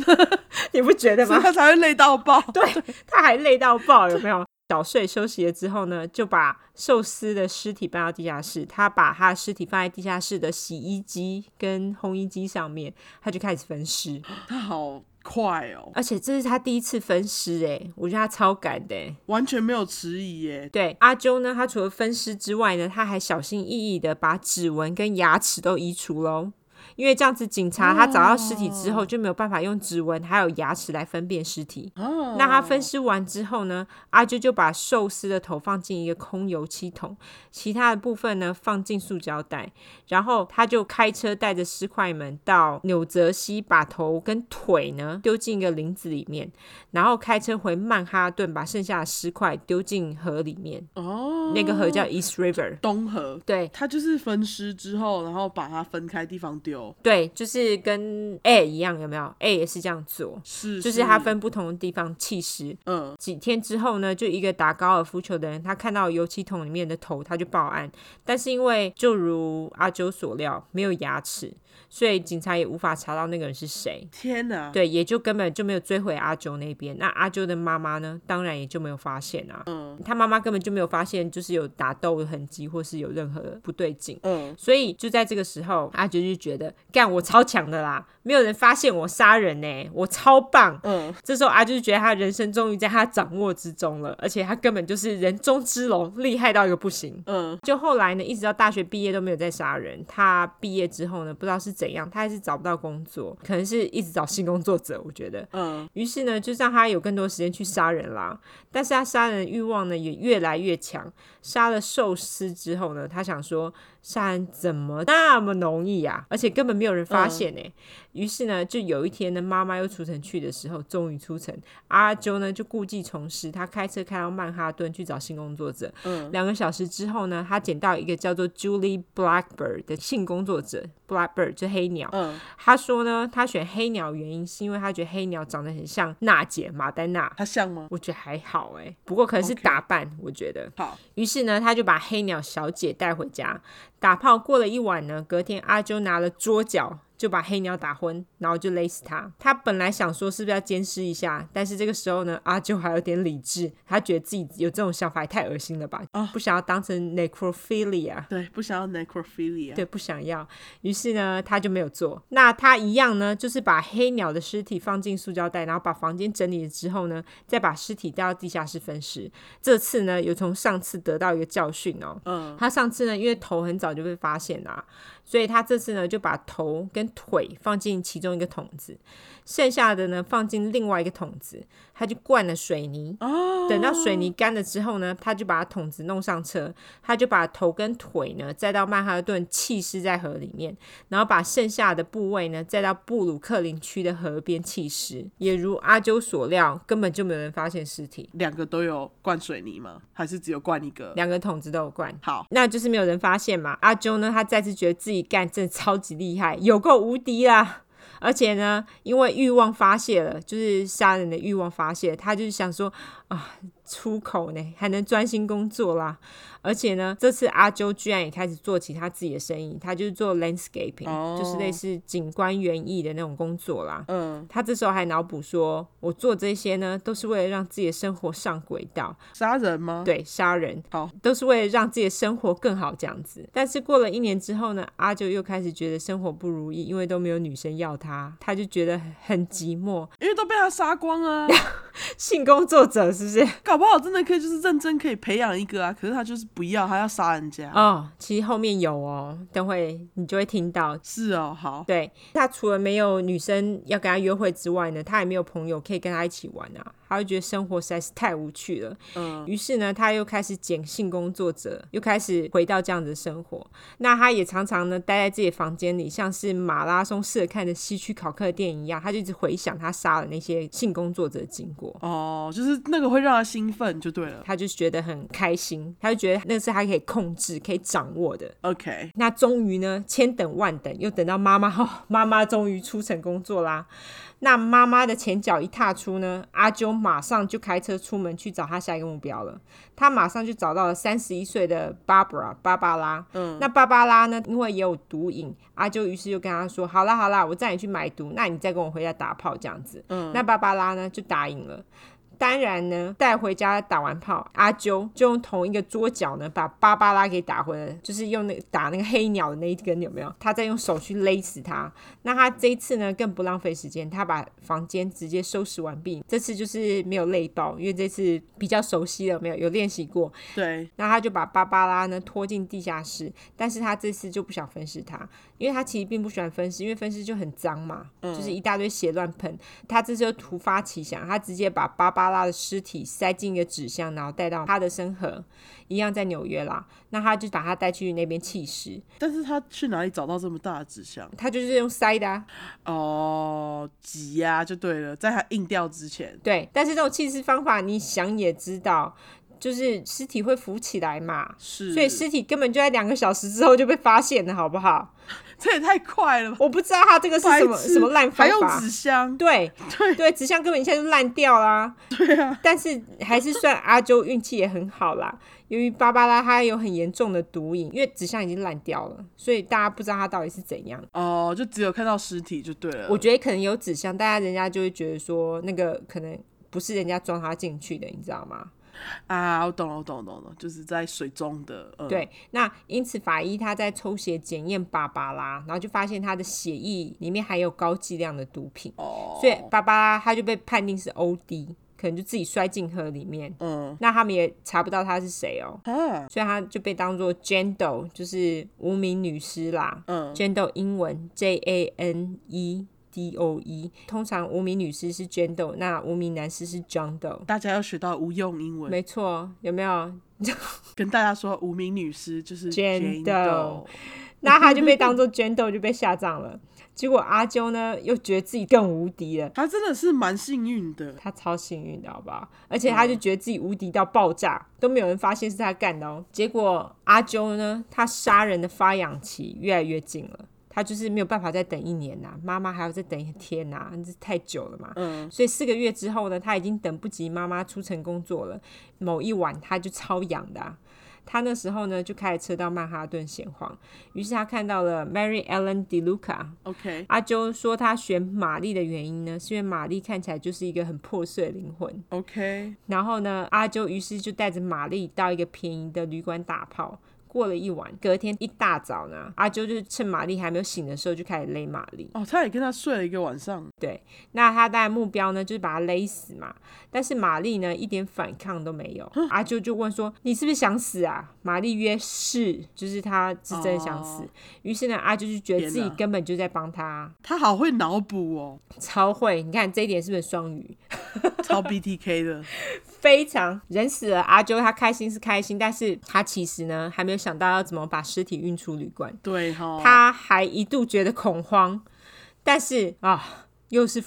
[SPEAKER 2] <laughs> 你不觉得
[SPEAKER 1] 所以
[SPEAKER 2] 吗？
[SPEAKER 1] 他才会累到爆。
[SPEAKER 2] 对，他还累到爆，有没有？小睡休息了之后呢，就把寿司的尸体搬到地下室。他把他的尸体放在地下室的洗衣机跟烘衣机上面，他就开始分尸。
[SPEAKER 1] 他好快哦，
[SPEAKER 2] 而且这是他第一次分尸，哎，我觉得他超敢的欸。
[SPEAKER 1] 完全没有迟疑耶。
[SPEAKER 2] 对，阿啾呢，他除了分尸之外呢，他还小心翼翼的把指纹跟牙齿都移除喽。因为这样子，警察他找到尸体之后就没有办法用指纹还有牙齿来分辨尸体。
[SPEAKER 1] 哦，
[SPEAKER 2] 那他分尸完之后呢，阿啾就把寿司的头放进一个空油漆桶，其他的部分呢放进塑胶袋，然后他就开车带着尸块们到纽泽西，把头跟腿呢丢进一个林子里面，然后开车回曼哈顿，把剩下的尸块丢进河里面，
[SPEAKER 1] 哦，
[SPEAKER 2] 那个河叫 East River。
[SPEAKER 1] 东河，
[SPEAKER 2] 对
[SPEAKER 1] 他就是分尸之后，然后把它分开地方丢，
[SPEAKER 2] 对，就是跟 A 一样，有没有？A 也是这样做，
[SPEAKER 1] 是
[SPEAKER 2] 就是他分不同的地方弃尸。
[SPEAKER 1] 嗯
[SPEAKER 2] 几天之后呢，就一个打高尔夫球的人，他看到油漆桶里面的头，他就报案。但是因为就如阿啾所料，没有牙齿，所以警察也无法查到那个人是谁。
[SPEAKER 1] 天哪，
[SPEAKER 2] 对，也就根本就没有追回阿啾那边。那阿啾的妈妈呢，当然也就没有发现啊。
[SPEAKER 1] 嗯
[SPEAKER 2] 他妈妈根本就没有发现，就是有打斗的痕迹，或是有任何不对劲。
[SPEAKER 1] 嗯，
[SPEAKER 2] 所以就在这个时候，阿啾就觉得，干我超强的啦，没有人发现我杀人呢、我超棒。
[SPEAKER 1] 嗯，
[SPEAKER 2] 这时候阿就是觉得他人生终于在他掌握之中了，而且他根本就是人中之龙，厉害到一个不行。
[SPEAKER 1] 嗯，
[SPEAKER 2] 就后来呢，一直到大学毕业都没有再杀人。他毕业之后呢，不知道是怎样，他还是找不到工作，可能是一直找性工作者，我觉得。
[SPEAKER 1] 嗯，
[SPEAKER 2] 于是呢，就让他有更多时间去杀人啦。但是他杀人的欲望呢，也越来越强。杀了寿司之后呢，他想说，杀人怎么那么容易啊？而且根本没有人发现呢、于是呢，就有一天呢，妈妈又出城去的时候，终于出城。阿啾呢，就故技重施，他开车开到曼哈顿去找性工作者。
[SPEAKER 1] 嗯，
[SPEAKER 2] 两个小时之后呢，他捡到一个叫做 Julie Blackbird 的性工作者，Blackbird 就黑鸟。
[SPEAKER 1] 嗯，
[SPEAKER 2] 他说呢，他选黑鸟原因是因为他觉得黑鸟长得很像娜姐马丹娜，
[SPEAKER 1] 他像吗？
[SPEAKER 2] 我觉得还好哎、不过可能是
[SPEAKER 1] OK
[SPEAKER 2] 打扮我觉得。
[SPEAKER 1] 好，
[SPEAKER 2] 于是呢，他就把黑鸟小姐带回家打炮。过了一晚呢，隔天阿啾拿了桌角就把黑鸟打昏，然后就勒死他。他本来想说是不是要监视一下，但是这个时候呢，阿啾还有点理智，他觉得自己有这种想法也太恶心了吧，
[SPEAKER 1] 啊
[SPEAKER 2] 不想要当成 necrophilia。
[SPEAKER 1] 对，不想要 necrophilia，
[SPEAKER 2] 对，不想要。于是呢，他就没有做。那他一样呢，就是把黑鸟的尸体放进塑胶袋，然后把房间整理了之后呢，再把尸体带到地下室分尸。这次呢，有从上次得到一个教训哦。
[SPEAKER 1] 嗯
[SPEAKER 2] 他上次呢，因为头很早就被发现啦、所以他这次呢就把头跟腿放进其中一个桶子，剩下的呢放进另外一个桶子，他就灌了水泥，
[SPEAKER 1] 哦，
[SPEAKER 2] 等到水泥干了之后呢，他就把桶子弄上车，他就把头跟腿呢再到曼哈顿弃尸在河里面，然后把剩下的部位呢再到布鲁克林区的河边弃尸。也如阿啾所料，根本就没有人发现尸体，
[SPEAKER 1] 两个都有灌水泥吗？还是只有灌一个？
[SPEAKER 2] 两个桶子都有灌。
[SPEAKER 1] 好，
[SPEAKER 2] 那就是没有人发现嘛。阿啾呢，他再次觉得自己干真的超级厉害，有够无敌啦！而且呢，因为欲望发泄了，就是杀人的欲望发泄，他就是想说啊，出口呢，还能专心工作啦。而且呢，这次阿啾居然也开始做起他自己的生意，他就是做 landscaping，、
[SPEAKER 1] 哦
[SPEAKER 2] 就是类似景观园艺的那种工作啦。
[SPEAKER 1] 嗯，
[SPEAKER 2] 他这时候还脑补说：“我做这些呢，都是为了让自己的生活上轨道，
[SPEAKER 1] 杀人吗？
[SPEAKER 2] 对，杀人，
[SPEAKER 1] 好，
[SPEAKER 2] 都是为了让自己的生活更好这样子。但是过了一年之后呢，阿九又开始觉得生活不如意，因为都没有女生要他，他就觉得很很寂寞。 <laughs>
[SPEAKER 1] 因为都被他杀光啊，
[SPEAKER 2] 性工作者是不是？ <laughs>
[SPEAKER 1] 搞不好真的可以就是认真可以培养一个啊，可是他就是不要，他要杀人家。
[SPEAKER 2] 哦，其实后面有哦，等会你就会听到。
[SPEAKER 1] 是哦，好，
[SPEAKER 2] 对他除了没有女生要跟他约会之外呢，他也没有朋友可以跟他一起玩啊，他会觉得生活实在是太无趣了。
[SPEAKER 1] 嗯，
[SPEAKER 2] 于是呢，他又开始捡性工作者，又开始回到这样子的生活。那他也常常呢待在自己的房间里，像是马拉松式地看着西区考克电影一样，他就一直回想他杀了那些性工作者的经过。
[SPEAKER 1] 哦，就是那个会让他兴奋就对了。
[SPEAKER 2] 他就觉得很开心，他就觉得那是他可以控制、可以掌握的。
[SPEAKER 1] OK，
[SPEAKER 2] 那终于呢，千等万等，又等到妈妈哦，妈妈终于出城工作啦。那妈妈的前脚一踏出呢，阿啾马上就开车出门去找他下一个目标了。他马上就找到了三十一岁的 Barbara 芭芭拉。
[SPEAKER 1] 嗯，
[SPEAKER 2] 那芭芭拉呢，因为也有毒瘾，阿啾于是就跟他说：“好啦好啦，我载你去买毒，那你再跟我回家打炮这样子。”
[SPEAKER 1] 嗯，
[SPEAKER 2] 那芭芭拉呢就答应了。当然呢，带回家打完炮，阿啾就用同一个桌角呢，把芭芭拉给打回来，就是用那个打那个黑鸟的那一根，有没有？他再用手去勒死他。那他这一次呢，更不浪费时间，他把房间直接收拾完毕。这次就是没有累爆，因为这次比较熟悉了，没有有练习过，
[SPEAKER 1] 对，
[SPEAKER 2] 那他就把芭芭拉呢拖进地下室，但是他这次就不想分尸他，因为他其实并不喜欢分尸，因为分尸就很脏嘛，就是一大堆血乱喷。他这次就突发奇想，他直接把芭芭拉的尸体塞进一个纸箱，然后带到他的生盒，一样在纽约啦。那他就把他带去那边弃尸，
[SPEAKER 1] 但是他去哪里找到这么大的纸箱？
[SPEAKER 2] 他就是用塞的、啊，
[SPEAKER 1] 哦，挤呀、就对了，在他硬掉之前，
[SPEAKER 2] 对。但是这种弃尸方法，你想也知道，就是尸体会浮起来嘛。
[SPEAKER 1] 是，
[SPEAKER 2] 所以尸体根本就在两个小时之后就被发现了，好不好？
[SPEAKER 1] 这也太快了吧？
[SPEAKER 2] 我不知道他这个 <laughs> 是
[SPEAKER 1] 白
[SPEAKER 2] 什么
[SPEAKER 1] 痴
[SPEAKER 2] 什么烂方
[SPEAKER 1] 还用
[SPEAKER 2] 法
[SPEAKER 1] 纸。箱？
[SPEAKER 2] 对
[SPEAKER 1] 对
[SPEAKER 2] 对，纸箱根本一下就烂
[SPEAKER 1] <laughs>
[SPEAKER 2] 掉啦。对啊，但是还是算阿周运气也很好啦。由于芭芭拉她有很严重的毒瘾，因为纸箱已经烂掉了，所以大家不知道她到底是怎样。
[SPEAKER 1] 哦，就只有看到尸体就对了。
[SPEAKER 2] 我觉得可能有纸箱，大家人家就会觉得说那个可能不是人家装她进去的，你知道吗？
[SPEAKER 1] 啊，我懂了，我懂了，懂了，就是在水中的，嗯、，
[SPEAKER 2] 对，那因此法医他在抽血检验芭芭拉，然后就发现她的血液里面含有高剂量的毒品。
[SPEAKER 1] 哦，
[SPEAKER 2] 所以芭芭拉她就被判定是 OD，可能就自己摔进河里面。
[SPEAKER 1] 嗯，
[SPEAKER 2] 那他们也查不到她是谁哦，
[SPEAKER 1] 啊，
[SPEAKER 2] 所以她就被当做 Jando，就是无名女尸啦。
[SPEAKER 1] 嗯
[SPEAKER 2] Jando 英文 J A N E D O E，通常无名女尸是 Jando，那无名男尸是 John Doe。
[SPEAKER 1] 大家要学到无用英文，
[SPEAKER 2] 没错，哦有没有？
[SPEAKER 1] 跟大家说，无名女尸就是
[SPEAKER 2] Jane
[SPEAKER 1] Jane
[SPEAKER 2] Doe
[SPEAKER 1] Doe
[SPEAKER 2] 那他就被当做 Jando 就被下葬了。结果阿啾呢，又觉得自己更无敌了。
[SPEAKER 1] 她真的是蛮幸运的，
[SPEAKER 2] 他超幸运的，好不好？而且他就觉得自己无敌到爆炸，都没有人发现是他干的哦。结果阿啾呢，他杀人的发痒期越来越近了，他就是没有办法再等一年呐、妈妈还要再等一天呐、这太久了嘛。
[SPEAKER 1] 嗯，
[SPEAKER 2] 所以四个月之后呢，他已经等不及妈妈出城工作了。某一晚，他就超痒的啊、他那时候呢，就开着车到曼哈顿闲晃，于是他看到了 Mary Ellen DeLuca，
[SPEAKER 1] ，OK，
[SPEAKER 2] 阿啾啊说他选玛丽的原因呢，是因为玛丽看起来就是一个很破碎的灵魂。
[SPEAKER 1] OK，
[SPEAKER 2] 然后呢，阿啾于是就带着玛丽到一个便宜的旅馆打炮。过了一晚，隔天一大早呢，阿啾就趁玛丽还没有醒的时候就开始勒玛丽。
[SPEAKER 1] 哦，她也跟他睡了一个晚上，
[SPEAKER 2] 那他当然目标呢就是把她勒死嘛。但是玛丽呢一点反抗都没有。阿啾就问说：“你是不是想死啊？”玛丽约是，就是她是真的想死
[SPEAKER 1] 哦。
[SPEAKER 2] 于、是呢，阿啾就觉得
[SPEAKER 1] 天
[SPEAKER 2] 自己
[SPEAKER 1] 哪
[SPEAKER 2] 根本就在帮她，
[SPEAKER 1] 她好会脑补哦，
[SPEAKER 2] 超会。你看这一点是不是很双语？
[SPEAKER 1] 超 BTK 的，
[SPEAKER 2] 非常人死了，阿啾他开心是开心，但是他其实呢还没有想到要怎么把尸体运出旅馆，
[SPEAKER 1] 对哈，
[SPEAKER 2] 他还一度觉得恐慌，但是啊。又是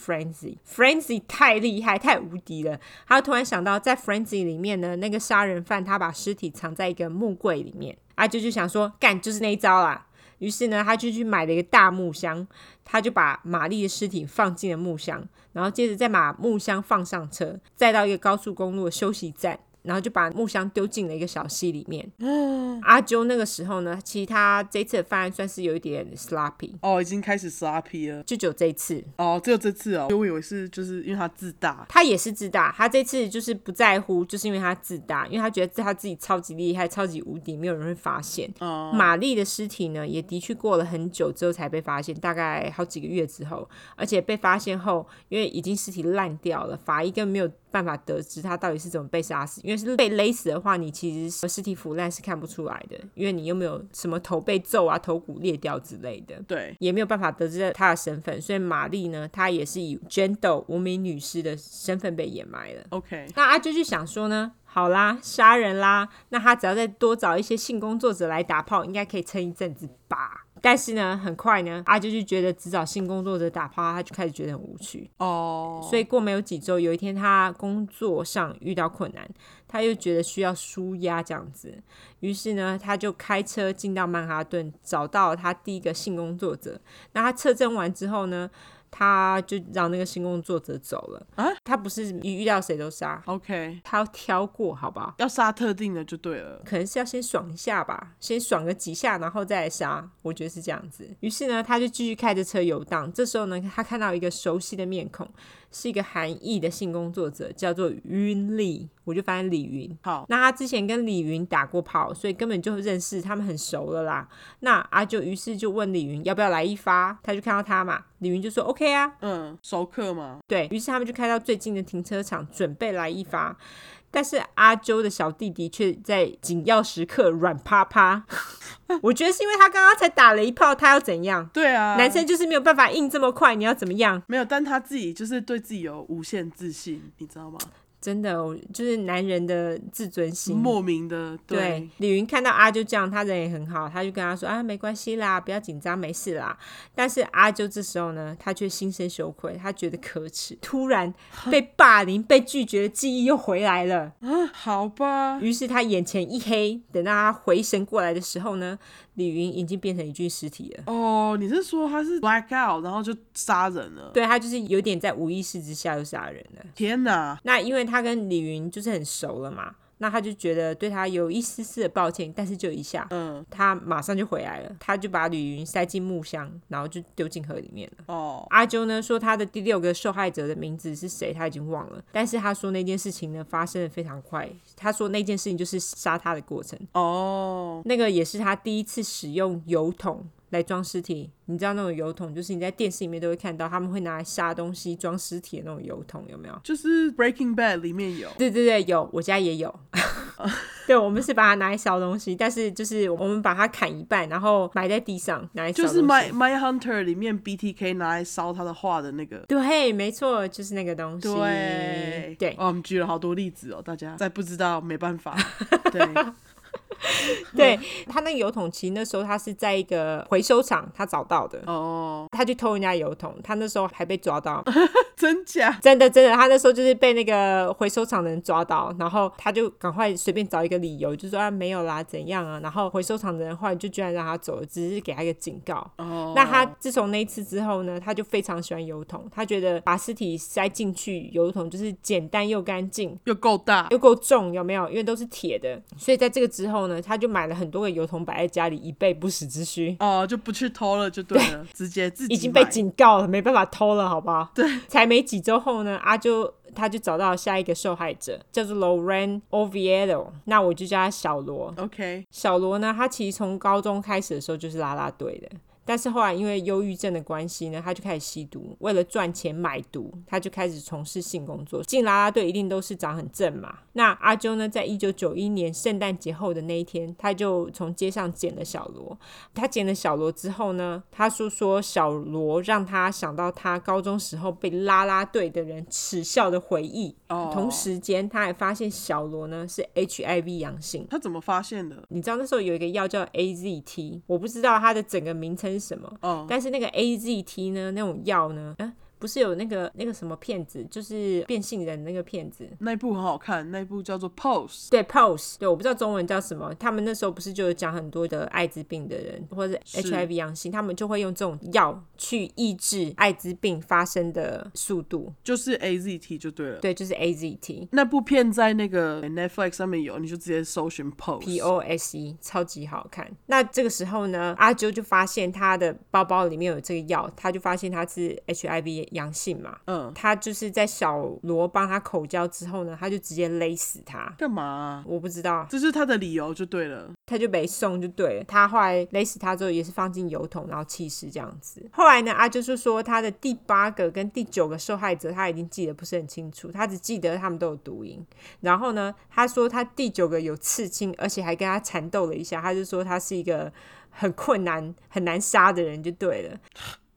[SPEAKER 2] Frenzy，Frenzy 太厉害，太无敌了。他突然想到，在 Frenzy 里面呢，那个杀人犯他把尸体藏在一个木柜里面，阿啾就想说，干就是那一招啦。于是呢，他就去买了一个大木箱，他就把玛丽的尸体放进了木箱，然后接着再把木箱放上车，再到一个高速公路的休息站。然后就把木箱丢进了一个小溪里面。阿啾那个时候呢，其实他这次的犯案算是有一点 sloppy，
[SPEAKER 1] 哦，已经开始 sloppy 了。
[SPEAKER 2] 就只有这一次，
[SPEAKER 1] 哦，只有这次哦，因为我以为是就是因为他自大，
[SPEAKER 2] 他也是自大，他这次就是不在乎，就是因为他自大，因为他觉得他自己超级厉害、超级无敌，没有人会发现。
[SPEAKER 1] 哦、
[SPEAKER 2] 玛丽的尸体呢，也的确过了很久之后才被发现，大概好几个月之后，而且被发现后，因为已经尸体烂掉了，法医根本没有办法得知他到底是怎么被杀死，因为是被勒死的话，你其实尸体腐烂是看不出来的，因为你又没有什么头被揍啊、头骨裂掉之类的。
[SPEAKER 1] 对，
[SPEAKER 2] 也没有办法得知他的身份，所以玛丽呢，她也是以 Jane Doe 无名女尸的身份被掩埋了。
[SPEAKER 1] OK，
[SPEAKER 2] 那阿啾就想说呢，好啦，杀人啦，那他只要再多找一些性工作者来打炮，应该可以撑一阵子吧。但是呢，很快呢，阿啾就觉得只找性工作者打炮，他就开始觉得很无趣。
[SPEAKER 1] 哦，
[SPEAKER 2] 所以过没有几周，有一天他工作上遇到困难，他又觉得需要舒压这样子，于是呢，他就开车进到曼哈顿，找到他第一个性工作者。那他测证完之后呢，他就让那个性工作者走了。
[SPEAKER 1] 啊，
[SPEAKER 2] 他不是一遇到谁都杀，
[SPEAKER 1] OK，
[SPEAKER 2] 他要挑过，好不好？
[SPEAKER 1] 要杀特定的就对了。
[SPEAKER 2] 可能是要先爽一下吧，先爽个几下，然后再来杀，我觉得是这样子。于是呢，他就继续开着车游荡。这时候呢，他看到一个熟悉的面孔，是一个韩裔的性工作者，叫做云丽，我就翻李云。
[SPEAKER 1] 好，
[SPEAKER 2] 那他之前跟李云打过炮，所以根本就认识，他们很熟了啦。那阿九于是就问李云要不要来一发，他就看到他嘛，李云就说 OK 啊，
[SPEAKER 1] 嗯，熟客嘛，
[SPEAKER 2] 对于是他们就开到最近的停车场，准备来一发。但是阿啾的小弟弟却在紧要时刻软趴趴， <laughs> 我觉得是因为他刚刚才打了一炮，他要怎样？
[SPEAKER 1] 对啊，
[SPEAKER 2] 男生就是没有办法硬这么快，你要怎么样？
[SPEAKER 1] 没有，但他自己就是对自己有无限自信，你知道吗？
[SPEAKER 2] 真的，我就是男人的自尊心。
[SPEAKER 1] 莫名的，
[SPEAKER 2] 对，李云看到阿啾这样，他人也很好，他就跟他说啊，没关系啦，不要紧张，没事啦。但是阿啾这时候呢，他却心生羞愧，他觉得可耻，突然被霸凌、被拒绝的记忆又回来了。
[SPEAKER 1] 啊，好吧，
[SPEAKER 2] 于是他眼前一黑，等到他回神过来的时候呢，李云已经变成一具尸体了。
[SPEAKER 1] 哦，你是说他是 black out，然后就杀人了？
[SPEAKER 2] 对他就是有点在无意识之下就杀人了。
[SPEAKER 1] 天哪，
[SPEAKER 2] 那因为他跟李云就是很熟了嘛，那他就觉得对他有一丝丝的抱歉，但是就一下，
[SPEAKER 1] 嗯，
[SPEAKER 2] 他马上就回来了，他就把李云塞进木箱，然后就丢进河里面了。
[SPEAKER 1] 哦，
[SPEAKER 2] 阿啾呢说他的第六个受害者的名字是谁，他已经忘了，但是他说那件事情呢发生的非常快，他说那件事情就是杀他的过程。
[SPEAKER 1] 哦，
[SPEAKER 2] 那个也是他第一次使用油桶来装尸体。你知道那种油桶，就是你在电视里面都会看到，他们会拿来杀东西装尸体的那种油桶，有没有？
[SPEAKER 1] 就是 Breaking Bad 里面有，
[SPEAKER 2] 对对对，有，我家也
[SPEAKER 1] <laughs>
[SPEAKER 2] 有。
[SPEAKER 1] 哦
[SPEAKER 2] <laughs> 对，我们是把它拿来烧东西，但是就是我们把它砍一半，然后埋在地上拿来
[SPEAKER 1] 就
[SPEAKER 2] 烧东西。
[SPEAKER 1] 是 My My Hunter 里面 BTK 拿来烧他的画的那个。
[SPEAKER 2] 对，没错，就是那个东西。
[SPEAKER 1] 对
[SPEAKER 2] 对
[SPEAKER 1] 哦，我们举了好多例子哦，大家再不知道没办
[SPEAKER 2] <laughs>
[SPEAKER 1] 法。对，
[SPEAKER 2] 对，他那个油桶其实那时候他是在一个回收厂他找到的，
[SPEAKER 1] 哦，
[SPEAKER 2] 他去偷人家油桶，他那时候还被
[SPEAKER 1] <laughs>
[SPEAKER 2] 抓到，
[SPEAKER 1] 真假？
[SPEAKER 2] 真的真的，他那时候就是被那个回收厂的人抓到，然后他就赶快随便找一个理由，就说啊没有啦，怎样啊？然后回收厂的人后来就居然让他走了，只是给他一个警告。
[SPEAKER 1] 哦，
[SPEAKER 2] 那他自从那一次之后呢，他就非常喜欢油桶，他觉得把尸体塞进去油桶就是简单又干净。
[SPEAKER 1] 又够大
[SPEAKER 2] 又够重，有没有？因为都是铁的，所以在这个之后呢，他就买了很多个油桶摆在家里，以备不时之需。
[SPEAKER 1] 哦，就不去偷了就对了，直接自己
[SPEAKER 2] 已经被
[SPEAKER 1] 买
[SPEAKER 2] 警告了，没办法偷了，好不好？对，才没几周后呢，阿啾他就找到下一个受害者，叫做 Loren Oviedo，那我就叫他小罗。
[SPEAKER 1] OK，
[SPEAKER 2] 小罗呢，他其实从高中开始的时候就是啦啦队的。但是后来因为忧郁症的关系呢，他就开始吸毒。为了赚钱买毒，他就开始从事性工作。进啦啦队一定都是长很正嘛。那阿啾呢，在一九九一年圣诞节后的那一天，他就从街上捡了小罗。他捡了小罗之后呢，他说说小罗让他想到他高中时候被啦啦队的人耻笑的回忆。
[SPEAKER 1] 哦，
[SPEAKER 2] 同时间，他还发现小罗呢是 HIV 阳性。
[SPEAKER 1] 他怎么发现的？
[SPEAKER 2] 你知道那时候有一个药叫 AZT，我不知道它的整个名称是什么，
[SPEAKER 1] 哦，
[SPEAKER 2] 但是那个 AZT 呢，那种药呢，嗯、不是有那个那个什么骗子，就是变性人那个骗子，
[SPEAKER 1] 那一部很好看，那一部叫做《Pose》。
[SPEAKER 2] 对 pose，对我不知道中文叫什么。他们那时候不是就有讲很多的艾滋病的人或者
[SPEAKER 1] 是
[SPEAKER 2] HIV 阳性，他们就会用这种药去抑制艾滋病发生的速度。
[SPEAKER 1] 就是 A Z T 就对了。
[SPEAKER 2] 对，就是 AZT。
[SPEAKER 1] 那部片在那个 Netflix 上面有，你就直接搜寻
[SPEAKER 2] P
[SPEAKER 1] Pose。
[SPEAKER 2] O S E 超级好看。那这个时候呢，阿啾就发现他的包包里面有这个药，他就发现他是 HIV 阳性嘛。
[SPEAKER 1] 嗯，
[SPEAKER 2] 他就是在小罗帮他口交之后呢，他就直接勒死他。
[SPEAKER 1] 干嘛啊、
[SPEAKER 2] 我不知道，
[SPEAKER 1] 这是他的理由就对了。
[SPEAKER 2] 他就没送就对了。他后来勒死他之后，也是放进油桶，然后弃尸这样子。后来呢，阿啾就说他的第八个跟第九个受害者，他已经记得不是很清楚，他只记得他们都有毒瘾。然后呢，他说他第九个有刺青，而且还跟他缠斗了一下。他就说他是一个很困难、很难杀的人，就对了。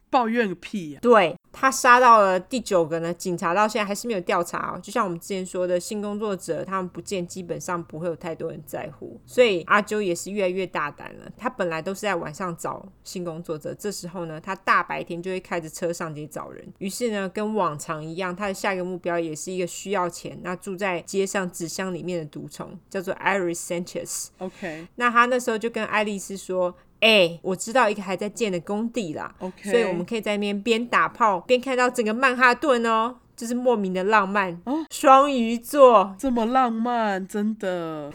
[SPEAKER 1] 抱怨个屁呀、
[SPEAKER 2] 对他杀到了第九个呢，警察到现在还是没有调查哦。就像我们之前说的，性工作者他们不见，基本上不会有太多人在乎，所以阿啾也是越来越大胆了。他本来都是在晚上找性工作者，这时候呢，他大白天就会开着车上街找人。于是呢，跟往常一样，他的下一个目标也是一个需要钱，那住在街上纸箱里面的毒虫，叫做 Iris Sanchez。
[SPEAKER 1] OK
[SPEAKER 2] 那他那时候就跟爱丽丝说：“哎、我知道一个还在建的工地啦。”
[SPEAKER 1] OK，
[SPEAKER 2] 所以我们可以在那边边打炮边看到整个曼哈顿哦，就是莫名的浪漫。
[SPEAKER 1] 哦
[SPEAKER 2] 双鱼座，
[SPEAKER 1] 这么浪漫，真的。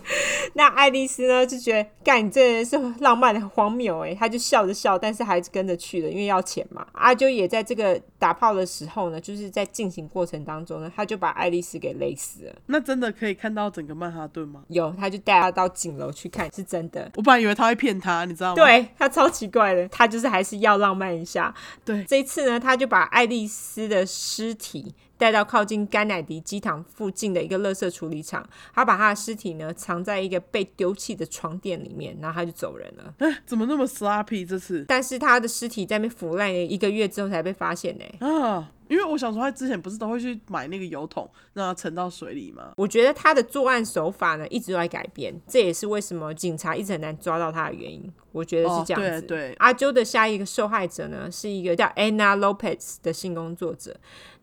[SPEAKER 2] 那爱丽丝呢就觉得，干你这人是浪漫的荒谬诶，她就笑着笑，但是还是跟着去了，因为要钱嘛。阿啾也在这个打炮的时候呢，就是在进行过程当中呢，他就把爱丽丝给勒死了。
[SPEAKER 1] 那真的可以看到整个曼哈顿吗？
[SPEAKER 2] 有，他就带她到景楼去看，是真的。
[SPEAKER 1] 我本来以为他会骗他，你知道吗？
[SPEAKER 2] 对他超奇怪的，他就是还是要浪漫一下。
[SPEAKER 1] 对
[SPEAKER 2] 这一次呢，他就把爱丽丝的尸体带到靠近甘乃迪机场附近的一个垃圾处理厂，他把他的尸体呢藏在一个被丢弃的床垫里面，然后他就走人了。
[SPEAKER 1] 哎， <laughs> 怎么那么 sloppy 这次
[SPEAKER 2] 但是他的尸体在那边腐烂了一个月之后才被发现呢、
[SPEAKER 1] 啊？因为我想说，他之前不是都会去买那个油桶，让它沉到水里吗？
[SPEAKER 2] 我觉得他的作案手法呢一直都在改变，这也是为什么警察一直很难抓到他的原因。我觉得是这样子。
[SPEAKER 1] 哦对对
[SPEAKER 2] 阿啾的下一个受害者呢是一个叫 Anna Lopez 的性工作者。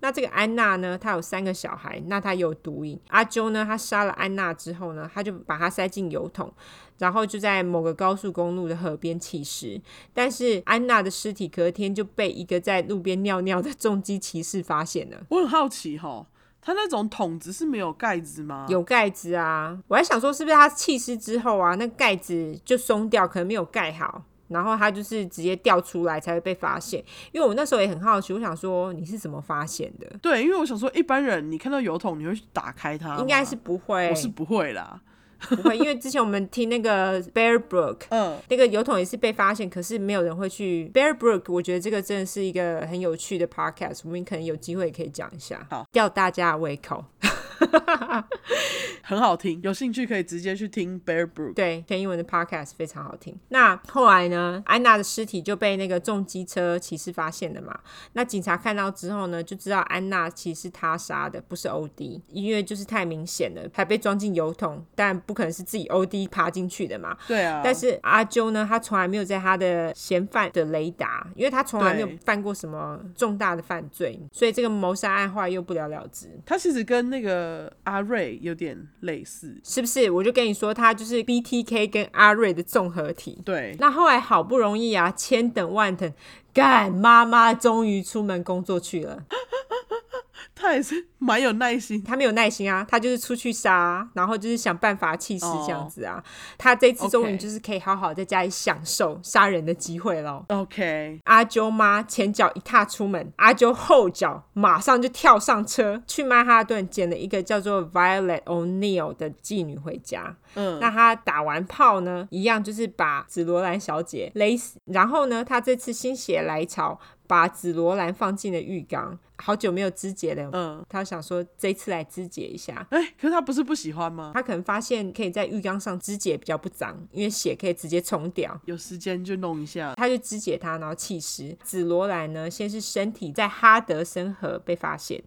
[SPEAKER 2] 那这个安娜呢，她有三个小孩，那她有毒瘾。阿啾呢，他杀了安娜之后呢，他就把她塞进油桶，然后就在某个高速公路的河边弃尸。但是安娜的尸体隔天就被一个在路边尿尿的重机骑士发现了。
[SPEAKER 1] 我很好奇哈，他那种桶子是没有盖子吗？
[SPEAKER 2] 有盖子啊，我还想说是不是它弃尸之后啊，那盖子就松掉，可能没有盖好，然后它就是直接掉出来才会被发现。因为我那时候也很好奇，我想说你是怎么发现的？
[SPEAKER 1] 对，因为我想说，一般人你看到油桶，你会去打开它吗，
[SPEAKER 2] 应该是不会，
[SPEAKER 1] 我是啊不会啦。
[SPEAKER 2] 不会，因为之前我们听那个 Bear Brook。
[SPEAKER 1] 嗯，
[SPEAKER 2] 那个油桶也是被发现，可是没有人会去 Bear Brook。我觉得这个真的是一个很有趣的 podcast，我们可能有机会可以讲一下，
[SPEAKER 1] 好
[SPEAKER 2] 吊大家的胃口。
[SPEAKER 1] 很好听，有兴趣可以直接去听 Bear Brook。
[SPEAKER 2] 对，全英文的 podcast 非常好听。那后来呢，安娜的尸体就被那个重机车骑士发现了嘛。那警察看到之后呢，就知道安娜其实是他杀的，不是 OD，因为就是太明显了，还被装进油桶，但不可能是自己 OD 爬进去的嘛。
[SPEAKER 1] 对啊，
[SPEAKER 2] 但是阿啾呢，他从来没有在他的嫌犯的雷达，因为他从来没有
[SPEAKER 1] 对
[SPEAKER 2] 犯过什么重大的犯罪，所以这个谋杀案后来又不了了之。
[SPEAKER 1] 他其实跟那个阿瑞有点类似。
[SPEAKER 2] 是不是？我就跟你说，他就是 BTK 跟阿瑞的综合体。
[SPEAKER 1] 对，
[SPEAKER 2] 那后来好不容易啊，千等万等，干妈妈终于出门工作去了。
[SPEAKER 1] 他也是蛮有耐心。
[SPEAKER 2] 她没有耐心啊，她就是出去杀啊，然后就是想办法弃尸这样子啊。她这次终于
[SPEAKER 1] OK
[SPEAKER 2] 就是可以好好在家里享受杀人的机会喽。
[SPEAKER 1] OK，
[SPEAKER 2] 阿啾妈前脚一踏出门，阿啾后脚马上就跳上车，去曼哈顿捡了一个叫做 Violet O'Neill 的妓女回家。
[SPEAKER 1] 嗯，
[SPEAKER 2] 那他打完炮呢，一样就是把紫罗兰小姐勒死。然后呢，他这次心血来潮，把紫罗兰放进了浴缸。好久没有肢解了，
[SPEAKER 1] 嗯，
[SPEAKER 2] 他想说这一次来肢解一下。
[SPEAKER 1] 哎、可是他不是不喜欢吗？
[SPEAKER 2] 他可能发现可以在浴缸上肢解比较不脏，因为血可以直接冲掉。
[SPEAKER 1] 有时间就弄一下。
[SPEAKER 2] 他就肢解它，然后弃尸。紫罗兰呢，先是身体在哈德森河被发现，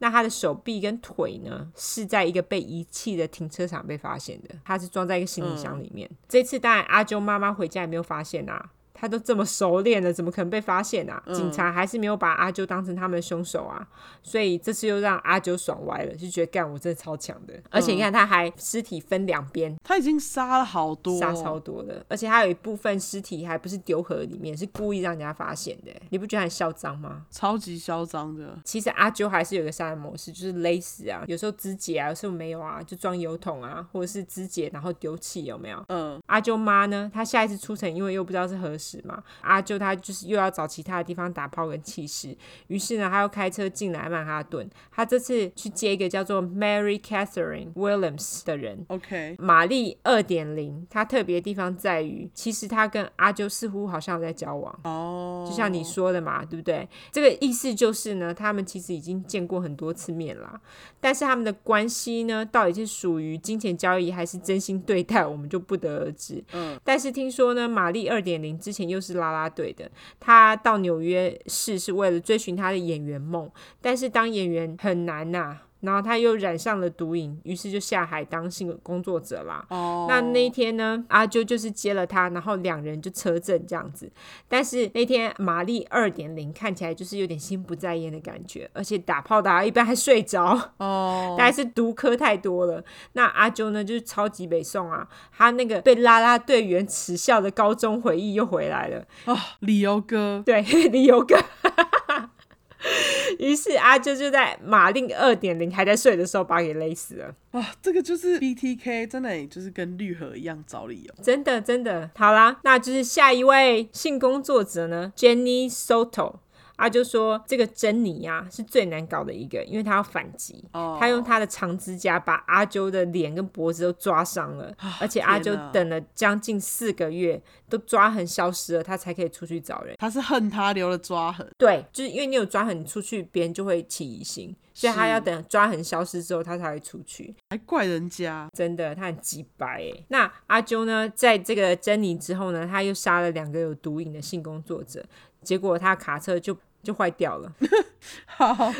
[SPEAKER 2] 那他的手臂跟腿呢，是在一个被遗弃的停车场被发现的，他是装在一个行李箱里面。这次当然阿啾妈妈回家也没有发现啊。他都这么熟练了，怎么可能被发现啊？
[SPEAKER 1] 嗯
[SPEAKER 2] 警察还是没有把阿啾当成他们的凶手啊，所以这次又让阿啾爽歪了，就觉得干我真的超强的，而且你看他还尸体分两边，
[SPEAKER 1] 他已经杀了好多，
[SPEAKER 2] 杀超多的，而且还有一部分尸体还不是丢河里面，是故意让人家发现的，你不觉得很嚣张吗？
[SPEAKER 1] 超级嚣张的。
[SPEAKER 2] 其实阿啾还是有一个杀人模式，就是勒死啊，有时候肢解啊，有时候没有啊，就装油桶啊，或者是肢解然后丢弃，有没有？
[SPEAKER 1] 嗯，
[SPEAKER 2] 阿啾妈呢，她下一次出城，因为又不知道是何时嘛，阿啾她就是又要找其他的地方打炮跟弃尸，于是呢，她又开车进来曼哈顿。她这次去接一个叫做 Mary Catherine Williams 的人。
[SPEAKER 1] OK，
[SPEAKER 2] 玛丽二点零，她特别的地方在于，其实她跟阿啾似乎好像有在交往。
[SPEAKER 1] 哦，
[SPEAKER 2] 就像你说的嘛，对不对？这个意思就是呢，他们其实已经见过很多次面啦，但是他们的关系呢，到底是属于金钱交易还是真心对待，我们就不得而知。
[SPEAKER 1] 嗯，
[SPEAKER 2] 但是听说呢，玛丽二点零之前又是啦啦队的，她到纽约市是为了追寻她的演员梦，但是当演员很难呐、然后她又染上了毒瘾，于是就下海当性工作者啦。
[SPEAKER 1] 哦，
[SPEAKER 2] 那那一天呢，阿啾就是接了他，然后两人就车震这样子。但是那天玛丽二点零看起来就是有点心不在焉的感觉，而且打炮打到一半还睡着，
[SPEAKER 1] 哦，
[SPEAKER 2] 大概是毒科太多了。那阿啾呢，就是超级北宋啊，他那个被啦啦队员耻笑的高中回忆又回来了。 <laughs>
[SPEAKER 1] 啊，理由哥，
[SPEAKER 2] 对，理由哥。 <laughs> 于是阿啾就在玛丽二点零还在睡的时候把他给勒死了。
[SPEAKER 1] 哇，啊这个就是 BTK，真的耶就是跟绿河一样找理由。
[SPEAKER 2] 真的真的，好啦，那就是下一位性工作者呢，Jenny Soto。啊，就说这个珍妮呀、是最难搞的一个，因为她要反击，
[SPEAKER 1] 哦
[SPEAKER 2] 她用她的长指甲把阿啾的脸跟脖子都抓伤了，而且阿啾
[SPEAKER 1] 啊天哪
[SPEAKER 2] 等了将近四个月，都抓痕消失了，她才可以出去找人。
[SPEAKER 1] 他是恨他留了抓痕，
[SPEAKER 2] 对，就是因为你有抓痕，你出去别人就会起疑心，所以她
[SPEAKER 1] 是
[SPEAKER 2] 要等抓痕消失之后，她才会出去。
[SPEAKER 1] 还怪人家。
[SPEAKER 2] 真的，他很鸡白哎。那阿啾呢，在这个珍妮之后呢，他又杀了两个有毒瘾的性工作者，结果他卡车就就坏掉了。 <laughs>
[SPEAKER 1] 好，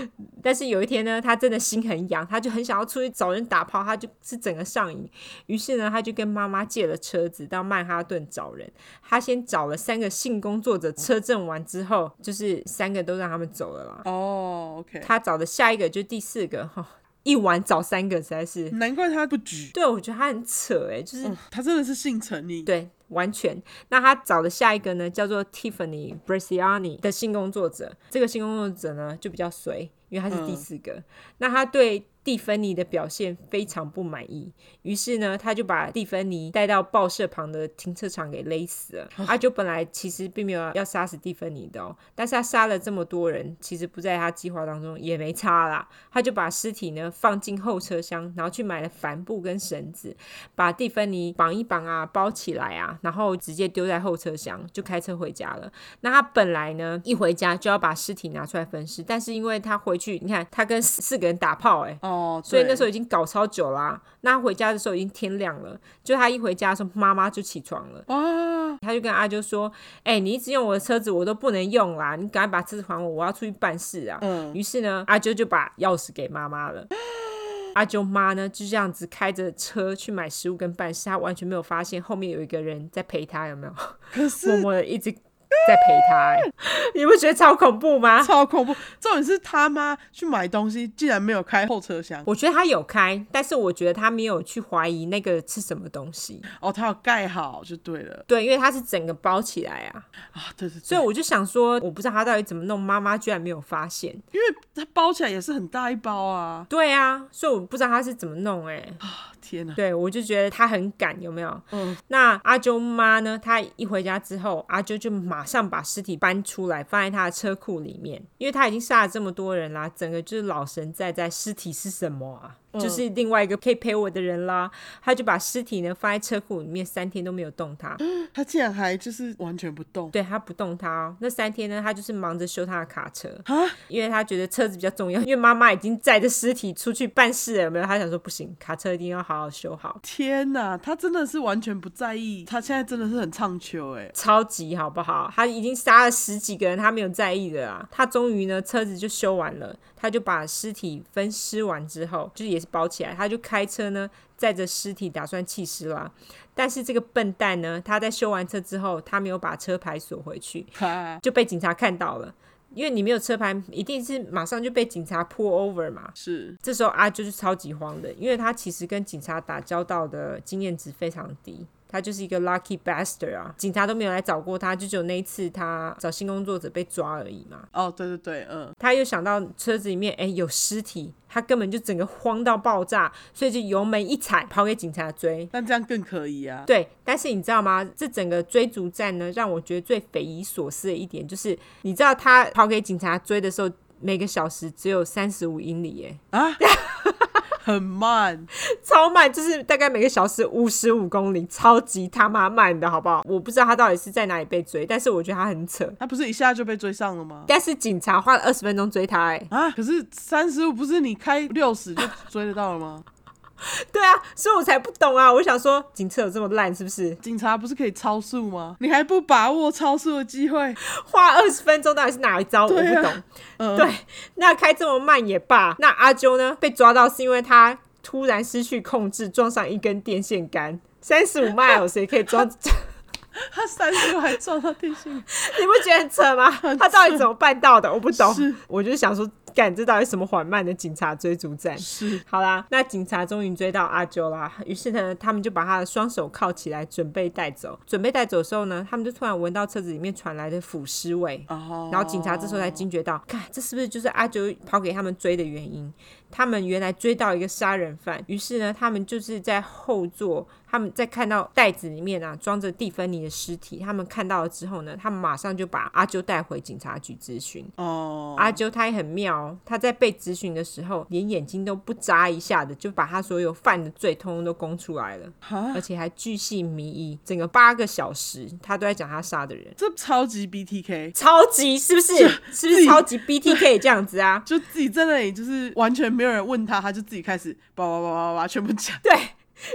[SPEAKER 2] 但是有一天呢，他真的心很痒，他就很想要出去找人打炮，他就是整个上瘾。于是呢，他就跟妈妈借了车子到曼哈顿找人。他先找了三个性工作者，车震完之后，就是三个都让他们走了啦。
[SPEAKER 1] 哦，OK，
[SPEAKER 2] 他找的下一个就是第四个哈、一晚找三个实在是。
[SPEAKER 1] 难怪他不举，
[SPEAKER 2] 对，我觉得他很扯哎，就是
[SPEAKER 1] 嗯他真的是性成瘾。
[SPEAKER 2] 对，完全。那他找的下一个呢，叫做 Tiffany Bresciani 的性工作者。这个性工作者呢，就比较随，因为他是第
[SPEAKER 1] 嗯
[SPEAKER 2] 四个。那他对蒂芬妮的表现非常不满意，于是呢，他就把蒂芬妮带到报社旁的停车场给勒死了。阿九本来其实并没有要杀死蒂芬妮的哦，但是他杀了这么多人，其实不在他计划当中，也没差啦。他就把尸体呢放进后车厢，然后去买了帆布跟绳子，把蒂芬妮绑一绑啊，包起来啊，然后直接丢在后车厢，就开车回家了。那他本来呢，一回家就要把尸体拿出来分尸，但是因为他回去，你看他跟四四个人打炮、欸，
[SPEAKER 1] 哦，
[SPEAKER 2] 所以
[SPEAKER 1] 对
[SPEAKER 2] 那时候已经搞超久啦、那他回家的时候已经天亮了，就他一回家的时候，妈妈就起床了。
[SPEAKER 1] 啊，
[SPEAKER 2] 他就跟阿啾说：“哎、你一直用我的车子，我都不能用啦！你赶快把车子还我，我要出去办事啊！”
[SPEAKER 1] 嗯，
[SPEAKER 2] 于是呢，阿啾就把钥匙给妈
[SPEAKER 1] <laughs>
[SPEAKER 2] 妈了。阿啾妈呢就这样子开着车去买食物跟办事，她完全没有发现后面有一个人在陪她，有没 <laughs> 有？
[SPEAKER 1] 可
[SPEAKER 2] 默
[SPEAKER 1] 是
[SPEAKER 2] 默的一直在陪她、哎 <laughs> 你不觉得超恐怖吗？
[SPEAKER 1] 超恐怖。重点是他妈去买东西，竟然没有开后车厢。
[SPEAKER 2] 我觉得她有开，但是我觉得她没有去怀疑那个是什么东西。
[SPEAKER 1] 哦，他要盖好就对了
[SPEAKER 2] 对，因为它是整个包起来啊，
[SPEAKER 1] 啊，对对对，
[SPEAKER 2] 所以我就想说，我不知道她到底怎么弄，妈妈居然没有发现。
[SPEAKER 1] 因为它包起来也是很大一包啊。
[SPEAKER 2] 对啊，所以我不知道她是怎么弄、哎，
[SPEAKER 1] 啊天哪，
[SPEAKER 2] 对，我就觉得他很赶，有没有？
[SPEAKER 1] 嗯，
[SPEAKER 2] 那阿啾妈呢？她一回家之后，阿啾就马上把尸体搬出来，放在她的车库里面，因为她已经杀了这么多人啦，整个就是老神在在，尸体是什么啊？就是另外一个可以陪我的人啦，她就把尸体呢放在车库里面，三天都没有动它。
[SPEAKER 1] 他竟然还就是完全不动。
[SPEAKER 2] 对她不动它哦，那三天呢，她就是忙着修她的卡车，
[SPEAKER 1] 啊，
[SPEAKER 2] 因为她觉得车子比较重要，因为妈妈已经载着尸体出去办事了，有没有？她想说不行，卡车一定要好好修好。
[SPEAKER 1] 天哪，他真的是完全不在意，他现在真的是很唱秋哎、
[SPEAKER 2] 超级好不好？他已经杀了十几个人，他没有在意的啦。他终于呢，车子就修完了，他就把尸体分尸完之后，就是也是包起来，他就开车呢载着尸体打算弃尸啦。但是这个笨蛋呢，他在修完车之后，他没有把车牌锁回去，
[SPEAKER 1] 哈，
[SPEAKER 2] 就被警察看到了。因为你没有车牌，一定是马上就被警察 pull over 嘛。
[SPEAKER 1] 是
[SPEAKER 2] 这时候阿啾是超级慌的，因为他其实跟警察打交道的经验值非常低，他就是一个 lucky bastard 啊，警察都没有来找过他，就只有那一次他找性工作者被抓而已嘛。
[SPEAKER 1] 哦，对对对，嗯，
[SPEAKER 2] 他又想到车子里面哎有尸体，他根本就整个慌到爆炸，所以就油门一踩跑给警察追。
[SPEAKER 1] 但这样更可以啊。
[SPEAKER 2] 对，但是你知道吗？这整个追逐战呢，让我觉得最匪夷所思的一点就是，你知道他跑给警察追的时候，每个小时只有三十五英里耶， <laughs>
[SPEAKER 1] 啊， <laughs> 很慢，
[SPEAKER 2] 超慢，就是大概每个小时五十五公里，超级他妈慢的好不好？我不知道他到底是在哪里被追，但是我觉得他很扯。
[SPEAKER 1] 他不是一下就被追上了吗？
[SPEAKER 2] 但是警察花了二十分钟追他、哎，
[SPEAKER 1] 啊，可是三十五不是你开六十就追得到了吗？
[SPEAKER 2] <laughs> 对啊，所以我才不懂啊！我想说，警车有这么烂是不是？
[SPEAKER 1] 警察不是可以超速吗？你还不把握超速的机会？
[SPEAKER 2] 花二十分钟到底是哪一招？我
[SPEAKER 1] 对
[SPEAKER 2] 不
[SPEAKER 1] 啊
[SPEAKER 2] 懂。
[SPEAKER 1] 嗯，
[SPEAKER 2] 对，那开这么慢也罢。那阿啾呢？被抓到是因为他突然失去控制，撞上一根电线杆。三十五 <laughs> miles 也可以撞，你
[SPEAKER 1] 他三十还撞到电线，
[SPEAKER 2] 不觉得很扯吗？他到底怎么办到的？我不懂
[SPEAKER 1] 是。
[SPEAKER 2] 我就想说，干这到底什么缓慢的警察追逐战？
[SPEAKER 1] 是
[SPEAKER 2] <laughs> 好啦，那警察终于追到阿啾啦，于是呢，他们就把他的双手铐起来，准备带走。准备带走的时候呢，他们就突然闻到车子里面传来的腐尸味。
[SPEAKER 1] 哦。
[SPEAKER 2] 然后警察这时候才惊觉到，看这是不是就是阿九跑给他们追的原因？他们原来追到一个杀人犯，于是呢，他们就是在后座，他们在看到袋子里面啊装着蒂芬妮的尸体，他们看到了之后呢，他们马上就把阿啾带回警察局咨询。
[SPEAKER 1] 哦，
[SPEAKER 2] 阿啾他也很妙哦，他在被咨询的时候，连眼睛都不眨一下的，就把他所有犯的罪通通都供出来 <laughs> 了，
[SPEAKER 1] 哈，
[SPEAKER 2] 而且还巨细靡遗，整个八个小时，他都在讲他杀的人。
[SPEAKER 1] 这超级 BTK，
[SPEAKER 2] 超级是不是？是不是超级 BTK 这样子啊？ <laughs>
[SPEAKER 1] 就自己在那里就是完全没有人问他，他就自己开始叭叭叭叭叭全部 <laughs> 讲。
[SPEAKER 2] 对，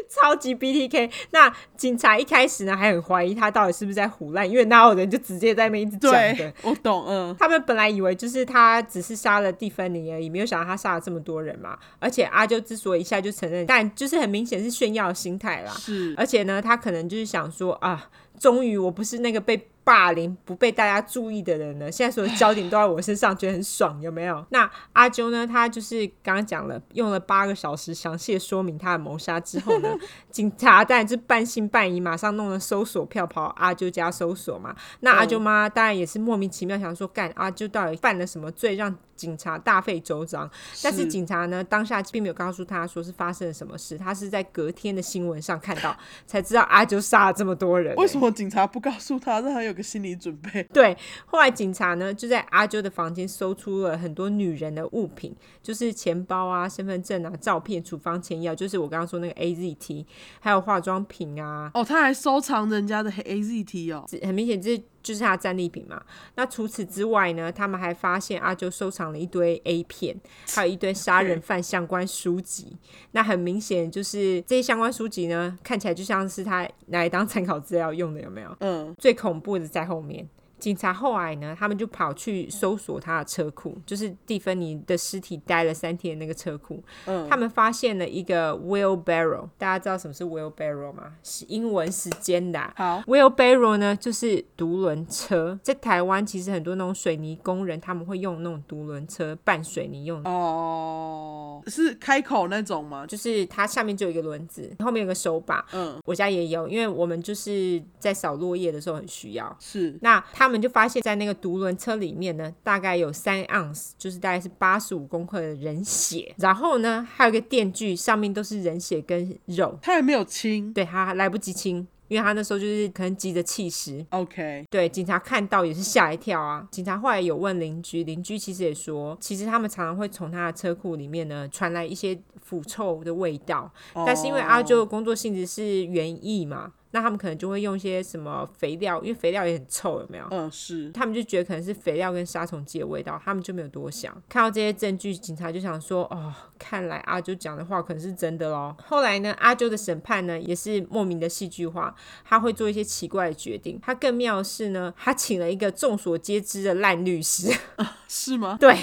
[SPEAKER 2] 超级 BTK。那警察一开始呢，还很怀疑他到底是不是在胡乱，因为哪有人就直接在那边一直讲的
[SPEAKER 1] 对。，我懂，嗯，
[SPEAKER 2] 他们本来以为就是他只是杀了蒂芬妮而已，没有想到他杀了这么多人嘛。而且阿啾之所以一下就承认，但就是很明显是炫耀的心态啦。
[SPEAKER 1] 是
[SPEAKER 2] 而且呢，他可能就是想说啊，终于我不是那个被霸凌、不被大家注意的人了，现在所有焦点都在我身上，觉得很爽，有没有？ <laughs> 那阿啾呢，他就是刚刚讲了，用了八个小时详细地说明他的谋杀之后呢，警察当然是半信半疑，马上弄了搜索票跑阿啾家搜索嘛。那阿啾妈当然也是莫名其妙想说，干阿啾到底犯了什么罪，让警察大费周章？但是警察呢，当下并没有告诉他说是发生了什么事，他是在隔天的新闻上看到，才知道阿啾杀了这么多人、
[SPEAKER 1] 为什？么警察不告诉他，让他有个心理准备？
[SPEAKER 2] 对，后来警察呢就在阿啾的房间搜出了很多女人的物品，就是钱包啊、身份证啊、照片、处方前药，就是我刚刚说那个 AZT，还有化妆品啊，
[SPEAKER 1] 哦，他还收藏人家的 AZT 哦，
[SPEAKER 2] 很明显这就是他的战利品嘛。那除此之外呢，他们还发现阿啾收藏了一堆 A 片，还有一堆杀
[SPEAKER 1] <laughs>
[SPEAKER 2] 人犯相关书籍。那很明显就是这些相关书籍呢，看起来就像是他拿来当参考资料用的，有没有？
[SPEAKER 1] 嗯，
[SPEAKER 2] 最恐怖的在后面。警察后来呢，他们就跑去搜索他的车库，就是蒂芬妮的尸体待了三天的那个车库。
[SPEAKER 1] 嗯
[SPEAKER 2] 他们发现了一个 wheelbarrow，大家知道什么是 wheelbarrow 吗？是英文时间的啊、
[SPEAKER 1] 好，
[SPEAKER 2] wheelbarrow 呢，就是独轮车。在台湾，其实很多那种水泥工人，他们会用那种独轮车拌水泥用的。
[SPEAKER 1] 哦，是开口那种吗？
[SPEAKER 2] 就是它下面就有一个轮子，后面有个手把。
[SPEAKER 1] 嗯，
[SPEAKER 2] 我家也有，因为我们就是在扫落叶的时候很需要。
[SPEAKER 1] 是
[SPEAKER 2] 那他们就发现，在那个独轮车里面呢，大概有三盎司，就是大概是八十五公克的人血。然后呢，还有一个电锯，上面都是人血跟肉。
[SPEAKER 1] 他也没有亲。
[SPEAKER 2] 对他来不及清，因为他那时候就是可能急着弃尸。
[SPEAKER 1] OK，
[SPEAKER 2] 对，警察看到也是吓一跳啊！警察后来有问邻居，邻居其实也说，其实他们常常会从他的车库里面呢传来一些腐臭的味道，
[SPEAKER 1] 哦
[SPEAKER 2] 但是因为阿啾的工作性质是园艺嘛，那他们可能就会用一些什么肥料，因为肥料也很臭，有没有？
[SPEAKER 1] 嗯，是
[SPEAKER 2] 他们就觉得可能是肥料跟杀虫剂的味道，他们就没有多想。看到这些证据，警察就想说，哦，看来阿啾讲的话可能是真的喽。后来呢，阿啾的审判呢也是莫名的戏剧化，他会做一些奇怪的决定。他更妙的是呢，他请了一个众所皆知的烂律师，
[SPEAKER 1] <laughs> 是吗？
[SPEAKER 2] 对，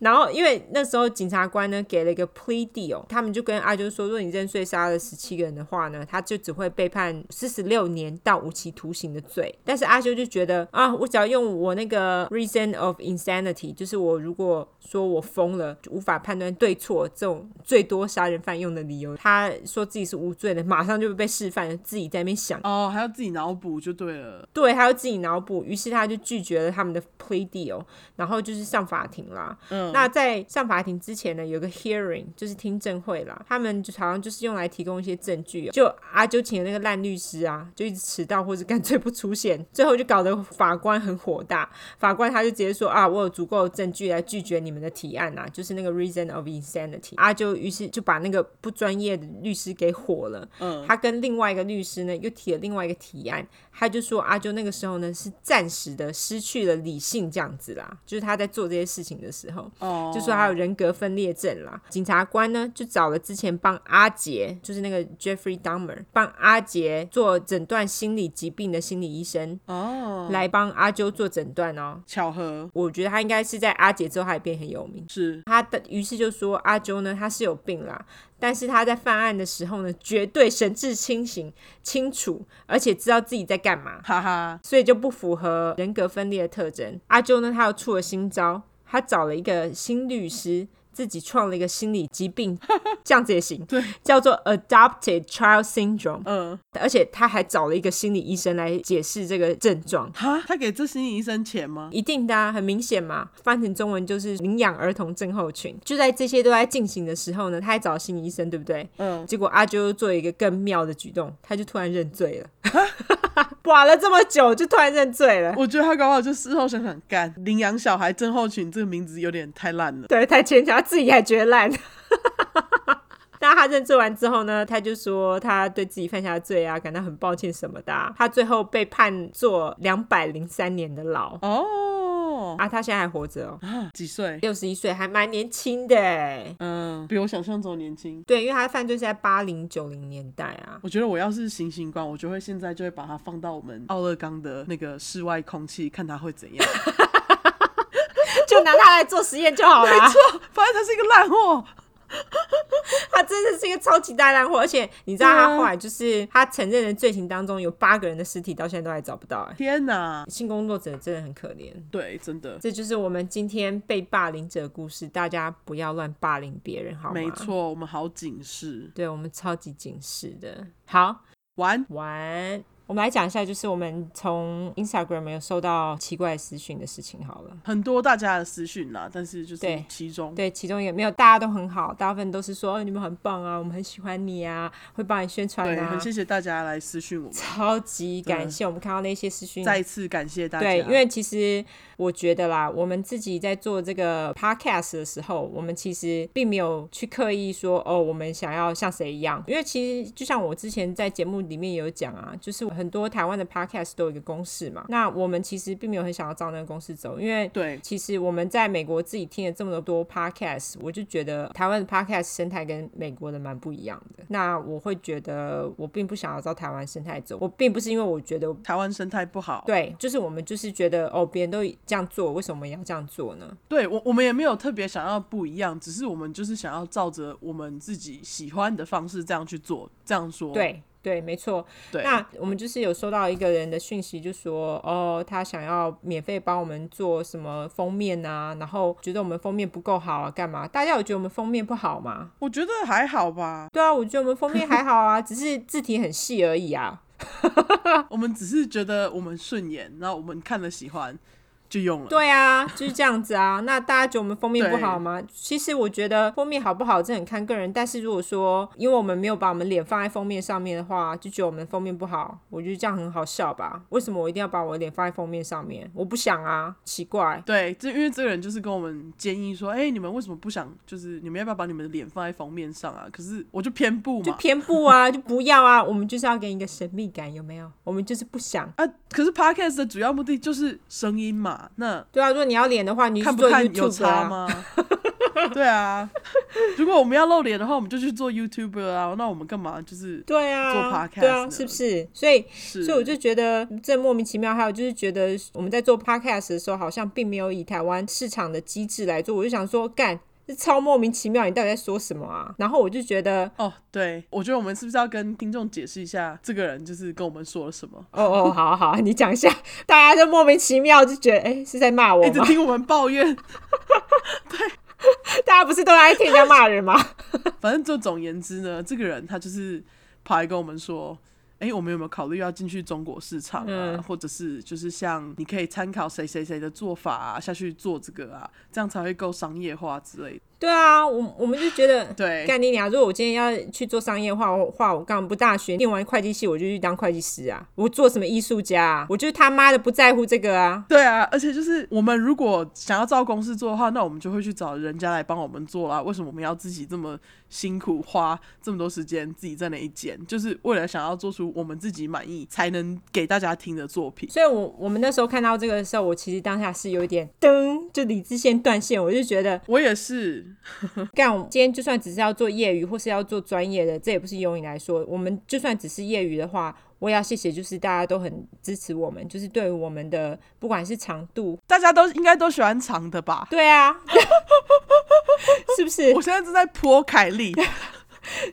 [SPEAKER 2] 然后因为那时候检察官呢给了一个 plea deal，他们就跟阿啾说，如果你认罪杀了十七个人的话呢，他就只会被判四十六年到无期徒刑的罪。但是阿修就觉得啊，我只要用我那个 reason of insanity，就是我如果说我疯了，就无法判断对错这种最多杀人犯用的理由，他说自己是无罪的，马上就被示范，自己在那边想。
[SPEAKER 1] 哦，还要自己脑补就对了。
[SPEAKER 2] 对，他要自己脑补，于是他就拒绝了他们的 plea deal，然后就是上法庭啦。
[SPEAKER 1] 嗯，
[SPEAKER 2] 那在上法庭之前呢，有个 hearing，就是听证会啦。他们就好像就是用来提供一些证据哦。就阿啾请的那个烂律师啊，就一直迟到，或者干脆不出现，最后就搞得法官很火大。法官他就直接说啊，我有足够的证据来拒绝你们的提案啊，就是那个 reason of insanity。阿啾于是就把那个不专业的律师给火了。
[SPEAKER 1] 嗯，
[SPEAKER 2] 他跟另外一个律师呢，又提了另外一个提案，他就说阿啾那个时候呢是暂时的失去了理性这样子啦，就是他在做这些事情的时候，
[SPEAKER 1] 哦，
[SPEAKER 2] 就说他有人格分裂症啦。检察官呢就找了之前帮阿杰，就是那个 Jeffrey Dahmer 帮阿杰做诊断心理疾病的心理医生，
[SPEAKER 1] 哦，
[SPEAKER 2] 来帮阿啾做诊断哦。
[SPEAKER 1] 巧合
[SPEAKER 2] 我觉得他应该是在阿杰之后，他也变很有名。
[SPEAKER 1] 是
[SPEAKER 2] 他的于是就说阿周呢，他是有病啦，但是他在犯案的时候呢，绝对神志清醒、清楚，而且知道自己在干嘛，
[SPEAKER 1] 哈哈，
[SPEAKER 2] 所以就不符合人格分裂的特征。阿周呢，他又出了新招，他找了一个新律师。自己创了一个心理疾病，这样子也行，
[SPEAKER 1] 对，
[SPEAKER 2] 叫做 Adopted Child Syndrome，
[SPEAKER 1] 嗯，
[SPEAKER 2] 而且他还找了一个心理医生来解释这个症状，
[SPEAKER 1] 哈，他给这心理医生钱吗？
[SPEAKER 2] 一定的、啊，很明显嘛。翻成中文就是领养儿童症候群。就在这些都在进行的时候呢，他还找心理医生，对不对？
[SPEAKER 1] 嗯，
[SPEAKER 2] 结果阿啾做一个更妙的举动，他就突然认罪了。 <laughs> 玩了这么久，就突然认罪了。
[SPEAKER 1] <laughs> 我觉得他搞不好就事后想想，干领养小孩症候群这个名字有点太烂了。
[SPEAKER 2] <laughs> 对，太牵强，他自己还觉得烂。 <laughs> 但他认罪完之后呢，他就说他对自己犯下的罪啊感到很抱歉什么的啊、他最后被判坐两百零三年的牢
[SPEAKER 1] 哦，
[SPEAKER 2] 啊，他现在还活着哦，
[SPEAKER 1] 啊几岁？
[SPEAKER 2] 六十一岁，还蛮年轻的哎。
[SPEAKER 1] 嗯，比我想象中年轻。
[SPEAKER 2] 对，因为他的犯罪是在八零九零年代啊。
[SPEAKER 1] 我觉得我要是行刑官，我就会现在就会把它放到我们奥勒冈的那个室外空气，看它会怎
[SPEAKER 2] <laughs>
[SPEAKER 1] 样。
[SPEAKER 2] 就拿他来做实验就好了。啊
[SPEAKER 1] 反正它是一个烂货。
[SPEAKER 2] 他真的是一个超级大烂货，而且你知道
[SPEAKER 1] 对
[SPEAKER 2] 他
[SPEAKER 1] 啊
[SPEAKER 2] 后来就是他承认的罪行当中有八个人的尸体到现在都还找不到、哎，
[SPEAKER 1] 天哪！
[SPEAKER 2] 性工作者真的很可怜。
[SPEAKER 1] 对，真的，
[SPEAKER 2] 这就是我们今天被霸凌者的故事，大家不要乱霸凌别人，好吗？
[SPEAKER 1] 没，错，我们好警示。
[SPEAKER 2] 对我们超级警示的。好，
[SPEAKER 1] 完，
[SPEAKER 2] 完。我们来讲一下，就是我们从 Instagram 有收到奇怪的私讯的事情好了。
[SPEAKER 1] 很多大家的私讯啦，但是就是
[SPEAKER 2] 对
[SPEAKER 1] 其中，
[SPEAKER 2] 对，其中也没有，大家都很好，大部分都是说、哦、你们很棒啊，我们很喜欢你啊，会帮你宣传
[SPEAKER 1] 对，
[SPEAKER 2] 啊
[SPEAKER 1] 很，谢谢大家来私讯我们，
[SPEAKER 2] 超级感
[SPEAKER 1] 对
[SPEAKER 2] 谢我们看到那些私讯。
[SPEAKER 1] 再次感谢大家。
[SPEAKER 2] 嗯对，因为其实我觉得啦，我们自己在做这个 podcast 的时候，我们其实并没有去刻意说哦，我们想要像谁一样，因为其实就像我之前在节目里面有讲啊，就是很多台湾的 podcast 都有一个公式嘛，那我们其实并没有很想要照那个公式走，因为
[SPEAKER 1] 对
[SPEAKER 2] 其实我们在美国自己听了这么多 podcast，我就觉得台湾的 podcast 生态跟美国的蛮不一样的。那我会觉得我并不想要照台湾生态走，我并不是因为我觉得
[SPEAKER 1] 台湾生态不好，
[SPEAKER 2] 对，就是我们就是觉得哦，别人都这样做，为什么我们也要这样做呢？
[SPEAKER 1] 对我我们也没有特别想要不一样，只是我们就是想要照着我们自己喜欢的方式这样去做，这样说。
[SPEAKER 2] 对。对，没错。
[SPEAKER 1] 哦对，
[SPEAKER 2] 那我们就是有收到一个人的讯息，就说哦，他想要免费帮我们做什么封面啊，然后觉得我们封面不够好啊，干嘛？大家有觉得我们封面不好吗？
[SPEAKER 1] 我觉得还好吧，
[SPEAKER 2] 对啊，我觉得我们封面还好啊，只 <laughs> 是字体很细而已啊。
[SPEAKER 1] 我们只是觉得我们顺眼，然后我们看了喜欢就用了。
[SPEAKER 2] 对啊，就是这样子啊。那大家觉得我们封面不
[SPEAKER 1] 对
[SPEAKER 2] 好吗？其实我觉得封面好不好，这很看个人。但是如果说因为我们没有把我们脸放在封面上面的话，就觉得我们封面不好，我觉得这样很好笑吧？为什么我一定要把我的脸放在封面上面？我不想啊，奇怪。
[SPEAKER 1] 对，这因为这个人就是跟我们建议说，哎、你们为什么不想，就是你们要不要把你们的脸放在封面上啊？可是我就偏不
[SPEAKER 2] 就
[SPEAKER 1] 嘛，
[SPEAKER 2] 偏不啊，就不要啊！我们就是要给你一个神秘感，有没有？我们就是不想。
[SPEAKER 1] 啊，可是 podcast 的主要目的就是声音嘛，那
[SPEAKER 2] 对啊，如果你要脸的话，你就
[SPEAKER 1] 看
[SPEAKER 2] 去
[SPEAKER 1] 不
[SPEAKER 2] 做
[SPEAKER 1] 看有
[SPEAKER 2] YouTube
[SPEAKER 1] 差
[SPEAKER 2] 啊。
[SPEAKER 1] 吗？ <laughs> 对啊，如果我们要露脸的话，我们就去做 YouTuber 啊。那我们干嘛？就是
[SPEAKER 2] 对啊，
[SPEAKER 1] 做 podcast
[SPEAKER 2] 对啊，
[SPEAKER 1] 呢
[SPEAKER 2] 是不是？所以，
[SPEAKER 1] 是，
[SPEAKER 2] 所以我就觉得这莫名其妙。还有就是觉得我们在做 podcast 的时候，好像并没有以台湾市场的机制来做。我就想说，干，这超莫名其妙，你到底在说什么啊？然后我就觉得，
[SPEAKER 1] 哦，对，我觉得我们是不是要跟听众解释一下，这个人就是跟我们说了什么？
[SPEAKER 2] 哦哦，好啊好啊，你讲一下， <laughs> 大家就莫名其妙就觉得，哎、是在骂我
[SPEAKER 1] 一直
[SPEAKER 2] 吗？
[SPEAKER 1] 听我们抱怨。
[SPEAKER 2] <laughs> 大家不是都爱听人家骂人吗？ <laughs>
[SPEAKER 1] 反正就总言之呢，这个人他就是跑来跟我们说。哎、我们有没有考虑要进去中国市场啊？
[SPEAKER 2] 嗯
[SPEAKER 1] 或者是就是像你可以参考谁谁谁的做法啊，下去做这个啊，这样才会够商业化之类的。
[SPEAKER 2] 对啊，我我们就觉得，
[SPEAKER 1] 对
[SPEAKER 2] 干你娘！如果我今天要去做商业化我话，我干嘛不大学念完会计系我就去当会计师啊？我做什么艺术家啊？我就他妈的不在乎这个啊！
[SPEAKER 1] 对啊，而且就是我们如果想要照公司做的话，那我们就会去找人家来帮我们做啦。为什么我们要自己这么辛苦，花这么多时间自己在那一间，就是为了想要做出我们自己满意才能给大家听的作品？
[SPEAKER 2] 所以我，我们那时候看到这个的时候，我其实当下是有一点噔，就理智线断线，我就觉得嗯
[SPEAKER 1] 我也是，
[SPEAKER 2] 干，我们今天就算只是要做业余或是要做专业的，这也不是由你来说。我们就算只是业余的话，我也要谢谢，就是大家都很支持我们，就是对于我们的不管是长度，
[SPEAKER 1] 大家都应该都喜欢长的吧？
[SPEAKER 2] 对啊， <laughs> 是不是
[SPEAKER 1] 我？现在正在泼凯莉，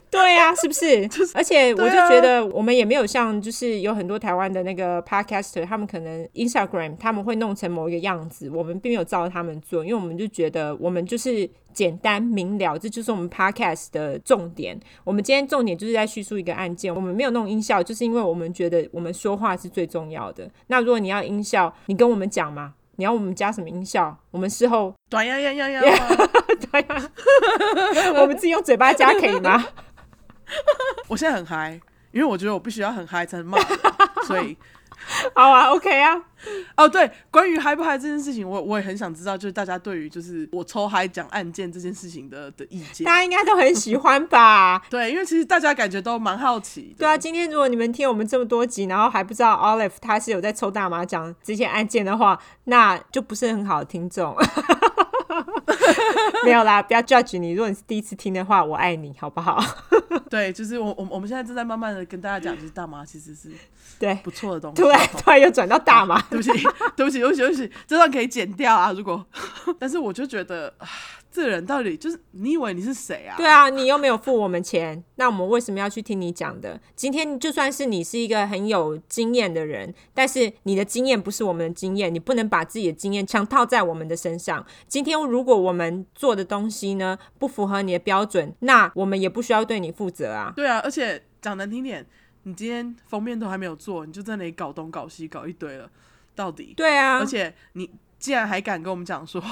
[SPEAKER 2] 对啊，是不是？而且我
[SPEAKER 1] 对
[SPEAKER 2] 就
[SPEAKER 1] 啊
[SPEAKER 2] 觉得我们也没有像，就是有很多台湾的那个 podcaster，他们可能 Instagram 他们会弄成某一个样子，我们并没有照他们做，因为我们就觉得我们就是简单明了，这就是我们 podcast 的重点。我们今天重点就是在叙述一个案件，我们没有弄音效，就是因为我们觉得我们说话是最重要的。那如果你要音效，你跟我们讲嘛。你要我们加什么音效？我们事后， <laughs>
[SPEAKER 1] 短呀呀呀呀啊！
[SPEAKER 2] 对呀、我们自己用嘴巴加可以吗？
[SPEAKER 1] 我现在很嗨，因为我觉得我必须要很嗨才能骂人，所以
[SPEAKER 2] 好啊，OK 啊，
[SPEAKER 1] 哦，对，关于嗨不嗨这件事情，我我也很想知道，就是大家对于就是我抽嗨讲案件这件事情的的意见？
[SPEAKER 2] 大。家应该都很喜欢吧
[SPEAKER 1] 对，因为其实大家感觉都蛮好奇的。
[SPEAKER 2] 对啊，今天如果你们听我们这么多集，然后还不知道 Olive 他是有在抽大麻奖这些案件的话，那就不是很好的听众。没有啦，不要 judge 你。如果你是第一次听的话，我爱你，好不好？
[SPEAKER 1] 对，就是我我我们现在正在慢慢的跟大家讲，就是大麻其实是
[SPEAKER 2] 对，
[SPEAKER 1] 不错的东西。
[SPEAKER 2] 突然
[SPEAKER 1] 好
[SPEAKER 2] 突然又转到大麻，
[SPEAKER 1] 对不起，对不起，对不起，对不起，这段可以剪掉啊。如果， <laughs> 但是我就觉得，啊这人到底就是你以为你是谁啊？
[SPEAKER 2] 对啊，你又没有付我们钱，那我们为什么要去听你讲的？今天就算是你是一个很有经验的人，但是你的经验不是我们的经验，你不能把自己的经验强套在我们的身上。今天如果我们做的东西呢不符合你的标准，那我们也不需要对你负责啊。
[SPEAKER 1] 对啊，而且讲难听点，你今天封面都还没有做，你就在那里搞东搞西搞一堆了，到底？
[SPEAKER 2] 对啊，
[SPEAKER 1] 而且你既然还敢跟我们讲说， <laughs>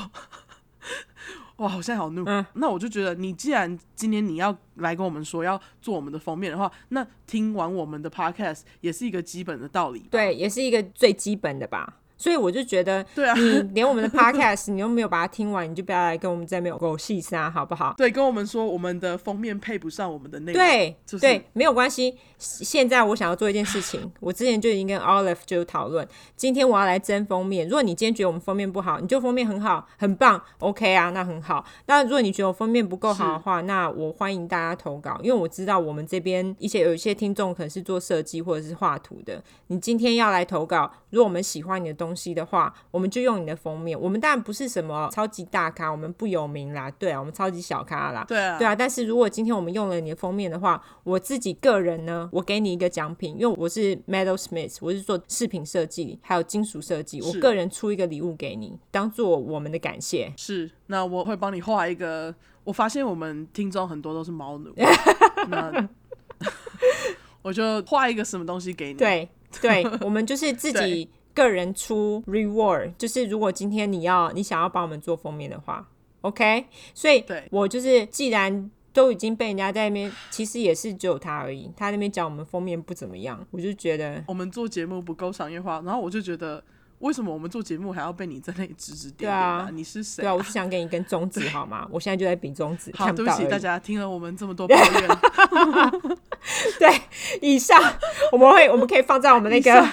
[SPEAKER 1] 哇，我现在好怒。
[SPEAKER 2] 嗯
[SPEAKER 1] 那我就觉得，你既然今天你要来跟我们说要做我们的封面的话，那听完我们的 podcast 也是一个基本的道理。
[SPEAKER 2] 对，也是一个最基本的吧。所以我就觉得，
[SPEAKER 1] 对啊
[SPEAKER 2] 你 <laughs> 连我们的 podcast 你都没有把它听完，你就不要来跟我们在没有狗戏杀，好不好？
[SPEAKER 1] 对，跟我们说我们的封面配不上我们的内容。
[SPEAKER 2] 对、
[SPEAKER 1] 就是
[SPEAKER 2] 对，没有关系。现在我想要做一件事情，我之前就已经跟 Olive 就有讨论，今天我要来争封面。如果你今天觉得我们封面不好，你就封面很好，很棒，OK 啊，那很好。那如果你觉得我封面不够好的话，那我欢迎大家投稿，因为我知道我们这边一些有一些听众可能是做设计或者是画图的，你今天要来投稿，如果我们喜欢你的东西的话，我们就用你的封面。我们当然不是什么超级大咖，我们不有名啦，对啊，我们超级小咖啦，
[SPEAKER 1] 对啊，
[SPEAKER 2] 对啊，但是如果今天我们用了你的封面的话，我自己个人呢，我给你一个奖品，因为我是 Metal Smith，我是做饰品设计还有金属设计，我
[SPEAKER 1] 是
[SPEAKER 2] 个人出一个礼物给你，当做我们的感谢。
[SPEAKER 1] 是。那我会帮你画一个。我发现我们听众很多都是猫
[SPEAKER 2] <laughs>
[SPEAKER 1] 奴，那我就画一个什么东西给你。 <laughs>
[SPEAKER 2] 对对，我们就是自己个人出 reward，就是如果今天你要你想要帮我们做封面的话，OK，所以
[SPEAKER 1] 对
[SPEAKER 2] 我就是既然。都已经被人家在那边，其实也是只有他而已。他那边讲我们封面不怎么样，我就觉得
[SPEAKER 1] 我们做节目不够商业化，然后我就觉得，为什么我们做节目还要被你在那里指指点点、
[SPEAKER 2] 对啊
[SPEAKER 1] 你是谁
[SPEAKER 2] 对啊，我是想给你一根中指好吗？我现在就在比中指，
[SPEAKER 1] 好，
[SPEAKER 2] 看
[SPEAKER 1] 对
[SPEAKER 2] 不
[SPEAKER 1] 不
[SPEAKER 2] 到
[SPEAKER 1] 起
[SPEAKER 2] 而
[SPEAKER 1] 大
[SPEAKER 2] 已。
[SPEAKER 1] 家，听了我们这么多抱
[SPEAKER 2] <laughs>
[SPEAKER 1] 怨，
[SPEAKER 2] 以上 <laughs> 我们会，我们可以放在我们那
[SPEAKER 1] 以
[SPEAKER 2] 个
[SPEAKER 1] 上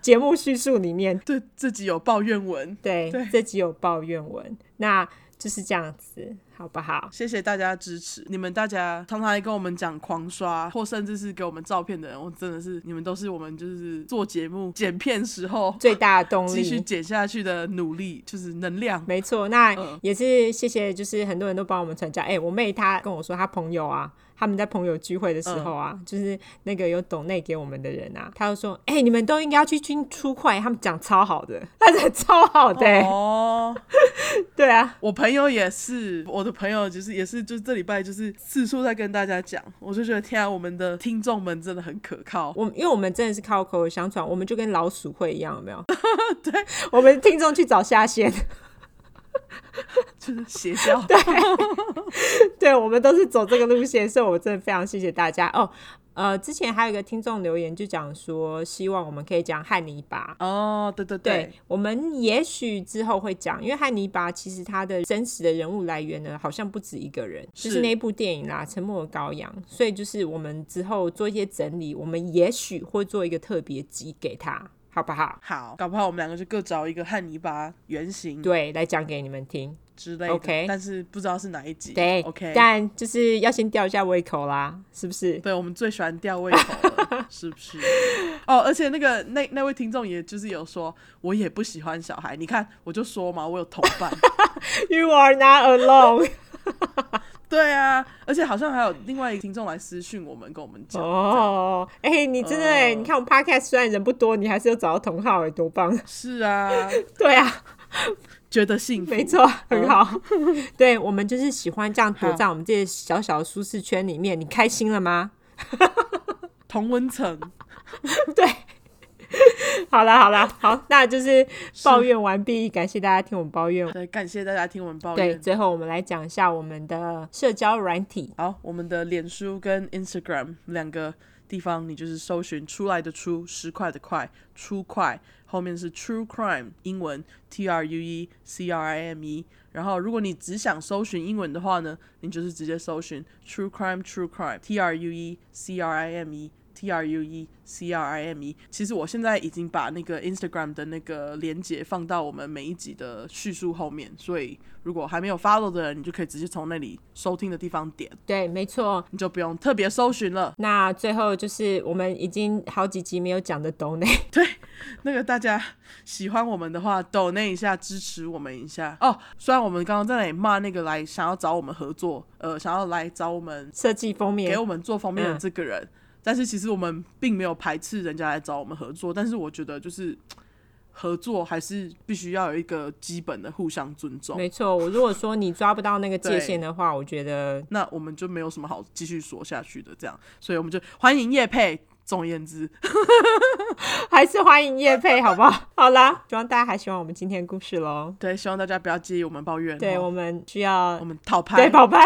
[SPEAKER 2] 节目叙述里面。
[SPEAKER 1] 对自己有抱怨文。
[SPEAKER 2] 对，
[SPEAKER 1] 对
[SPEAKER 2] 这集有抱怨文，那就是这样子。好不好？
[SPEAKER 1] 谢谢大家的支持，你们大家常常来跟我们讲狂刷，或甚至是给我们照片的人，我真的是你们都是我们就是做节目剪片时候
[SPEAKER 2] 最大的动
[SPEAKER 1] 继续
[SPEAKER 2] 力。
[SPEAKER 1] 剪下去的努力，就是能量。
[SPEAKER 2] 没错，那
[SPEAKER 1] 嗯
[SPEAKER 2] 也是谢谢，就是很多人都帮我们传教。哎、我妹她跟我说，她朋友啊，他们在朋友聚会的时
[SPEAKER 1] 嗯
[SPEAKER 2] 候啊，就是那个有懂内给我们的人啊，她就说，哎、你们都应该要去听出快，他们讲超好的，他讲超好的、欸
[SPEAKER 1] 哦，
[SPEAKER 2] 对啊，
[SPEAKER 1] 我朋友也是，我的朋友就是也是，就是这礼拜就是四处在跟大家讲，我就觉得天啊，我们的听众们真的很可靠。
[SPEAKER 2] 我们因为我们真的是靠口口相传，我们就跟老鼠会一样，有没 <laughs> 有？对，我们听众去找下线， <laughs>
[SPEAKER 1] 就是邪教，
[SPEAKER 2] 对我们都是走这个路线，所以我真的非常谢谢大家哦。呃，之前还有一个听众留言就讲说，希望我们可以讲汉尼拔。
[SPEAKER 1] 哦，对对
[SPEAKER 2] 对，我们也许之后会讲，因为汉尼拔其实他的真实的人物来源呢，好像不止一个人，就是
[SPEAKER 1] 是
[SPEAKER 2] 那部电影啦，《沉默的羔羊》。所以就是我们之后做一些整理，我们也许会做一个特别集给他，好不好？
[SPEAKER 1] 好，搞不好我们两个就各找一个汉尼拔原型
[SPEAKER 2] 对，来讲给你们听。
[SPEAKER 1] 之类的
[SPEAKER 2] OK
[SPEAKER 1] 但是不知道是哪一集。
[SPEAKER 2] 对
[SPEAKER 1] ，OK，
[SPEAKER 2] 但就是要先吊一下胃口啦，是不是？
[SPEAKER 1] 对我们最喜欢吊胃口
[SPEAKER 2] <laughs>
[SPEAKER 1] 了，是不是？哦，而且那个那那位听众也就是有说，我也不喜欢小孩。你看，我就说嘛，我有同
[SPEAKER 2] <laughs>
[SPEAKER 1] 伴。
[SPEAKER 2] You are not
[SPEAKER 1] <laughs>
[SPEAKER 2] alone
[SPEAKER 1] 对啊，而且好像还有另外一个听众来私讯我们，跟我们讲。
[SPEAKER 2] 哦，哎、你真的哎、
[SPEAKER 1] 嗯
[SPEAKER 2] 你看我们 podcast 虽然人不多，你还是有找到同好哎、多棒！
[SPEAKER 1] 是啊，
[SPEAKER 2] <laughs> 对
[SPEAKER 1] <laughs>
[SPEAKER 2] 啊，
[SPEAKER 1] 觉得幸福。
[SPEAKER 2] 没错，很好。
[SPEAKER 1] 嗯
[SPEAKER 2] <laughs> 对我们就是喜欢这样躲
[SPEAKER 1] 好
[SPEAKER 2] 在我们这些小小的舒适圈里面，你开心
[SPEAKER 1] <laughs>
[SPEAKER 2] 了吗？
[SPEAKER 1] 同温层，
[SPEAKER 2] 好啦，好啦，好，那就是抱怨完毕，感谢大家听我们抱怨。
[SPEAKER 1] 对，感谢大家听我们抱
[SPEAKER 2] 对，
[SPEAKER 1] 怨。
[SPEAKER 2] 最后我们来讲一下我们的社交软体。
[SPEAKER 1] 好，我们的脸书跟 Instagram 两个地方，你就是搜寻出来的出，十块的块，出块，后面是 True Crime 英文 T R U E C R I M E。然后，如果你只想搜寻英文的话呢，你就是直接搜寻 True Crime True Crime T R U E C R I M E。T R U E C R I M E，其实我现在已经把那个 Instagram 的那个连接放到我们每一集的叙述后面，所以如果还没有 follow 的人，你就可以直接从那里收听的地方点。
[SPEAKER 2] 对，没错。
[SPEAKER 1] 你就不用特别搜寻了。
[SPEAKER 2] 那最后就是我们已经好几集没有讲的 d o
[SPEAKER 1] 那个大家喜欢我们的话，抖那一下支持我们一下哦。虽然我们刚刚在那里骂那个来想要找我们合作，呃，想要来找我们
[SPEAKER 2] 设计封面
[SPEAKER 1] 给我们做封
[SPEAKER 2] 嗯
[SPEAKER 1] 面的这个人，但是其实我们并没有排斥人家来找我们合作，但是我觉得就是。合作还是必须要有一个基本的互相尊重，
[SPEAKER 2] 没错，我如果说你抓不到那个界
[SPEAKER 1] 对
[SPEAKER 2] 限的话，我觉得
[SPEAKER 1] 那我们就没有什么好继续说下去的。这样，所以我们就欢迎叶佩。总而言之，
[SPEAKER 2] <laughs>
[SPEAKER 1] <laughs>
[SPEAKER 2] 还是欢迎叶配，好不 <laughs> 好？好啦，希望大家还喜欢我们今天的故事喽。
[SPEAKER 1] 对，希望大家不要介意我们抱怨。
[SPEAKER 2] 对
[SPEAKER 1] 哦
[SPEAKER 2] 我们需要
[SPEAKER 1] 我们讨拍，
[SPEAKER 2] 对宝贝，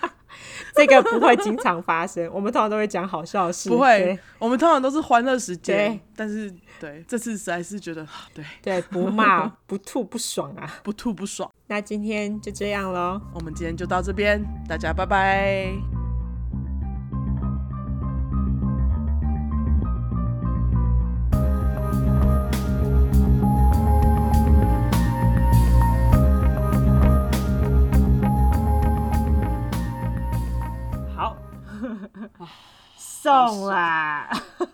[SPEAKER 2] <laughs> 这个不会经常发生，我们通常都会讲好笑的事。
[SPEAKER 1] 不会，我们通常都是欢乐时间
[SPEAKER 2] 对，
[SPEAKER 1] 但是对这次实在是觉得啊对
[SPEAKER 2] 对，对，不骂不吐不爽啊。
[SPEAKER 1] 不吐不爽。
[SPEAKER 2] 那今天就这样喽。
[SPEAKER 1] 我们今天就到这边，大家拜拜。
[SPEAKER 2] <laughs> 好，送啦。